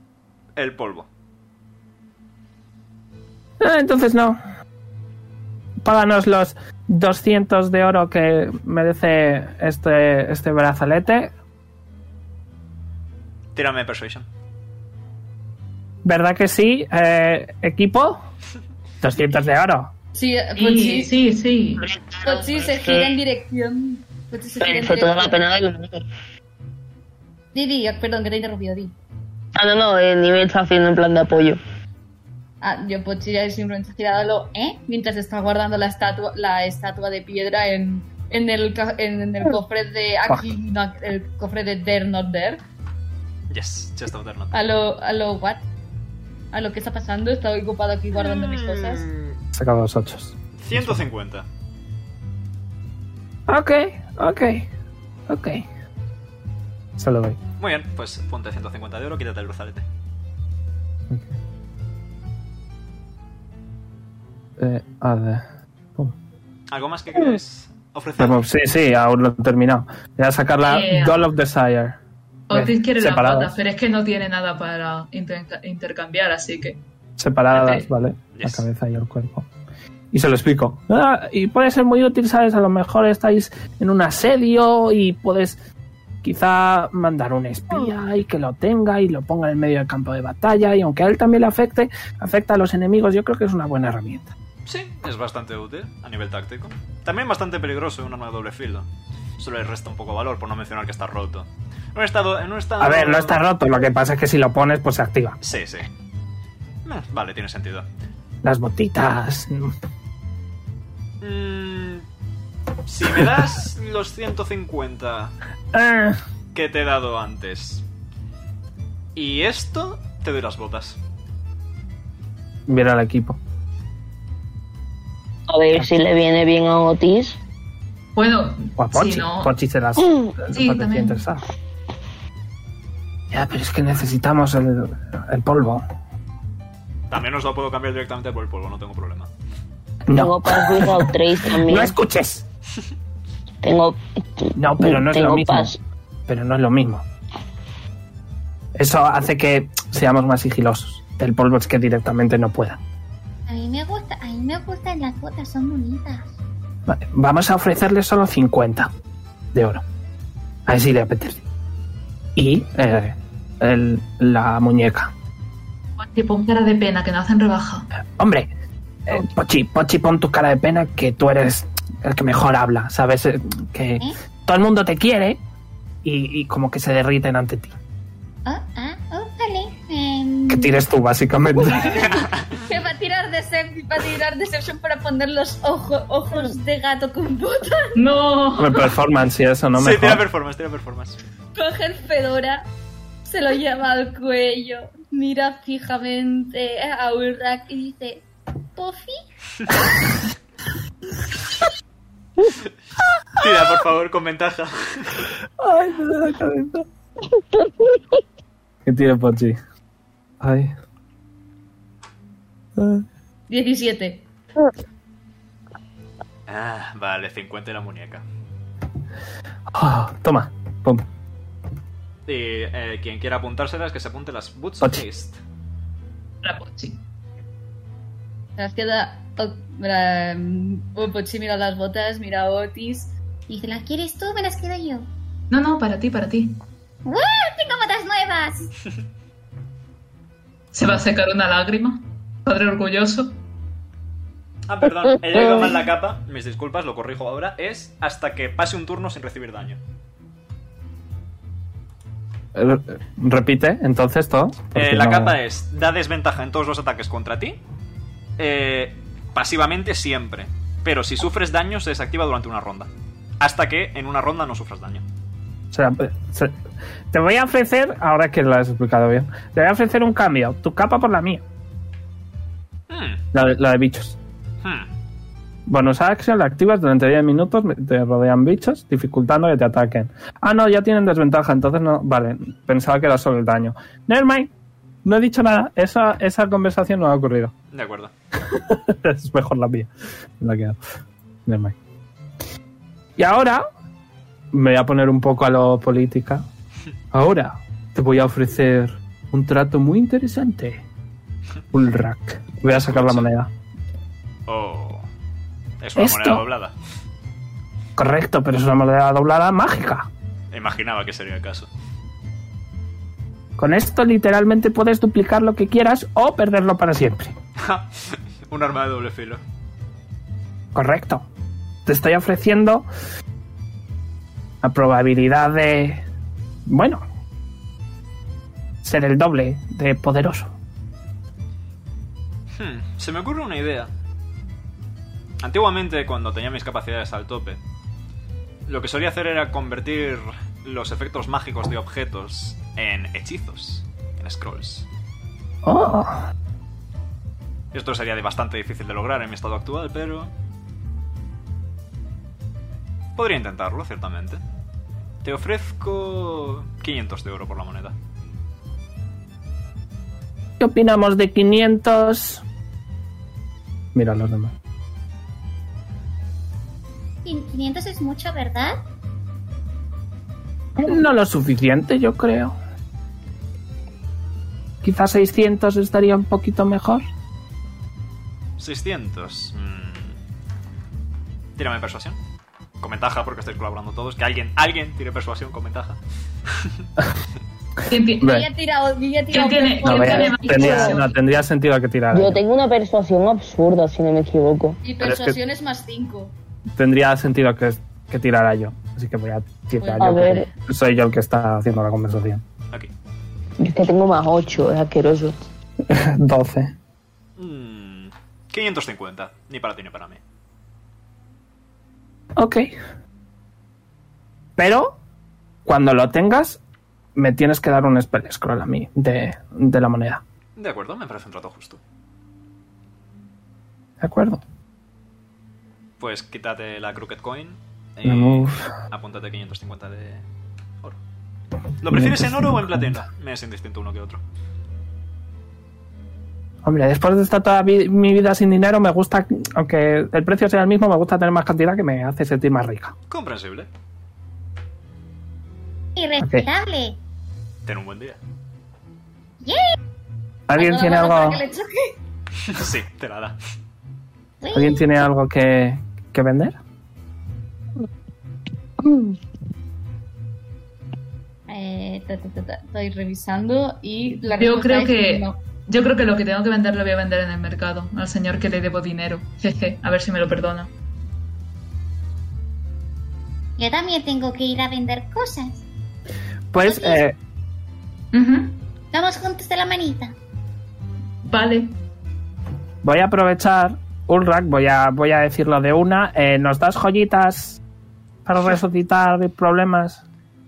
S1: el polvo.
S5: Ah, entonces no. Páganos los 200 de oro que merece este, este brazalete.
S1: Tírame Persuasion.
S5: ¿Verdad que sí, eh, equipo? 200 de oro.
S4: Sí,
S5: Pues
S2: Sí,
S4: Pochi,
S2: sí, sí.
S4: Pochi se gira en dirección. Pochi se gira en
S3: Fue toda la
S4: dirección.
S3: pena del mundo.
S4: Di, di, perdón, que te he interrumpido, di.
S3: Ah, no, no, el nivel está haciendo en plan de apoyo.
S4: Ah, yo Pochi ya simplemente se gira a lo, ¿eh? Mientras está guardando la estatua, la estatua de piedra en, en, el, ca- en, en el cofre de aquí, no, el cofre de There Not There.
S1: Yes, just of there, not there.
S4: A lo, a lo, what? A lo que está pasando, está ocupado aquí guardando mis cosas.
S1: Mm,
S5: Sacado los 8.
S1: 150.
S5: Ok, ok, ok. Se lo doy.
S1: Muy bien, pues ponte 150 de oro, quítate el brazalete.
S5: Eh, a ver. Pum.
S1: ¿Algo más que quieres ofrecer?
S5: Vamos, pues, Sí, sí, aún no he terminado. Voy a sacar la
S2: Yeah.
S5: Doll of Desire. Eh,
S2: Otis
S5: Bien,
S2: quiere las
S5: separadas.
S2: patas, pero es que no tiene nada para interca- intercambiar, así que.
S5: separadas,
S2: Ok.
S5: ¿vale?
S1: Yes.
S5: La cabeza y el cuerpo. Y se lo explico. Ah, y puede ser muy útil, ¿sabes? A lo mejor estáis en un asedio y puedes quizá mandar un espía y que lo tenga y lo ponga en el medio del campo de batalla y aunque a él también le afecte, afecta a los enemigos, yo creo que es una buena herramienta.
S1: Sí, es bastante útil a nivel táctico. También bastante peligroso un arma de doble filo. Solo le resta un poco valor, por no mencionar que está roto. En un estado... En un estado...
S5: A ver, no está roto, lo que pasa es que si lo pones pues se activa.
S1: Sí, sí. Eh, Vale, tiene sentido.
S5: Las botitas.
S1: Mm, si me das los 150
S5: Ah,
S1: que te he dado antes y esto, te doy las botas.
S5: Mira al equipo.
S3: A ver si le viene bien a Otis.
S2: Bueno,
S5: O a Pochi.
S2: si no.
S5: Pochi se las...
S3: Mm,
S5: las
S2: sí,
S5: patas
S2: también.
S5: interesadas. Ya, pero es que necesitamos el, el polvo.
S1: También os lo puedo cambiar directamente por el polvo, no tengo problema.
S5: No,
S7: Tengo para Without Trace también.
S5: no escuches.
S7: Tengo.
S5: No, pero no es
S7: tengo
S5: lo mismo.
S7: pas-
S5: Pero no es lo mismo. Eso hace que seamos más sigilosos. El polvo es que directamente no pueda.
S8: A mí me gusta, a mí me gustan las botas, son bonitas.
S5: Vale, vamos a ofrecerle solo 50 de oro. A ver si le apetece. Y eh, el- la muñeca.
S2: Pochi, pon cara de pena, que no hacen rebaja.
S5: Hombre, eh, Pochi, Pochi, pon tu cara de pena que tú eres el que mejor habla, ¿sabes? Eh, Que todo el mundo te quiere y, y como que se derriten ante ti.
S8: Oh, ah, oh, vale. em,
S5: Que tires tú, básicamente.
S6: Que va a tirar Deception, va a tirar Deception para poner los ojo- ojos de gato con bota.
S2: ¡No!
S5: Por performance y eso, ¿no?
S1: sí, tira
S5: Mejor.
S1: performance, tira performance.
S6: Coge el fedora, se lo lleva al cuello, mira fijamente a Ulrak y dice...
S8: Puffy,
S1: Tira, por favor, con ventaja.
S5: Que tire Pochi. Ay.
S6: 17.
S1: Ah, vale, 50 y la muñeca.
S5: Ah, toma. Pum.
S1: Y eh, quien quiera apuntárselas, que se apunte las Boots of
S5: Ocho.
S1: Haste.
S2: La Pochi.
S6: Nos queda... oh, mira, mm, oh,
S4: pues
S6: Pochi mira las botas, mira a Otis.
S8: dice, ¿las quieres tú o me las quedo yo?
S2: No, no, para ti, para ti.
S8: ¡Wow! ¡Tengo botas nuevas!
S2: Se va a secar una lágrima. Padre orgulloso.
S1: Ah, perdón, he leído mal la capa. Mis disculpas, lo corrijo ahora. Es hasta que pase un turno sin recibir daño.
S5: Eh, Repite, entonces, todo.
S1: Eh,
S5: porque
S1: la
S5: Pues no-
S1: capa es, da desventaja en todos los ataques contra ti, eh, pasivamente siempre, pero si sufres daño se desactiva durante una ronda, hasta que en una ronda no sufras daño.
S5: O sea, pues, se- te voy a ofrecer, ahora que lo has explicado bien, te voy a ofrecer un cambio. Tu capa por la mía.
S1: Hmm,
S5: La de, la de bichos.
S1: hmm.
S5: Bonus action, la activas durante 10 minutos, te rodean bichos, dificultando que te ataquen. Ah, no, ya tienen desventaja, entonces no. Vale, pensaba que era solo el daño. Nevermind, no he dicho nada, esa, esa conversación no ha ocurrido.
S1: De acuerdo.
S5: es mejor la mía. Me la quedo. Nevermind. Y ahora me voy a poner un poco a lo política. Ahora te voy a ofrecer un trato muy interesante. Un rack. Voy a sacar la moneda.
S1: Oh. Es una
S5: Esto.
S1: moneda doblada.
S5: Correcto, pero es una moneda doblada mágica.
S1: Imaginaba que sería el caso.
S5: Con esto literalmente puedes duplicar lo que quieras o perderlo para siempre.
S1: un arma de doble filo.
S5: Correcto. Te estoy ofreciendo la probabilidad de, bueno, ser el doble de poderoso.
S1: Hmm, se me ocurre una idea. Antiguamente, cuando tenía mis capacidades al tope, lo que solía hacer era convertir los efectos mágicos de objetos en hechizos, en scrolls.
S5: Oh,
S1: Esto sería de bastante difícil de lograr en mi estado actual, pero... Podría intentarlo, ciertamente. Te ofrezco 500 de oro por la moneda.
S5: ¿qué opinamos de 500? Mira a los demás.
S8: Quin- 500 es mucho, ¿verdad?
S5: No lo suficiente, yo creo. Quizás 600 estaría un poquito mejor.
S1: 600. mm. Tírame persuasión. Con ventaja, porque estáis colaborando todos. Que alguien, alguien tire persuasión con ventaja.
S2: ¿Quién, ti-
S6: Yo
S5: Ve.
S6: ya he tirado, yo ya he
S2: quién
S6: tirado.
S2: tiene,
S5: No,
S2: quién
S5: vea,
S2: tiene más
S5: tendría,
S2: persuasión?
S5: no, tendría sentido que tirara.
S7: Yo tengo una persuasión absurda, si no me equivoco.
S6: Y
S5: Pero es que-
S6: persuasión es más 5.
S5: Tendría sentido que, que tirara yo. Así que voy a tirar
S7: A
S5: yo.
S7: ver.
S5: porque Soy yo el que está haciendo la conversación.
S1: Aquí.
S7: Yo es que tengo más 8, es asqueroso.
S5: 12.
S1: Mm, 550. Ni para ti ni para mí.
S5: Ok. Pero, cuando lo tengas, me tienes que dar un spell scroll a mí de, de la moneda.
S1: De acuerdo, me parece un trato justo.
S5: ¿De acuerdo?
S1: Pues quítate la Crooked Coin. Y
S5: No move.
S1: apúntate 550 de oro. ¿Lo prefieres en oro o en platino? Me es indistinto uno que otro.
S5: Hombre, después de estar toda vi- mi vida sin dinero, me gusta, aunque el precio sea el mismo, me gusta tener más cantidad que me hace sentir más rica.
S1: Comprensible.
S8: Y respetable.
S1: Ten un buen día.
S5: ¿Alguien tiene
S6: Para
S5: algo,
S6: que le choque.
S1: sí, te la da.
S8: Uy,
S5: ¿alguien tiene algo que, que vender?
S6: Eh, ta, ta, ta, ta. Estoy revisando y la
S2: Yo
S6: respuesta
S2: creo
S6: es
S2: que-
S6: no.
S2: Yo creo que lo que tengo que vender lo voy a vender en el mercado. Al señor que le debo dinero. Jeje, a ver si me lo perdona.
S8: Yo también tengo que ir a vender cosas.
S5: Pues, eh,
S2: Ujú,
S8: Vamos juntos de la manita.
S2: Vale.
S5: Voy a aprovechar, Ulrak, voy a, voy a decirlo de una. eh, ¿Nos das joyitas para resucitar problemas?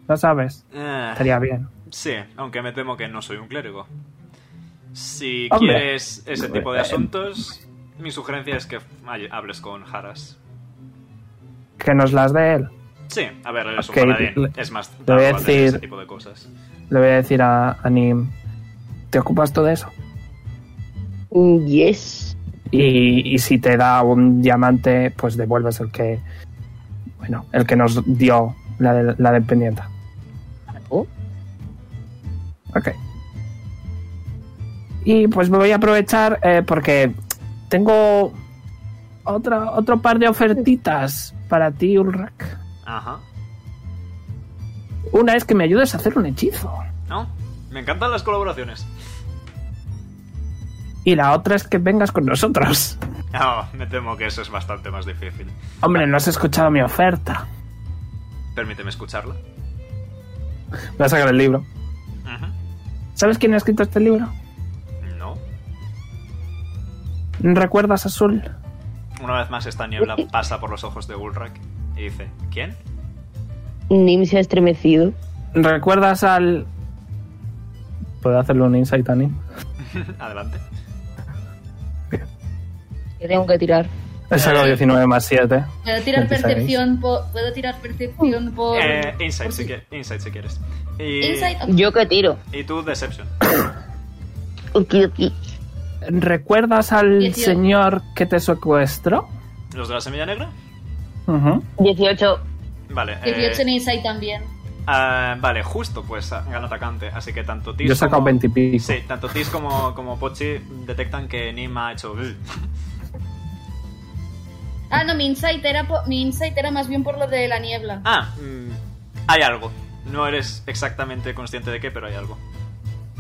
S5: Lo sabes,
S1: Eh,
S5: estaría bien.
S1: sí, aunque me temo que no soy un clérigo. Si
S5: Hombre.
S1: quieres ese tipo de asuntos, mi sugerencia es que ay- hables con Haras.
S5: Que nos las dé él.
S1: Sí, a ver, eres
S5: Ok,
S1: un paladín.
S5: le-
S1: Es más,
S5: le voy a
S1: dado hacer
S5: decir-
S1: ese tipo de cosas.
S5: Le voy a decir a, a Nim, ¿te ocupas tú de eso?
S3: Mm, Yes.
S5: Y, y si te da un diamante, pues devuelves el que, bueno, el que nos dio la, de- la dependiente.
S3: Oh.
S5: Ok. Y pues me voy a aprovechar eh, porque tengo otra, otro par de ofertitas para ti, Ulrak.
S1: Ajá.
S5: Una es que me ayudes a hacer un hechizo.
S1: ¿No? Me encantan las colaboraciones.
S5: Y la otra es que vengas con nosotros.
S1: Ah, me temo que eso es bastante más difícil.
S5: Hombre, no has escuchado mi oferta.
S1: Permíteme escucharla.
S5: Voy a sacar el libro.
S1: Ujú.
S5: ¿Sabes quién ha escrito este libro?
S1: No.
S5: ¿Recuerdas Azul?
S1: Una vez más esta niebla pasa por los ojos de Ulrak y dice, ¿quién?
S3: Nim se ha estremecido.
S5: ¿Recuerdas al...? ¿Puedo hacerle un insight a Nim?
S1: Adelante.
S3: Yo tengo que tirar.
S5: He sacado 19 más 7.
S6: Puedo tirar
S5: 26.
S6: percepción por. Puedo tirar percepción por.
S1: Eh, insight,
S6: por
S1: si
S6: si-
S1: quie- insight si quieres. Y,
S6: Insight. ok.
S3: Yo que tiro.
S1: y tú Deception.
S3: Ok, ok.
S5: ¿Recuerdas al
S6: 18.
S5: señor que te secuestró?
S1: ¿Los de la semilla negra?
S5: Ujú.
S3: 18.
S1: Vale.
S6: 18
S1: eh,
S6: en Insight también.
S1: ah, vale, justo, pues ah, gana atacante. Así que tanto Tis
S5: Yo he sacado
S1: como-
S5: 20 y pico.
S1: Sí, tanto Tis como, como Pochi detectan que Nima ha hecho...
S6: Ah, no, mi Insight era po- mi Insight era más bien por lo de la niebla.
S1: Ah, mm, hay algo. No eres exactamente consciente de qué, pero hay algo.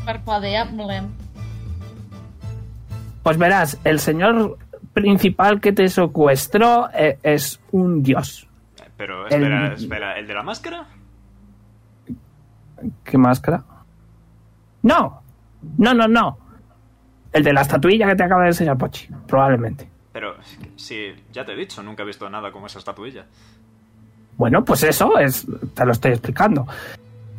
S6: Parpadea, blem.
S5: Pues verás, el señor principal que te secuestró eh, es un dios.
S1: Eh, Pero espera,
S5: El-
S1: espera, ¿el de la máscara?
S5: ¿Qué máscara? ¡No! No, no, no. El de la estatuilla que te acaba de enseñar Pochi, probablemente.
S1: Pero si ya te he dicho, nunca he visto nada como esa estatuilla.
S5: Bueno, pues eso es, te lo estoy explicando.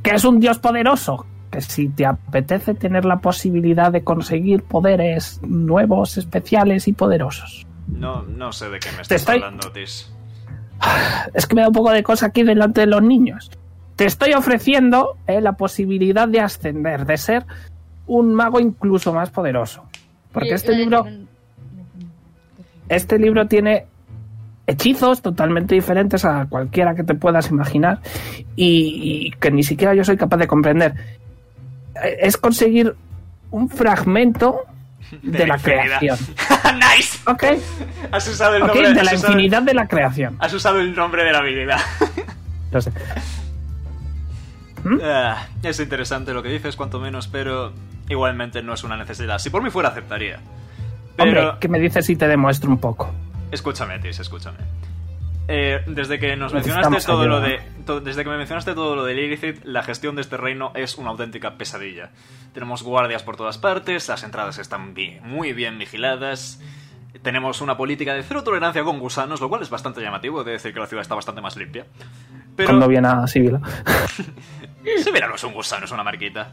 S5: Que es un dios poderoso. Que si te apetece tener la posibilidad de conseguir poderes nuevos, especiales y poderosos.
S1: No, no sé de qué me
S5: Te
S1: estás
S5: estoy-
S1: hablando, Tis.
S5: Es que me da un poco de cosa aquí delante de los niños. Te estoy ofreciendo eh, la posibilidad de ascender, de ser un mago incluso más poderoso. Porque
S6: Eh,
S5: este
S6: eh,
S5: libro, este libro tiene hechizos totalmente diferentes a cualquiera que te puedas imaginar y, y que ni siquiera yo soy capaz de comprender. Eh, Es conseguir un fragmento de, la
S1: infinidad.
S5: creación.
S1: ¡Nice!
S5: ¿Ok?
S1: Has usado el
S5: ok,
S1: nombre
S5: de la
S1: has usado-
S5: infinidad de la creación.
S1: Has usado el nombre de la habilidad.
S5: Lo sé.
S1: Ah, es interesante lo que dices, cuanto menos, pero igualmente no es una necesidad. Si por mí fuera, aceptaría. Pero
S5: Hombre, ¿qué me dices si te demuestro un poco?
S1: escúchame, Tis, escúchame. Eh, desde que nos
S5: Necesitamos
S1: mencionaste todo
S5: ayuda.
S1: lo de to- desde que me mencionaste todo lo del Illicit, la gestión de este reino es una auténtica pesadilla. Tenemos guardias por todas partes, las entradas están bi- muy bien vigiladas. Tenemos una política de cero tolerancia con gusanos, lo cual es bastante llamativo, he de decir que la ciudad está bastante más limpia. Pero
S5: Cuando viene a Sibila.
S1: Se verá, no es un gusano, es una marquita.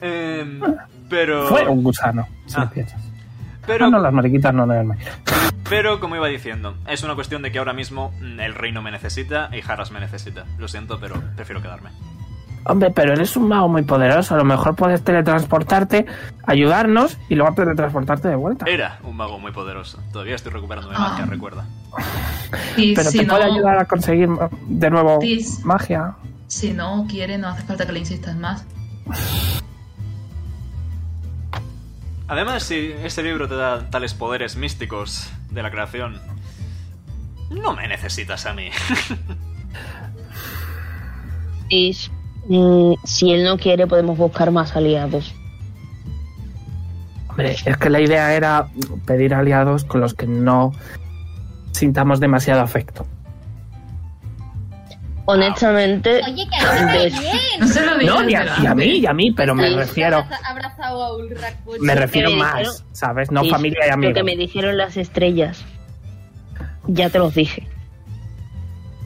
S1: Em, pero,
S5: Fue un gusano, si
S1: Ah.
S5: lo piensas.
S1: pero,
S5: Ah, no, las mariquitas no, no, no.
S1: pero, como iba diciendo, es una cuestión de que ahora mismo mm, el reino me necesita y Haras me necesita. Lo siento, pero prefiero quedarme.
S5: Hombre, pero eres un mago muy poderoso. A lo mejor puedes teletransportarte, ayudarnos y luego teletransportarte de vuelta.
S1: Era un mago muy poderoso. Todavía estoy recuperando mi
S2: Ah.
S1: magia, recuerda.
S2: Y
S5: Pero
S2: si
S5: te
S2: no,
S5: puede ayudar a conseguir mm, de nuevo
S2: Sí.
S5: magia.
S2: si no quiere, no hace falta que le insistas más.
S1: Además, si este libro te da tales poderes místicos de la creación, no me necesitas a mí.
S3: Es, mm, si él no quiere, podemos buscar más aliados.
S5: Hombre, es que la idea era pedir aliados con los que no sintamos demasiado afecto.
S3: Honestamente,
S8: Oye, que ahora
S3: De-
S8: está bien.
S2: No se lo digas.
S5: No, y a, y a mí, y a mí, pero me
S3: Sí.
S5: refiero,
S6: Abraza- Abrazado a un raccoon.
S5: me refiero
S3: me
S5: más,
S3: dijeron-
S5: ¿sabes? No
S3: sí,
S5: familia y
S3: lo
S5: amigos.
S3: que me dijeron las estrellas, ya te los dije.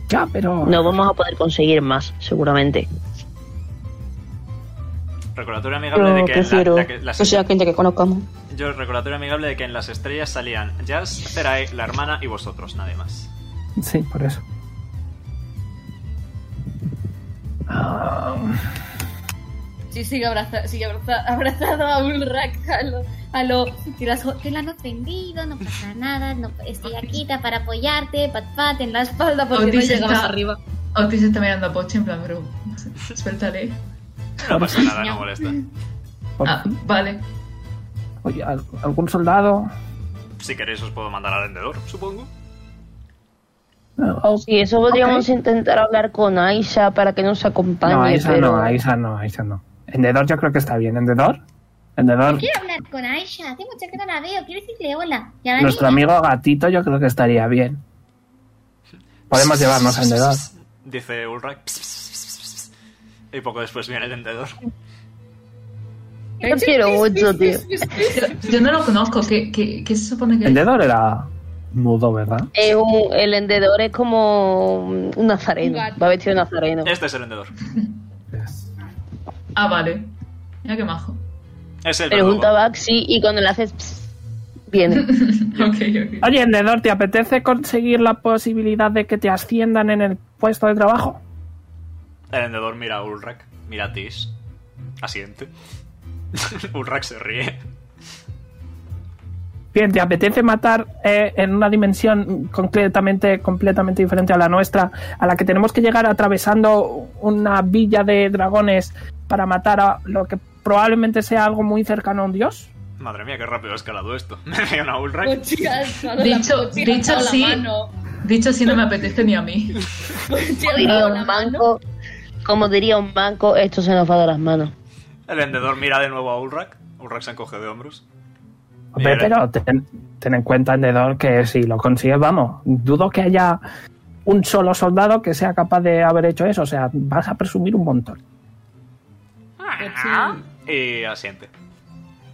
S5: Ya, pero
S3: No vamos a poder conseguir más, seguramente.
S1: Recordatorio amigable de
S7: Pero
S1: que, en la-
S7: prefiero
S1: la que- las-
S7: que sea gente que conozcamos.
S1: yo recordatorio amigable de que en las estrellas salían Jazz, Serae, la hermana y vosotros, nadie más.
S5: Sí, por eso. Ah,
S6: Sí, sigue, abraza, sigue abraza- abrazado a un rack a lo... A lo que las jo-
S8: Que la han ofendido, no pasa nada, no, estoy aquí ta- para apoyarte, pat pat en la espalda.
S6: porque no
S2: Otis
S6: llegabas
S2: está-
S6: arriba.
S2: Otis está mirando a Pochi en plan, bro, suéltale.
S1: No pasa nada, no molesta.
S5: por-
S2: Ah, vale.
S5: Oye, ¿al- ¿algún soldado?
S1: Si queréis os puedo mandar al vendedor, supongo.
S5: No,
S3: O si eso podríamos intentar hablar con Aisha para que nos acompañe.
S5: no, Aisa
S3: pero-
S5: no, Aisa no, Aisa no. Endedor yo creo que está bien. ¿Endedor? ¿Endedor?
S8: Quiero hablar con Aisha, hace mucho que no la veo, quiero decirle hola. Y a la
S5: Nuestro
S8: niña,
S5: amigo gatito yo creo que estaría bien. Podemos llevarnos a Endedor.
S1: Dice Ulrak. "Pss, pss, pss, pss, pss". Y poco después viene el vendedor.
S3: Yo quiero mucho, tío.
S2: Yo, yo no lo conozco. ¿Qué, qué, qué se supone que es?
S5: Endedor era mudo, ¿verdad?
S3: Es un- el vendedor es como un nazareno.
S6: Un gato.
S3: Va vestido de nazareno.
S1: Este es el vendedor.
S2: Ah, vale. Mira qué majo.
S1: Es el
S3: Pregunta a
S1: verdugo.
S3: Baxi y cuando le haces... pss, viene.
S2: ok, ok.
S5: Oye, Endedor, ¿te apetece conseguir la posibilidad de que te asciendan en el puesto de trabajo?
S1: El vendedor mira a Ulrak, mira a Tis. Asiente. Ulrak se ríe.
S5: Bien, ¿te apetece matar eh, en una dimensión completamente, completamente diferente a la nuestra, a la que tenemos que llegar atravesando una villa de dragones para matar a lo que probablemente sea algo muy cercano a un dios?
S1: Madre mía, qué rápido ha escalado esto. Me viene a Ulrak.
S6: Pochi ha alzado
S2: Dicho-
S6: la, Pochi ha
S2: dicho
S6: alzado la
S2: sí.
S6: mano.
S2: Dicho así, no me apetece ni a mí.
S6: Pochi ha
S3: Como diría
S6: alzado la
S3: un
S6: mano.
S3: banco, como diría un banco, esto se nos va de las manos.
S1: El vendedor mira de nuevo a Ulrak. Ulrak se encoge de hombros.
S5: Hombre,
S1: Bien.
S5: pero ten, ten en cuenta, Endedor, que si lo consigues, vamos, dudo que haya un solo soldado que sea capaz de haber hecho eso, o sea, vas a presumir un montón.
S6: Pochi,
S1: Y asiente.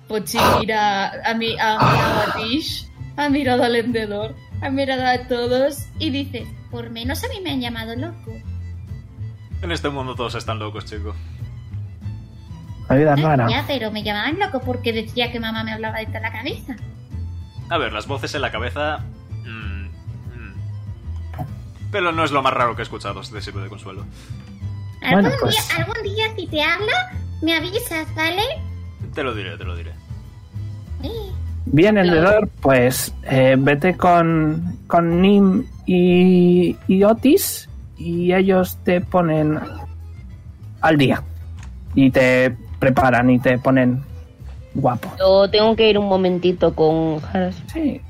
S6: Pochi mira, ha, mi- ha mirado a Tish, ha mirado al vendedor, ha mirado a todos y dice...
S8: Por menos a mí me han llamado loco.
S1: En este mundo todos están locos, chico.
S5: La vida es rara.
S8: Ya, pero me llamaban loco porque decía que mamá me hablaba de la cabeza.
S1: A ver, las voces en la cabeza. mm, mm. Pero no es lo más raro que he escuchado, si te sirve de consuelo.
S8: Algún,
S5: Bueno, pues-
S8: día, algún día si te habla, me avisas, ¿vale?
S1: Te lo diré, te lo diré.
S8: Eh,
S5: Bien, Endedor, pues eh, vete con, con Nim y, y Otis y ellos te ponen al día y te preparan y te ponen guapo.
S3: Yo tengo que ir un momentito con Haras.
S5: Sí,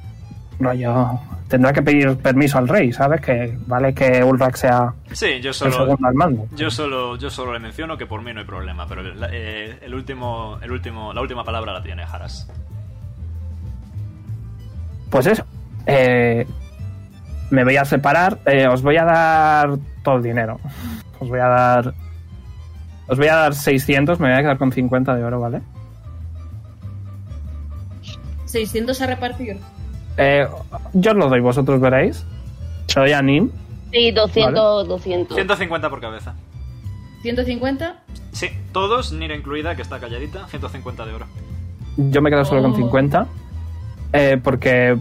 S5: rollo. Tendrá que pedir permiso al rey, ¿sabes? Que vale que Ulrak sea
S1: Sí, yo
S5: el
S1: solo.
S5: segundo al mando.
S1: Yo solo, yo solo le menciono que por mí no hay problema, pero el, eh, el último, el último, la última palabra la tiene Haras.
S5: Pues eso. eh, me voy a separar. eh, os voy a dar todo el dinero. Os voy a dar. Os voy a dar 600. Me voy a quedar con 50 de oro, ¿vale?
S6: 600 a repartir.
S5: Eh, yo os lo doy, vosotros veréis. Soy Anim.
S3: Sí, 200, 200.
S1: 150 por cabeza.
S6: 150.
S1: Sí, todos, Nira incluida, que está calladita, 150 de oro.
S5: Yo me quedo solo
S2: Oh.
S5: con 50. eh, porque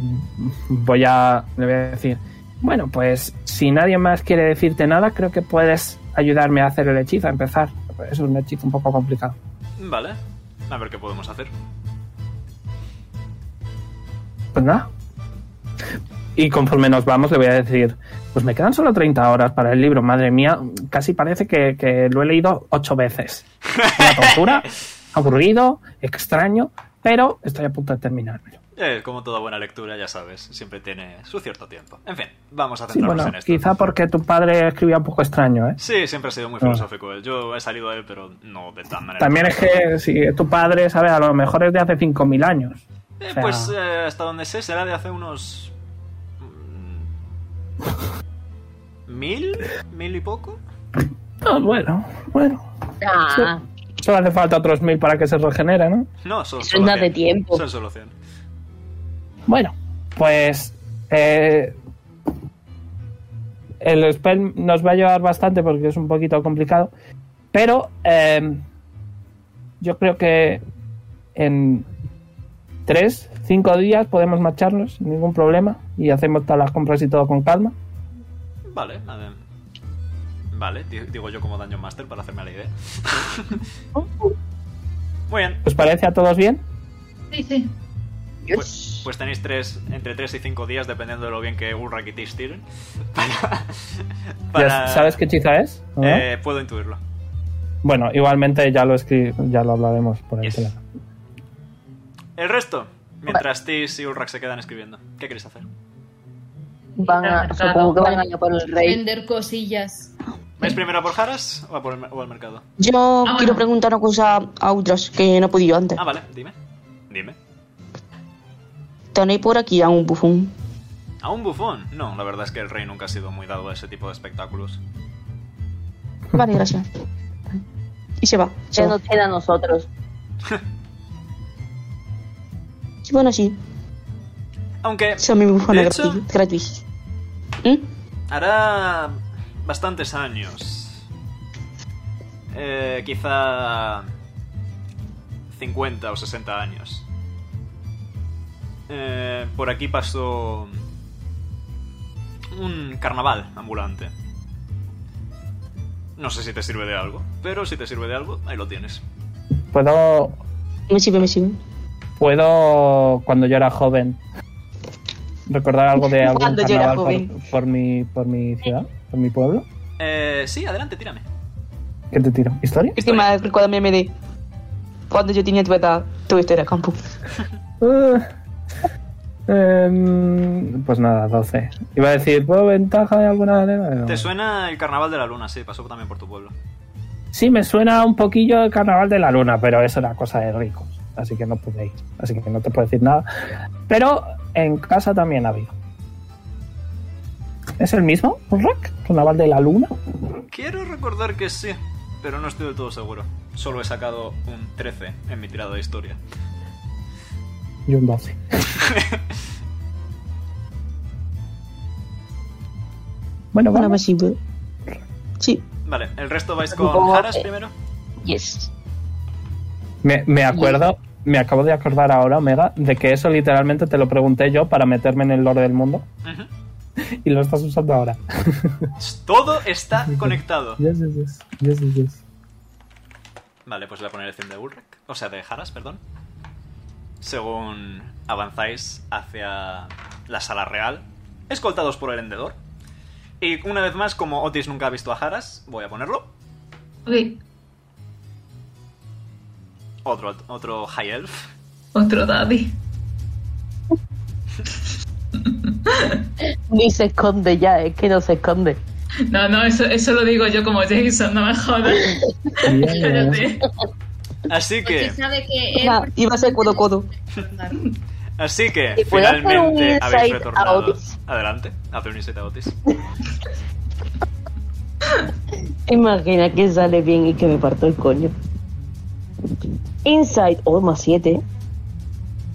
S5: voy a. Le voy a decir. Bueno, pues si nadie más quiere decirte nada, creo que puedes ayudarme a hacer el hechizo, a empezar. pero es un hechizo un poco complicado.
S1: Vale. A ver qué podemos hacer.
S5: Pues nada. Y conforme nos vamos, le voy a decir: Pues me quedan solo 30 horas para el libro, madre mía. Casi parece que, que lo he leído ocho veces. Una tortura, aburrido, extraño, pero estoy a punto de terminarlo.
S1: Eh, como toda buena lectura, ya sabes, siempre tiene su cierto tiempo. En fin, vamos a
S5: Sí,
S1: centrarnos
S5: bueno,
S1: en esto.
S5: quizá porque tu padre escribía un poco extraño, ¿eh?
S1: Sí, siempre ha sido muy
S5: Bueno.
S1: filosófico él. Yo he salido de él, pero no de tan manera.
S5: También es que si es tu padre, ¿sabes? A lo mejor es de hace 5.000 años.
S1: Eh,
S5: o sea-
S1: pues eh, hasta donde sé, será de hace unos. mm, ¿Mil? ¿Mil y poco?
S5: Ah, bueno, bueno.
S3: Ah,
S5: Solo hace falta otros 1.000 para que se regenere, ¿no?
S1: No, son
S3: Eso
S1: solo
S3: no hace
S1: 100.
S3: tiempo.
S1: Son solo 100.
S5: Bueno, pues... eh, el spell nos va a llevar bastante porque es un poquito complicado. Pero eh, yo creo que en 3, 5 días podemos marcharnos sin ningún problema y hacemos todas las compras y todo con calma.
S1: Vale, a ver. Vale, di- digo yo como Dungeon Master para hacerme la idea. Muy bien,
S5: ¿Os parece a todos bien?
S2: Sí, sí.
S1: pues, pues tenéis tres, entre 3 y 5 días, dependiendo de lo bien que Ulrak y Tis tiren. Para.
S5: Ya ¿Sabes qué hechiza es? ¿O no?
S1: Eh, puedo intuirlo.
S5: Bueno, igualmente ya lo escri- ya lo hablaremos por el
S1: Yes.
S5: teléfono.
S1: El resto, mientras Tis y Ulrak se quedan escribiendo. ¿Qué queréis hacer?
S3: van a-
S2: Mercado.
S3: supongo que van a ir a por el rey.
S4: Vender cosillas.
S1: ¿Vais primero a por Haras o, a por el mer- o al mercado?
S7: Yo
S3: Ah,
S2: bueno.
S7: quiero preguntar una cosa a otras que no he podido
S3: Eh.
S7: antes.
S1: Ah, vale, dime. Dime.
S7: ¿Tenéis por aquí a un bufón?
S1: ¿A un bufón? No, la verdad es que el rey nunca ha sido muy dado a ese tipo de espectáculos.
S7: Vale, gracias. Y se va. Se
S3: Se
S7: va.
S3: nos queda a nosotros.
S7: Sí, Bueno, sí.
S1: Aunque
S7: Son mis bufones
S1: De hecho-
S7: gratis. gratis. ¿Mm?
S1: hará bastantes años. Eh, quizá 50 o 60 años. Eh, por aquí pasó un carnaval ambulante. No sé si te sirve de algo, pero si te sirve de algo, ahí lo tienes.
S5: Puedo,
S7: Me sirve, me sirve.
S5: puedo cuando yo era joven recordar algo de algún
S7: Cuando yo era
S5: carnaval
S7: joven.
S5: por, por mi por mi ciudad, por mi pueblo.
S1: Eh, sí, adelante, tírame.
S5: ¿Qué te tiro? ¿Historia?
S7: Es que me recuerda mi MD. Cuando yo tenía tu edad, tú estabas campo.
S5: Eh, em, pues nada, 12. Iba a decir, ¿puedo ventaja de alguna manera? Pero-
S1: ¿Te suena el carnaval de la luna? Sí, pasó también por tu pueblo.
S5: Sí, me suena un poquillo el carnaval de la luna, pero eso era cosa de ricos. Así que no pude ir. Así que no te puedo decir nada. Pero en casa también había. ¿Es el mismo? ¿Un rack? ¿Carnaval de la luna?
S1: Quiero recordar que sí, pero no estoy del todo seguro. Solo he sacado un 13 en mi tirada de historia.
S5: Y un 12. bueno,
S7: Bueno, me
S3: pues,
S7: sirve.
S5: vamos.
S7: Sí.
S1: Vale, ¿el resto vais
S7: Supongo
S1: con Haras
S7: que-
S1: primero?
S7: Yes.
S5: Me, me acuerdo, me acabo de acordar ahora, Omega, de que eso literalmente te lo pregunté yo para meterme en el lore del mundo
S1: Ujú.
S5: y lo estás usando ahora.
S1: Todo está conectado.
S5: Yes, yes, yes. Yes, yes, yes.
S1: Vale, pues le voy a poner el 100 de Ulrek. O sea, de Haras, perdón. Según avanzáis hacia la sala real, escoltados por el vendedor. Y una vez más, como Otis nunca ha visto a Haras, voy a ponerlo.
S2: Ok,
S1: Otro, otro High Elf.
S2: otro daddy.
S3: Ni se esconde ya, es que no se esconde.
S2: No, no, eso, eso lo digo yo como Jason, no me jodas.
S5: Bien, bien.
S2: Espérate.
S1: Así
S4: Porque
S1: que,
S4: sabe que él.
S7: Iba, iba a ser codo codo.
S1: así que,
S3: ¿Te puedo hacer un
S1: finalmente
S3: insight
S1: habéis
S3: a
S1: retornado.
S3: Otis?
S1: Adelante, hace un insight a Otis.
S3: Imagina que sale bien y que me parto el coño. Inside, oh, más 7.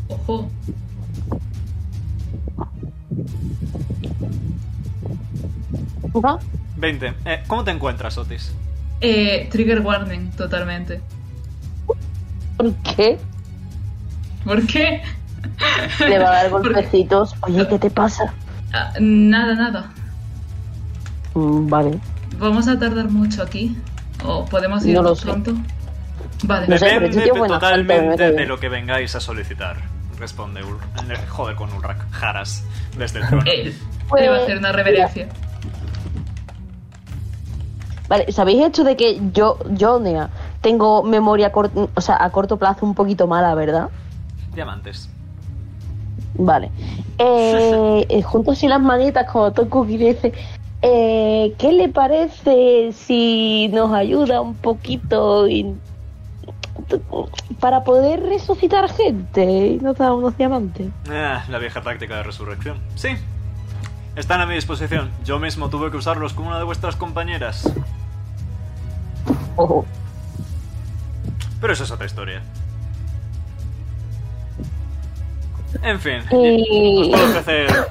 S2: Ojo.
S3: Ajá.
S1: 20. Eh, ¿Cómo te encuentras, Otis?
S2: Eh, trigger warning, totalmente.
S3: ¿Por qué?
S2: ¿Por qué?
S3: Le va a dar golpecitos. Oye, ¿qué te pasa?
S2: Ah, nada, nada.
S3: Mm, vale.
S2: Vamos a tardar mucho aquí. ¿O podemos ir
S3: No lo sé.
S2: pronto? Vale.
S3: No sé, pero el
S1: Depende
S3: sitio
S1: de-
S3: buena gente,
S1: totalmente
S3: ¿verdad?
S1: de lo que vengáis a solicitar. Responde Ul eh, Joder con Ulrak. Jaras. Desde el trono.
S2: Él
S3: Pues,
S2: le va a hacer una reverencia.
S3: Vale, ¿sabéis esto de que yo, yo nena, tengo memoria cort- o sea, a corto plazo un poquito mala, verdad?
S1: Diamantes.
S3: Vale. Eh, eh, junto así las manitas como Toku y dice, eh, ¿qué le parece si nos ayuda un poquito y- para poder resucitar gente y nos da unos diamantes?
S1: Ah, la vieja táctica de resurrección. Sí. Están a mi disposición. Yo mismo tuve que usarlos con una de vuestras compañeras.
S3: Ojo.
S1: Pero eso es otra historia. En fin.
S3: Y-
S1: Os puedo ofrecer.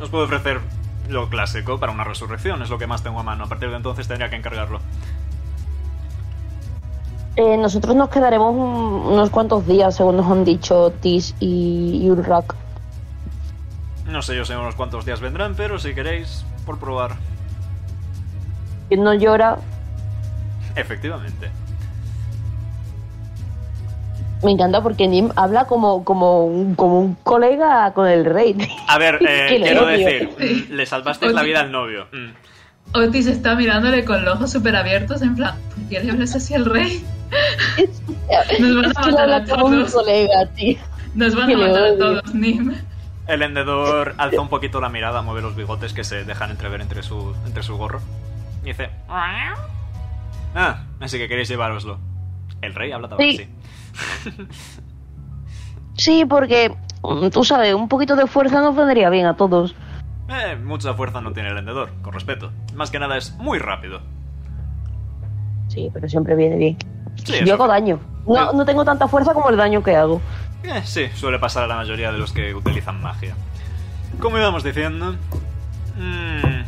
S1: Os puedo ofrecer lo clásico para una resurrección. Es lo que más tengo a mano. A partir de entonces tendría que encargarlo.
S3: Eh, nosotros nos quedaremos un- unos cuantos días, según nos han dicho Tis y, y Ulrak.
S1: No sé yo sé unos cuantos días vendrán, pero si queréis, por probar.
S3: Quien no llora,
S1: Efectivamente.
S3: me encanta porque Nim habla como, como, un- como un colega con el rey.
S1: A ver, eh,
S3: Que le
S1: quiero
S3: odio.
S1: decir, mm, le salvasteis la vida al novio. Mm.
S2: Otis está mirándole con los ojos súper abiertos, en plan, ¿por qué le hablas así al rey? Nos van
S3: es
S2: a
S3: que le
S2: matar
S3: habla
S2: a
S3: como un
S2: todos.
S3: colega, tío.
S2: Nos van
S3: Que
S2: a
S3: le
S2: matar a
S3: odio.
S2: todos, Nim.
S1: El vendedor alza un poquito la mirada, mueve los bigotes que se dejan entrever entre su, entre su gorro. Y dice... Ah, así que queréis llevároslo. El rey habla también,
S3: Sí.
S1: sí.
S3: Sí, porque mm, tú sabes, un poquito de fuerza nos vendría bien a todos.
S1: Eh, mucha fuerza no tiene el vendedor, con respeto. Más que nada es muy rápido.
S3: Sí, pero siempre viene bien.
S1: Sí, eso.
S3: Yo hago daño. No,
S1: Sí.
S3: no tengo tanta fuerza como el daño que hago.
S1: Eh, sí, suele pasar a la mayoría de los que utilizan magia. Como íbamos diciendo... mm,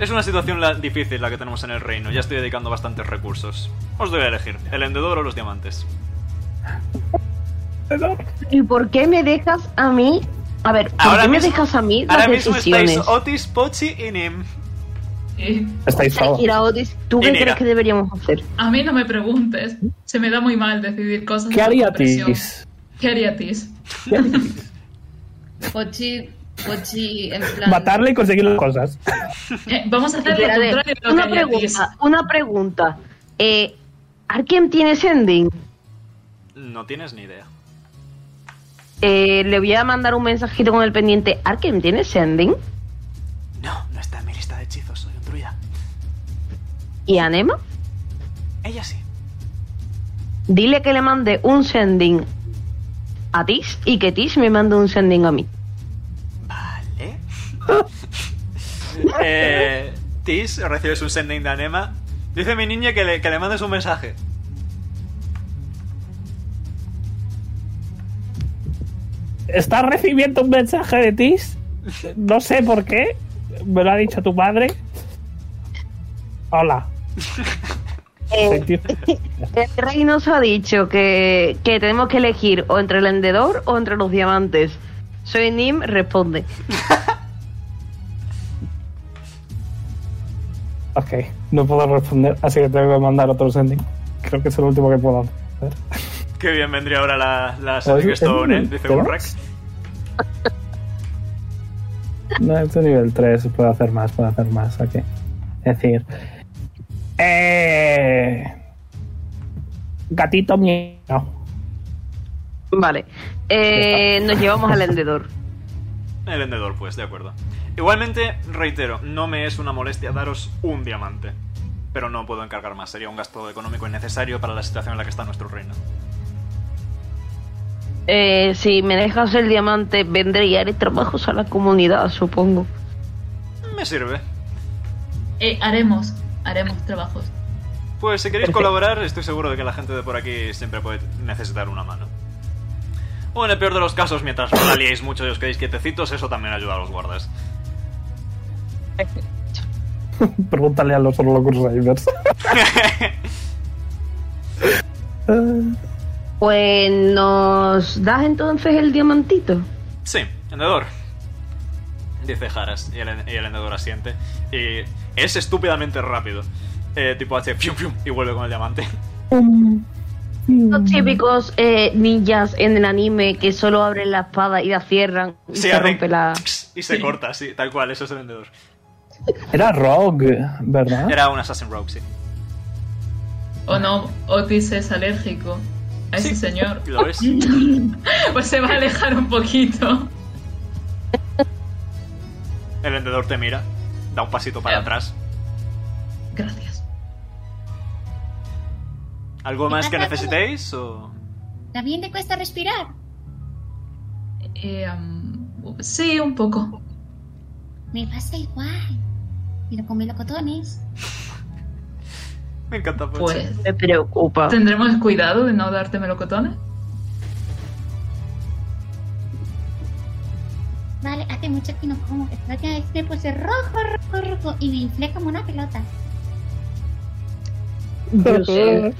S1: es una situación la- difícil la que tenemos en el reino. Ya estoy dedicando bastantes recursos. Os doy a elegir, el vendedor o los diamantes.
S3: ¿Y por qué me dejas a mí? A ver, ¿por
S1: Ahora
S3: qué me
S1: mismo-
S3: dejas a mí las
S1: Ahora mismo estáis
S3: decisiones?
S1: Otis, Pochi y Nim.
S2: Eh,
S5: Estáis solos.
S3: Shakira Otis, ¿tú qué
S1: Mira.
S3: crees que deberíamos hacer?
S2: a mí no me preguntes. Se me da muy mal decidir cosas.
S5: ¿Qué haría
S2: bajo presión.
S5: Tis?
S2: ¿Qué haría Tis?
S4: Pochi, Pochi, en plan.
S5: Matarle y conseguir las cosas.
S2: Eh, vamos a hacer lo
S3: Espera, a ver,
S2: contrario de lo que
S3: una
S2: haría Tis.
S3: pregunta, una pregunta. Eh, ¿Arkham tiene sending?
S1: No tienes ni idea.
S3: Eh, le voy a mandar un mensajito con el pendiente. ¿Arkham tiene sending?
S1: No, no está en mi lista de hechizos, soy un druida.
S3: ¿Y Anema?
S1: Ella sí.
S3: Dile que le mande un sending a Tis y que Tis me mande un sending a mí.
S1: Vale. eh, Tis, recibes un sending de Anema. Dice mi niña que le, que le mandes un mensaje.
S5: ¿Estás recibiendo un mensaje de Tis? No sé por qué. Me lo ha dicho tu madre. Hola.
S3: Eh, el rey nos ha dicho que, que tenemos que elegir o entre el vendedor o entre los diamantes. Soy Nim, responde.
S5: Ok, no puedo responder, así que tengo que mandar otro sending. Creo que es el último que puedo hacer.
S1: Qué bien vendría ahora la, la
S5: Oye,
S1: Sonic Stone, ¿eh?
S5: ¿es
S1: Dice
S5: un
S1: Urrak.
S5: No, este es nivel 3, puede hacer más, puede hacer más, ok. Es decir... Eh... Gatito mío.
S3: Vale. Eh, nos llevamos al vendedor.
S1: El vendedor, pues, de acuerdo. Igualmente, reitero, no me es una molestia daros un diamante. Pero no puedo encargar más, sería un gasto económico innecesario para la situación en la que está nuestro reino.
S3: Eh, si me dejas el diamante, vendré y haré trabajos a la comunidad, supongo.
S1: Me sirve.
S2: Eh, haremos, haremos trabajos.
S1: Pues si queréis colaborar, estoy seguro de que la gente de por aquí siempre puede necesitar una mano. O en el peor de los casos, mientras no la liéis mucho y os quedéis quietecitos, eso también ayuda a los guardas.
S5: Pregúntale a los Locus Ravers.
S3: Pues nos das entonces el diamantito.
S1: sí, vendedor. Dice Haras, y el, y el vendedor asiente. Y es estúpidamente rápido. eh, tipo hace fium fium y vuelve con el diamante.
S3: Los típicos eh, ninjas en el anime que solo abren la espada y la cierran y
S1: Sí,
S3: se
S1: hace
S3: rompe la.
S1: Y se corta, sí, tal cual, eso es el vendedor.
S5: Era Rogue,
S3: ¿Ah?
S5: ¿verdad?
S1: Era un Assassin Rogue, sí.
S2: O no, Otis es alérgico a ese
S1: Sí.
S2: señor.
S1: ¿Lo ves?
S2: Pues se va a alejar un poquito.
S1: El vendedor te mira, da un pasito
S3: Eh.
S1: para atrás.
S2: Gracias.
S1: ¿Algo
S8: ¿Te
S1: más que
S8: pasa algo?
S1: necesitéis o...?
S8: ¿También te cuesta respirar?
S2: Eh, um, sí, un poco.
S8: Me pasa igual. Pero con melocotones.
S1: Me encanta Pochi.
S2: Pues
S3: Me preocupa.
S2: tendremos cuidado de no darte melocotones.
S8: Vale, hace mucho que no como. La última vez me puse rojo, rojo, rojo. Y me inflé como una pelota.
S3: Yo sé.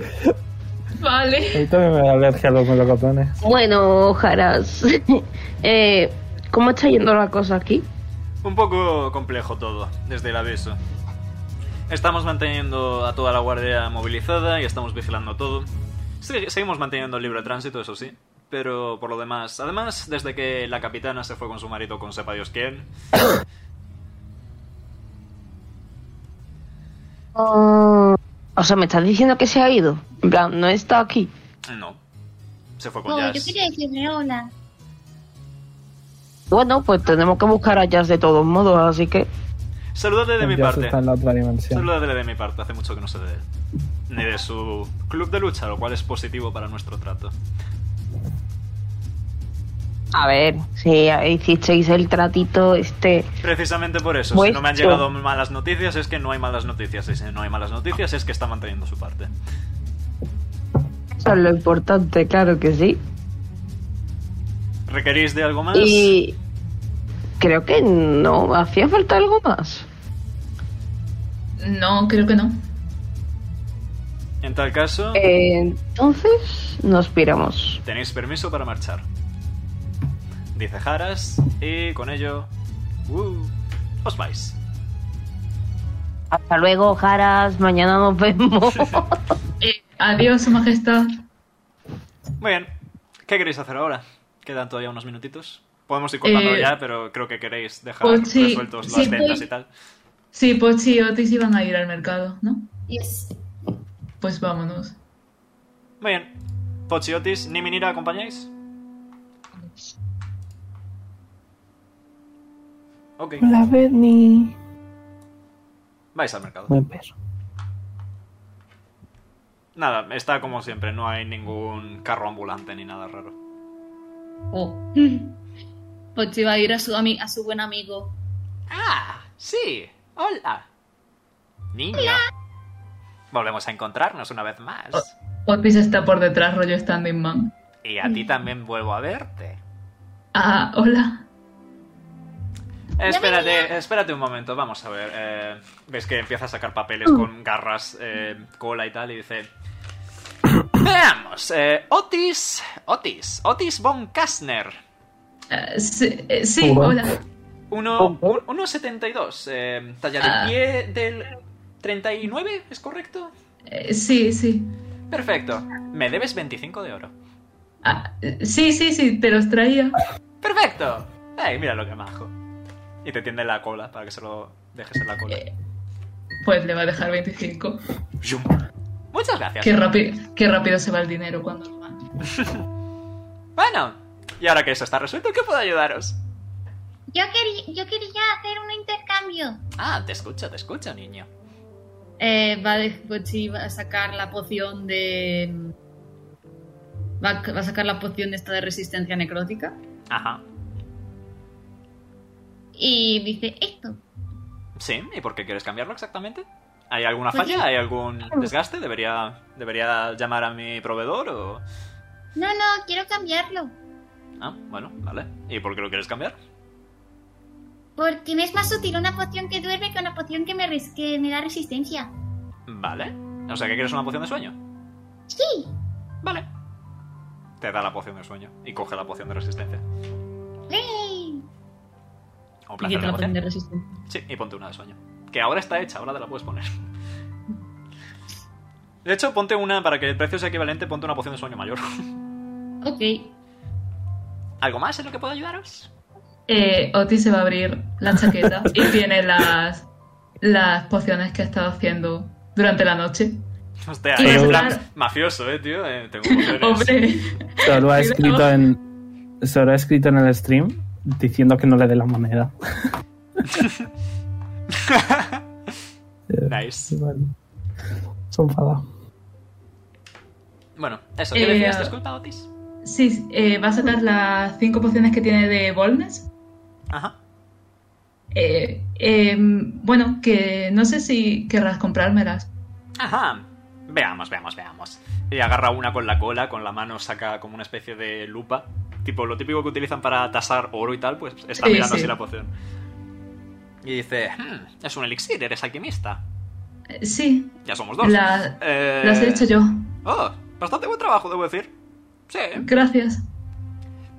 S2: Vale.
S5: Ahorita me da alergia a los melocotones.
S3: Bueno, Jaras. eh, ¿Cómo está yendo la cosa aquí?
S1: Un poco complejo todo, desde el aviso. Estamos manteniendo a toda la guardia movilizada y estamos vigilando todo. Se- seguimos manteniendo el libre tránsito, eso sí. Pero por lo demás, además, desde que la capitana se fue con su marido con sepa Dios quién,
S3: Ah, o sea, ¿me estás diciendo que se ha ido? En plan, no está aquí.
S1: no. Se fue con
S8: Oh, yo
S1: Jazz.
S8: quería decirle hola.
S3: Bueno, pues tenemos que buscar a Jazz de todos modos, así que.
S1: Saludadle de mi
S5: Ya
S1: parte.
S5: está en la otra dimensión.
S1: Saludadle de mi parte, hace mucho que no sé de él. Ni de su club de lucha, lo cual es positivo para nuestro trato.
S3: A ver, si hicisteis el tratito, este.
S1: Precisamente por eso, si
S3: Pues
S1: no me han
S3: yo.
S1: llegado malas noticias es que no hay malas noticias, y si no hay malas noticias es que está manteniendo su parte.
S3: Eso es lo importante, claro que sí.
S1: ¿Requerís de algo más?
S3: Y. Creo que no. ¿Hacía falta algo más?
S2: No, creo que no.
S1: En tal caso,
S3: Eh, entonces, nos piramos.
S1: tenéis permiso para marchar. Dice Haras, y con ello... uh, os vais.
S3: Hasta luego, Jaras. Mañana nos vemos.
S2: Eh, adiós, su majestad.
S1: Muy bien, ¿qué queréis hacer ahora? Quedan todavía unos minutitos. Podemos ir cortando
S2: Eh,
S1: ya, pero creo que queréis dejar
S2: pues sí,
S1: resueltos las
S2: sí,
S1: ventas
S2: voy-
S1: y tal.
S2: Sí, Pochi y Otis iban a ir al mercado, ¿no?
S6: Yes.
S2: Pues vámonos.
S1: Muy bien. Pochi, Otis, ni Minira, ¿acompañáis? Ok,
S5: Hola, Bernie.
S1: vais al mercado.
S5: Buen perro.
S1: Nada, está como siempre, no hay ningún carro ambulante ni nada raro.
S4: Oh. Pochi va a ir a su, ami- a su buen amigo.
S1: ¡Ah! ¡Sí! ¡Hola! ¡Niña! Volvemos a encontrarnos una vez más.
S5: Ah.
S2: Otis está por detrás, rollo standing man.
S1: Y a ti también vuelvo a verte.
S2: Ah, hola.
S1: Espérate, espérate un momento, vamos a ver. eh, Ves que empieza a sacar papeles
S2: Mm.
S1: con garras, eh, cola y tal, y dice... Veamos, eh, Otis, Otis, Otis von Kastner,
S2: Eh, sí, eh, sí,
S5: Hola.
S2: hola.
S1: uno- un- 1,72, eh, talla de
S2: Ah.
S1: pie del 39, ¿es correcto?
S2: Eh, sí, sí.
S1: Perfecto, me debes 25 de oro.
S2: Ah, eh, sí, sí, sí, te los traía.
S1: ¡Perfecto! ¡Ay, mira lo que majo! Y te tiende la cola para que se lo dejes en la cola.
S2: Eh, Pues le va a dejar 25.
S1: Yum. Muchas gracias.
S2: Qué, rápido, qué rápido se va el dinero cuando lo van.
S1: Bueno, y ahora que eso está resuelto, ¿qué puedo ayudaros?
S8: Yo, quería, yo quería hacer un intercambio.
S1: Ah, te escucho, te escucho, niño.
S4: Eh, va, de- Pochi va a sacar la poción de. Va a, va a sacar la poción esta de resistencia necrótica.
S1: Ajá.
S8: Y dice esto.
S1: Sí, ¿y por qué quieres cambiarlo exactamente? ¿Hay alguna
S8: Pues
S1: falla? ¿Hay algún desgaste? ¿Debería, debería llamar a mi proveedor o...?
S8: No, no, quiero cambiarlo.
S1: Ah, bueno, vale. ¿Y por qué lo quieres cambiar?
S8: Porque me es más útil una poción que duerme que una poción que me, res- que me da resistencia.
S1: Vale. O sea, que quieres una poción de sueño.
S8: Sí.
S1: Vale. Te da la poción de sueño y coge la poción de resistencia.
S8: ¡Ey!
S1: Un
S4: Y
S1: placer
S4: quita
S1: de
S4: la
S1: poción.
S4: poción de resistencia.
S1: Sí, y ponte una de sueño. Que ahora está hecha, ahora te la puedes poner. De hecho, ponte una, para que el precio sea equivalente, ponte una poción de sueño mayor.
S4: Ok.
S1: ¿Algo más en lo que pueda ayudaros?
S2: Eh, Otis se va a abrir la chaqueta y tiene las, las pociones que ha estado haciendo durante la noche.
S1: Hostia,
S2: Sí,
S1: es
S2: claro.
S1: plan mafioso, eh, tío. Eh, tengo poderes.
S2: Hombre,
S5: Solo
S2: Cuidado.
S5: ha escrito en. Solo ha escrito en el stream diciendo que no le dé la moneda.
S1: Nice.
S5: Bueno, se enfada.
S1: Bueno, eso. ¿Qué
S2: Eh,
S1: decías? Disculpa, Otis.
S2: sí, eh, va a sacar las cinco pociones que tiene de Boldness.
S1: Ajá.
S2: Eh, em, bueno, que no sé si querrás comprármelas.
S1: Ajá. Veamos, veamos, veamos. Y agarra una con la cola, con la mano saca como una especie de lupa. Tipo, lo típico que utilizan para tasar oro y tal, pues está
S2: Sí,
S1: mirando
S2: sí.
S1: así la poción. Y dice, "Hmm, es un elixir, eres alquimista.
S2: Eh, sí,
S1: Ya somos dos.
S2: la-
S1: Eh,
S2: las he hecho yo.
S1: Oh, bastante buen trabajo, debo decir. Sí,
S2: Gracias.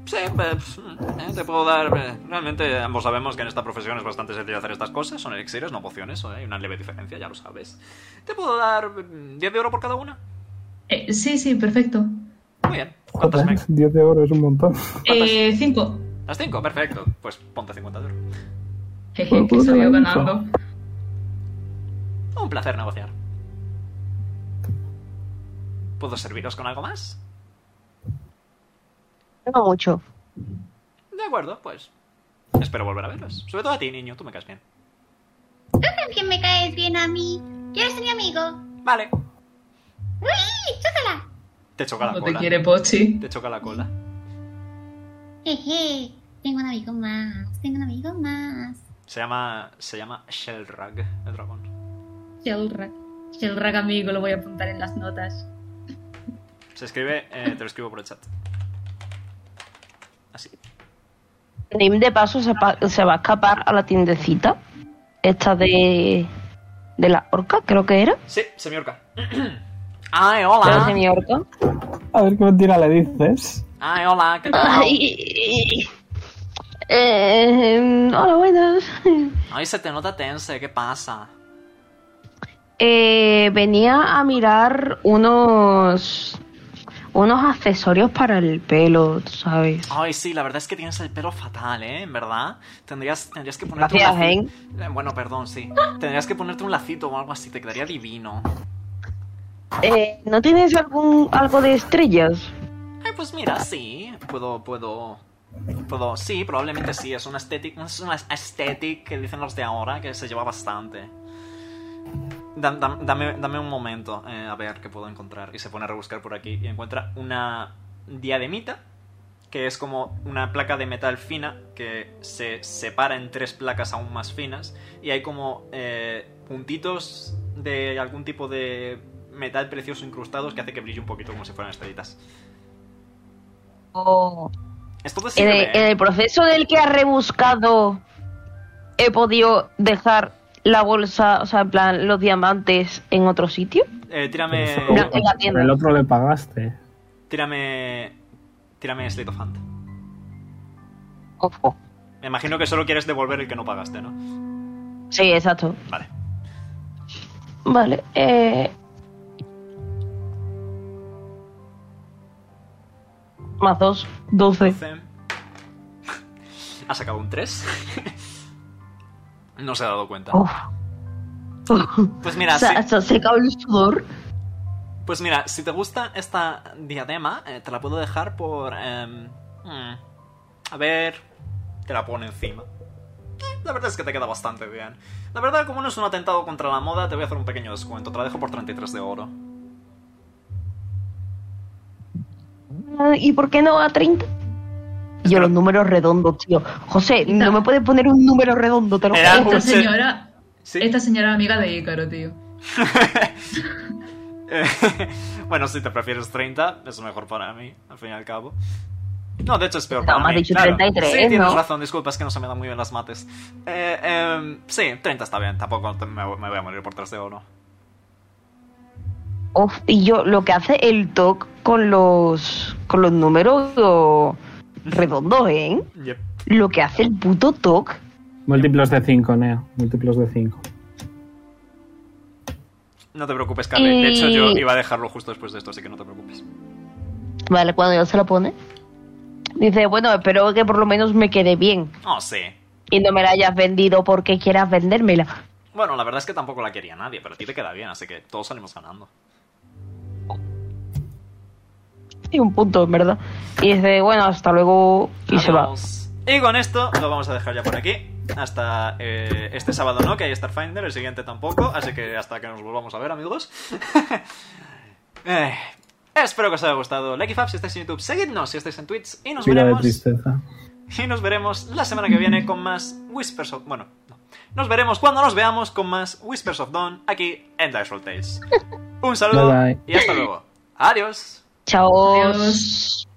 S1: sí, eh, pues, mm, eh, te puedo dar... eh, Realmente ambos sabemos que en esta profesión es bastante sencillo hacer estas cosas. Son elixires, no pociones. eh, Hay una leve diferencia, ya lo sabes. Te puedo dar mm, 10 de oro por cada una.
S2: Eh, sí, sí, perfecto.
S1: Muy bien. ¿Cuántas me-
S5: 10 de oro es un montón.
S1: Ah, pues.
S2: Eh, cinco.
S1: Las 5, perfecto. Pues ponte 50 de oro. Pues,
S2: Jeje, que salió ganando.
S1: Un placer negociar. ¿Puedo serviros con algo más?
S3: No mucho.
S1: De acuerdo, pues. Espero volver a verlos. Sobre todo a ti, niño, tú me caes bien.
S8: También me caes bien a mí. ¿Quieres ser mi amigo?
S1: Vale.
S8: ¡Uy! ¡Chócala!
S1: Te choca la
S2: No te
S1: cola.
S2: quiere Pochi.
S1: Te choca la cola.
S8: Jeje. Tengo un amigo más. Tengo un amigo más.
S1: Se llama. Se llama Shellrag, el dragón.
S4: Shellrack. Shellrack amigo, lo voy a apuntar en las notas.
S1: Se escribe. eh, te lo escribo por el chat. Así.
S3: Nim de paso se, pa- se va a escapar a la tiendecita. Esta de. de la orca, creo que era.
S1: Sí, semiorca. ¡Ay,
S3: Creo que
S1: hola!
S3: mi orca.
S5: A ver qué mentira le dices.
S1: ¡Ay, hola! ¿Qué tal?
S3: Ay. Eh, hola, buenas.
S1: Ay, se te nota tense, ¿qué pasa?
S3: Eh, venía a mirar unos. unos accesorios para el pelo, tú ¿sabes?
S1: Ay, sí, la verdad es que tienes el pelo fatal, ¿eh? En verdad. Tendrías, tendrías que ponerte
S3: Gracias,
S1: un lacito. Eh, bueno, perdón, sí. Tendrías que ponerte un lacito o algo así, te quedaría divino.
S3: Eh, ¿No tienes algún algo de estrellas?
S1: Ay, pues mira, sí. Puedo, puedo. Puedo. Sí, probablemente sí. Es una estética. Es una estética que dicen los de ahora que se lleva bastante. Dam- dam- dame, dame un momento eh, a ver qué puedo encontrar. Y se pone a rebuscar por aquí y encuentra una diademita, que es como una placa de metal fina que se separa en tres placas aún más finas y hay como eh, puntitos de algún tipo de metal precioso incrustados que hace que brille un poquito como si fueran estrellitas.
S3: ¿O
S1: Esto te
S3: en,
S1: sirve,
S3: el, en
S1: ¿eh?
S3: el proceso del que has rebuscado he podido dejar la bolsa, o sea, en plan, los diamantes en otro sitio?
S1: Eh, tírame,
S5: Pero
S3: No, en la tienda.
S5: el otro le pagaste.
S1: tírame, tírame Slate of Hand.
S3: Ojo.
S1: Me imagino que solo quieres devolver el que no pagaste, ¿no?
S3: Sí, exacto.
S1: Vale.
S3: Vale, eh... Más dos, doce.
S1: Doce. Ha sacado un 3. no se ha dado cuenta.
S3: Uf.
S1: Pues mira,
S3: Oh. o sea,
S1: sí-
S3: se ha secado el sudor.
S1: pues mira, si te gusta esta diadema, eh, te la puedo dejar por... em, mm, a ver... Te la pone encima. Eh, La verdad es que te queda bastante bien. La verdad, como no es un atentado contra la moda, te voy a hacer un pequeño descuento. Te la dejo por 33 de oro.
S3: ¿Y por qué no a 30? Yo los números redondos, tío. José, no me puedes poner un número redondo, te lo
S1: Era
S3: juro.
S1: un
S2: Esta
S1: se-
S2: señora,
S1: Ah, pues, eh, ¿Sí?
S2: esta señora es amiga de Ícaro, tío.
S1: Eh, bueno, si te prefieres 30, es mejor para mí, al fin y al cabo. No, de hecho es peor
S3: No,
S1: para
S3: me has
S1: mí.
S3: dicho
S1: claro.
S3: 33,
S1: Sí, tienes
S3: ¿no?
S1: razón, disculpa, es que no se me dan muy bien las mates. Eh, em, sí, 30 está bien, tampoco te- me, me voy a morir por 3 de oro.
S3: Uf, y yo, lo que hace el TOC con los, con los números o- redondos, ¿eh?
S1: Yep.
S3: Lo que hace el puto TOC.
S5: Múltiplos de 5, Neo. Múltiplos de 5.
S1: No te preocupes, Carly. De hecho,
S3: Y-
S1: yo iba a dejarlo justo después de esto, así que no te preocupes.
S3: Vale, cuando ya se lo pone. Dice, bueno, espero que por lo menos me quede bien
S1: Oh, sí.
S3: y no me la hayas vendido porque quieras vendérmela.
S1: Bueno, la verdad es que tampoco la quería nadie, pero a ti te queda bien, así que todos salimos ganando.
S3: Y un punto, en verdad. Y dice, bueno, hasta luego y se va.
S1: Adiós. Y con esto lo vamos a dejar ya por aquí. Hasta eh, este sábado no, que hay Starfinder, el siguiente tampoco, así que hasta que nos volvamos a ver, amigos. Eh, espero que os haya gustado. Like y Fab si estáis en YouTube, seguidnos si estáis en Twitch y nos
S5: Vida de
S1: veremos.
S5: tristeza.
S1: Y nos veremos la semana que viene con más Whispers of... Bueno, no. Nos veremos cuando nos veamos con más Whispers of Dawn aquí en Dice Roll Tales. Un saludo
S5: Bye, bye.
S1: y hasta luego. Adiós.
S3: Chao.
S2: Adiós.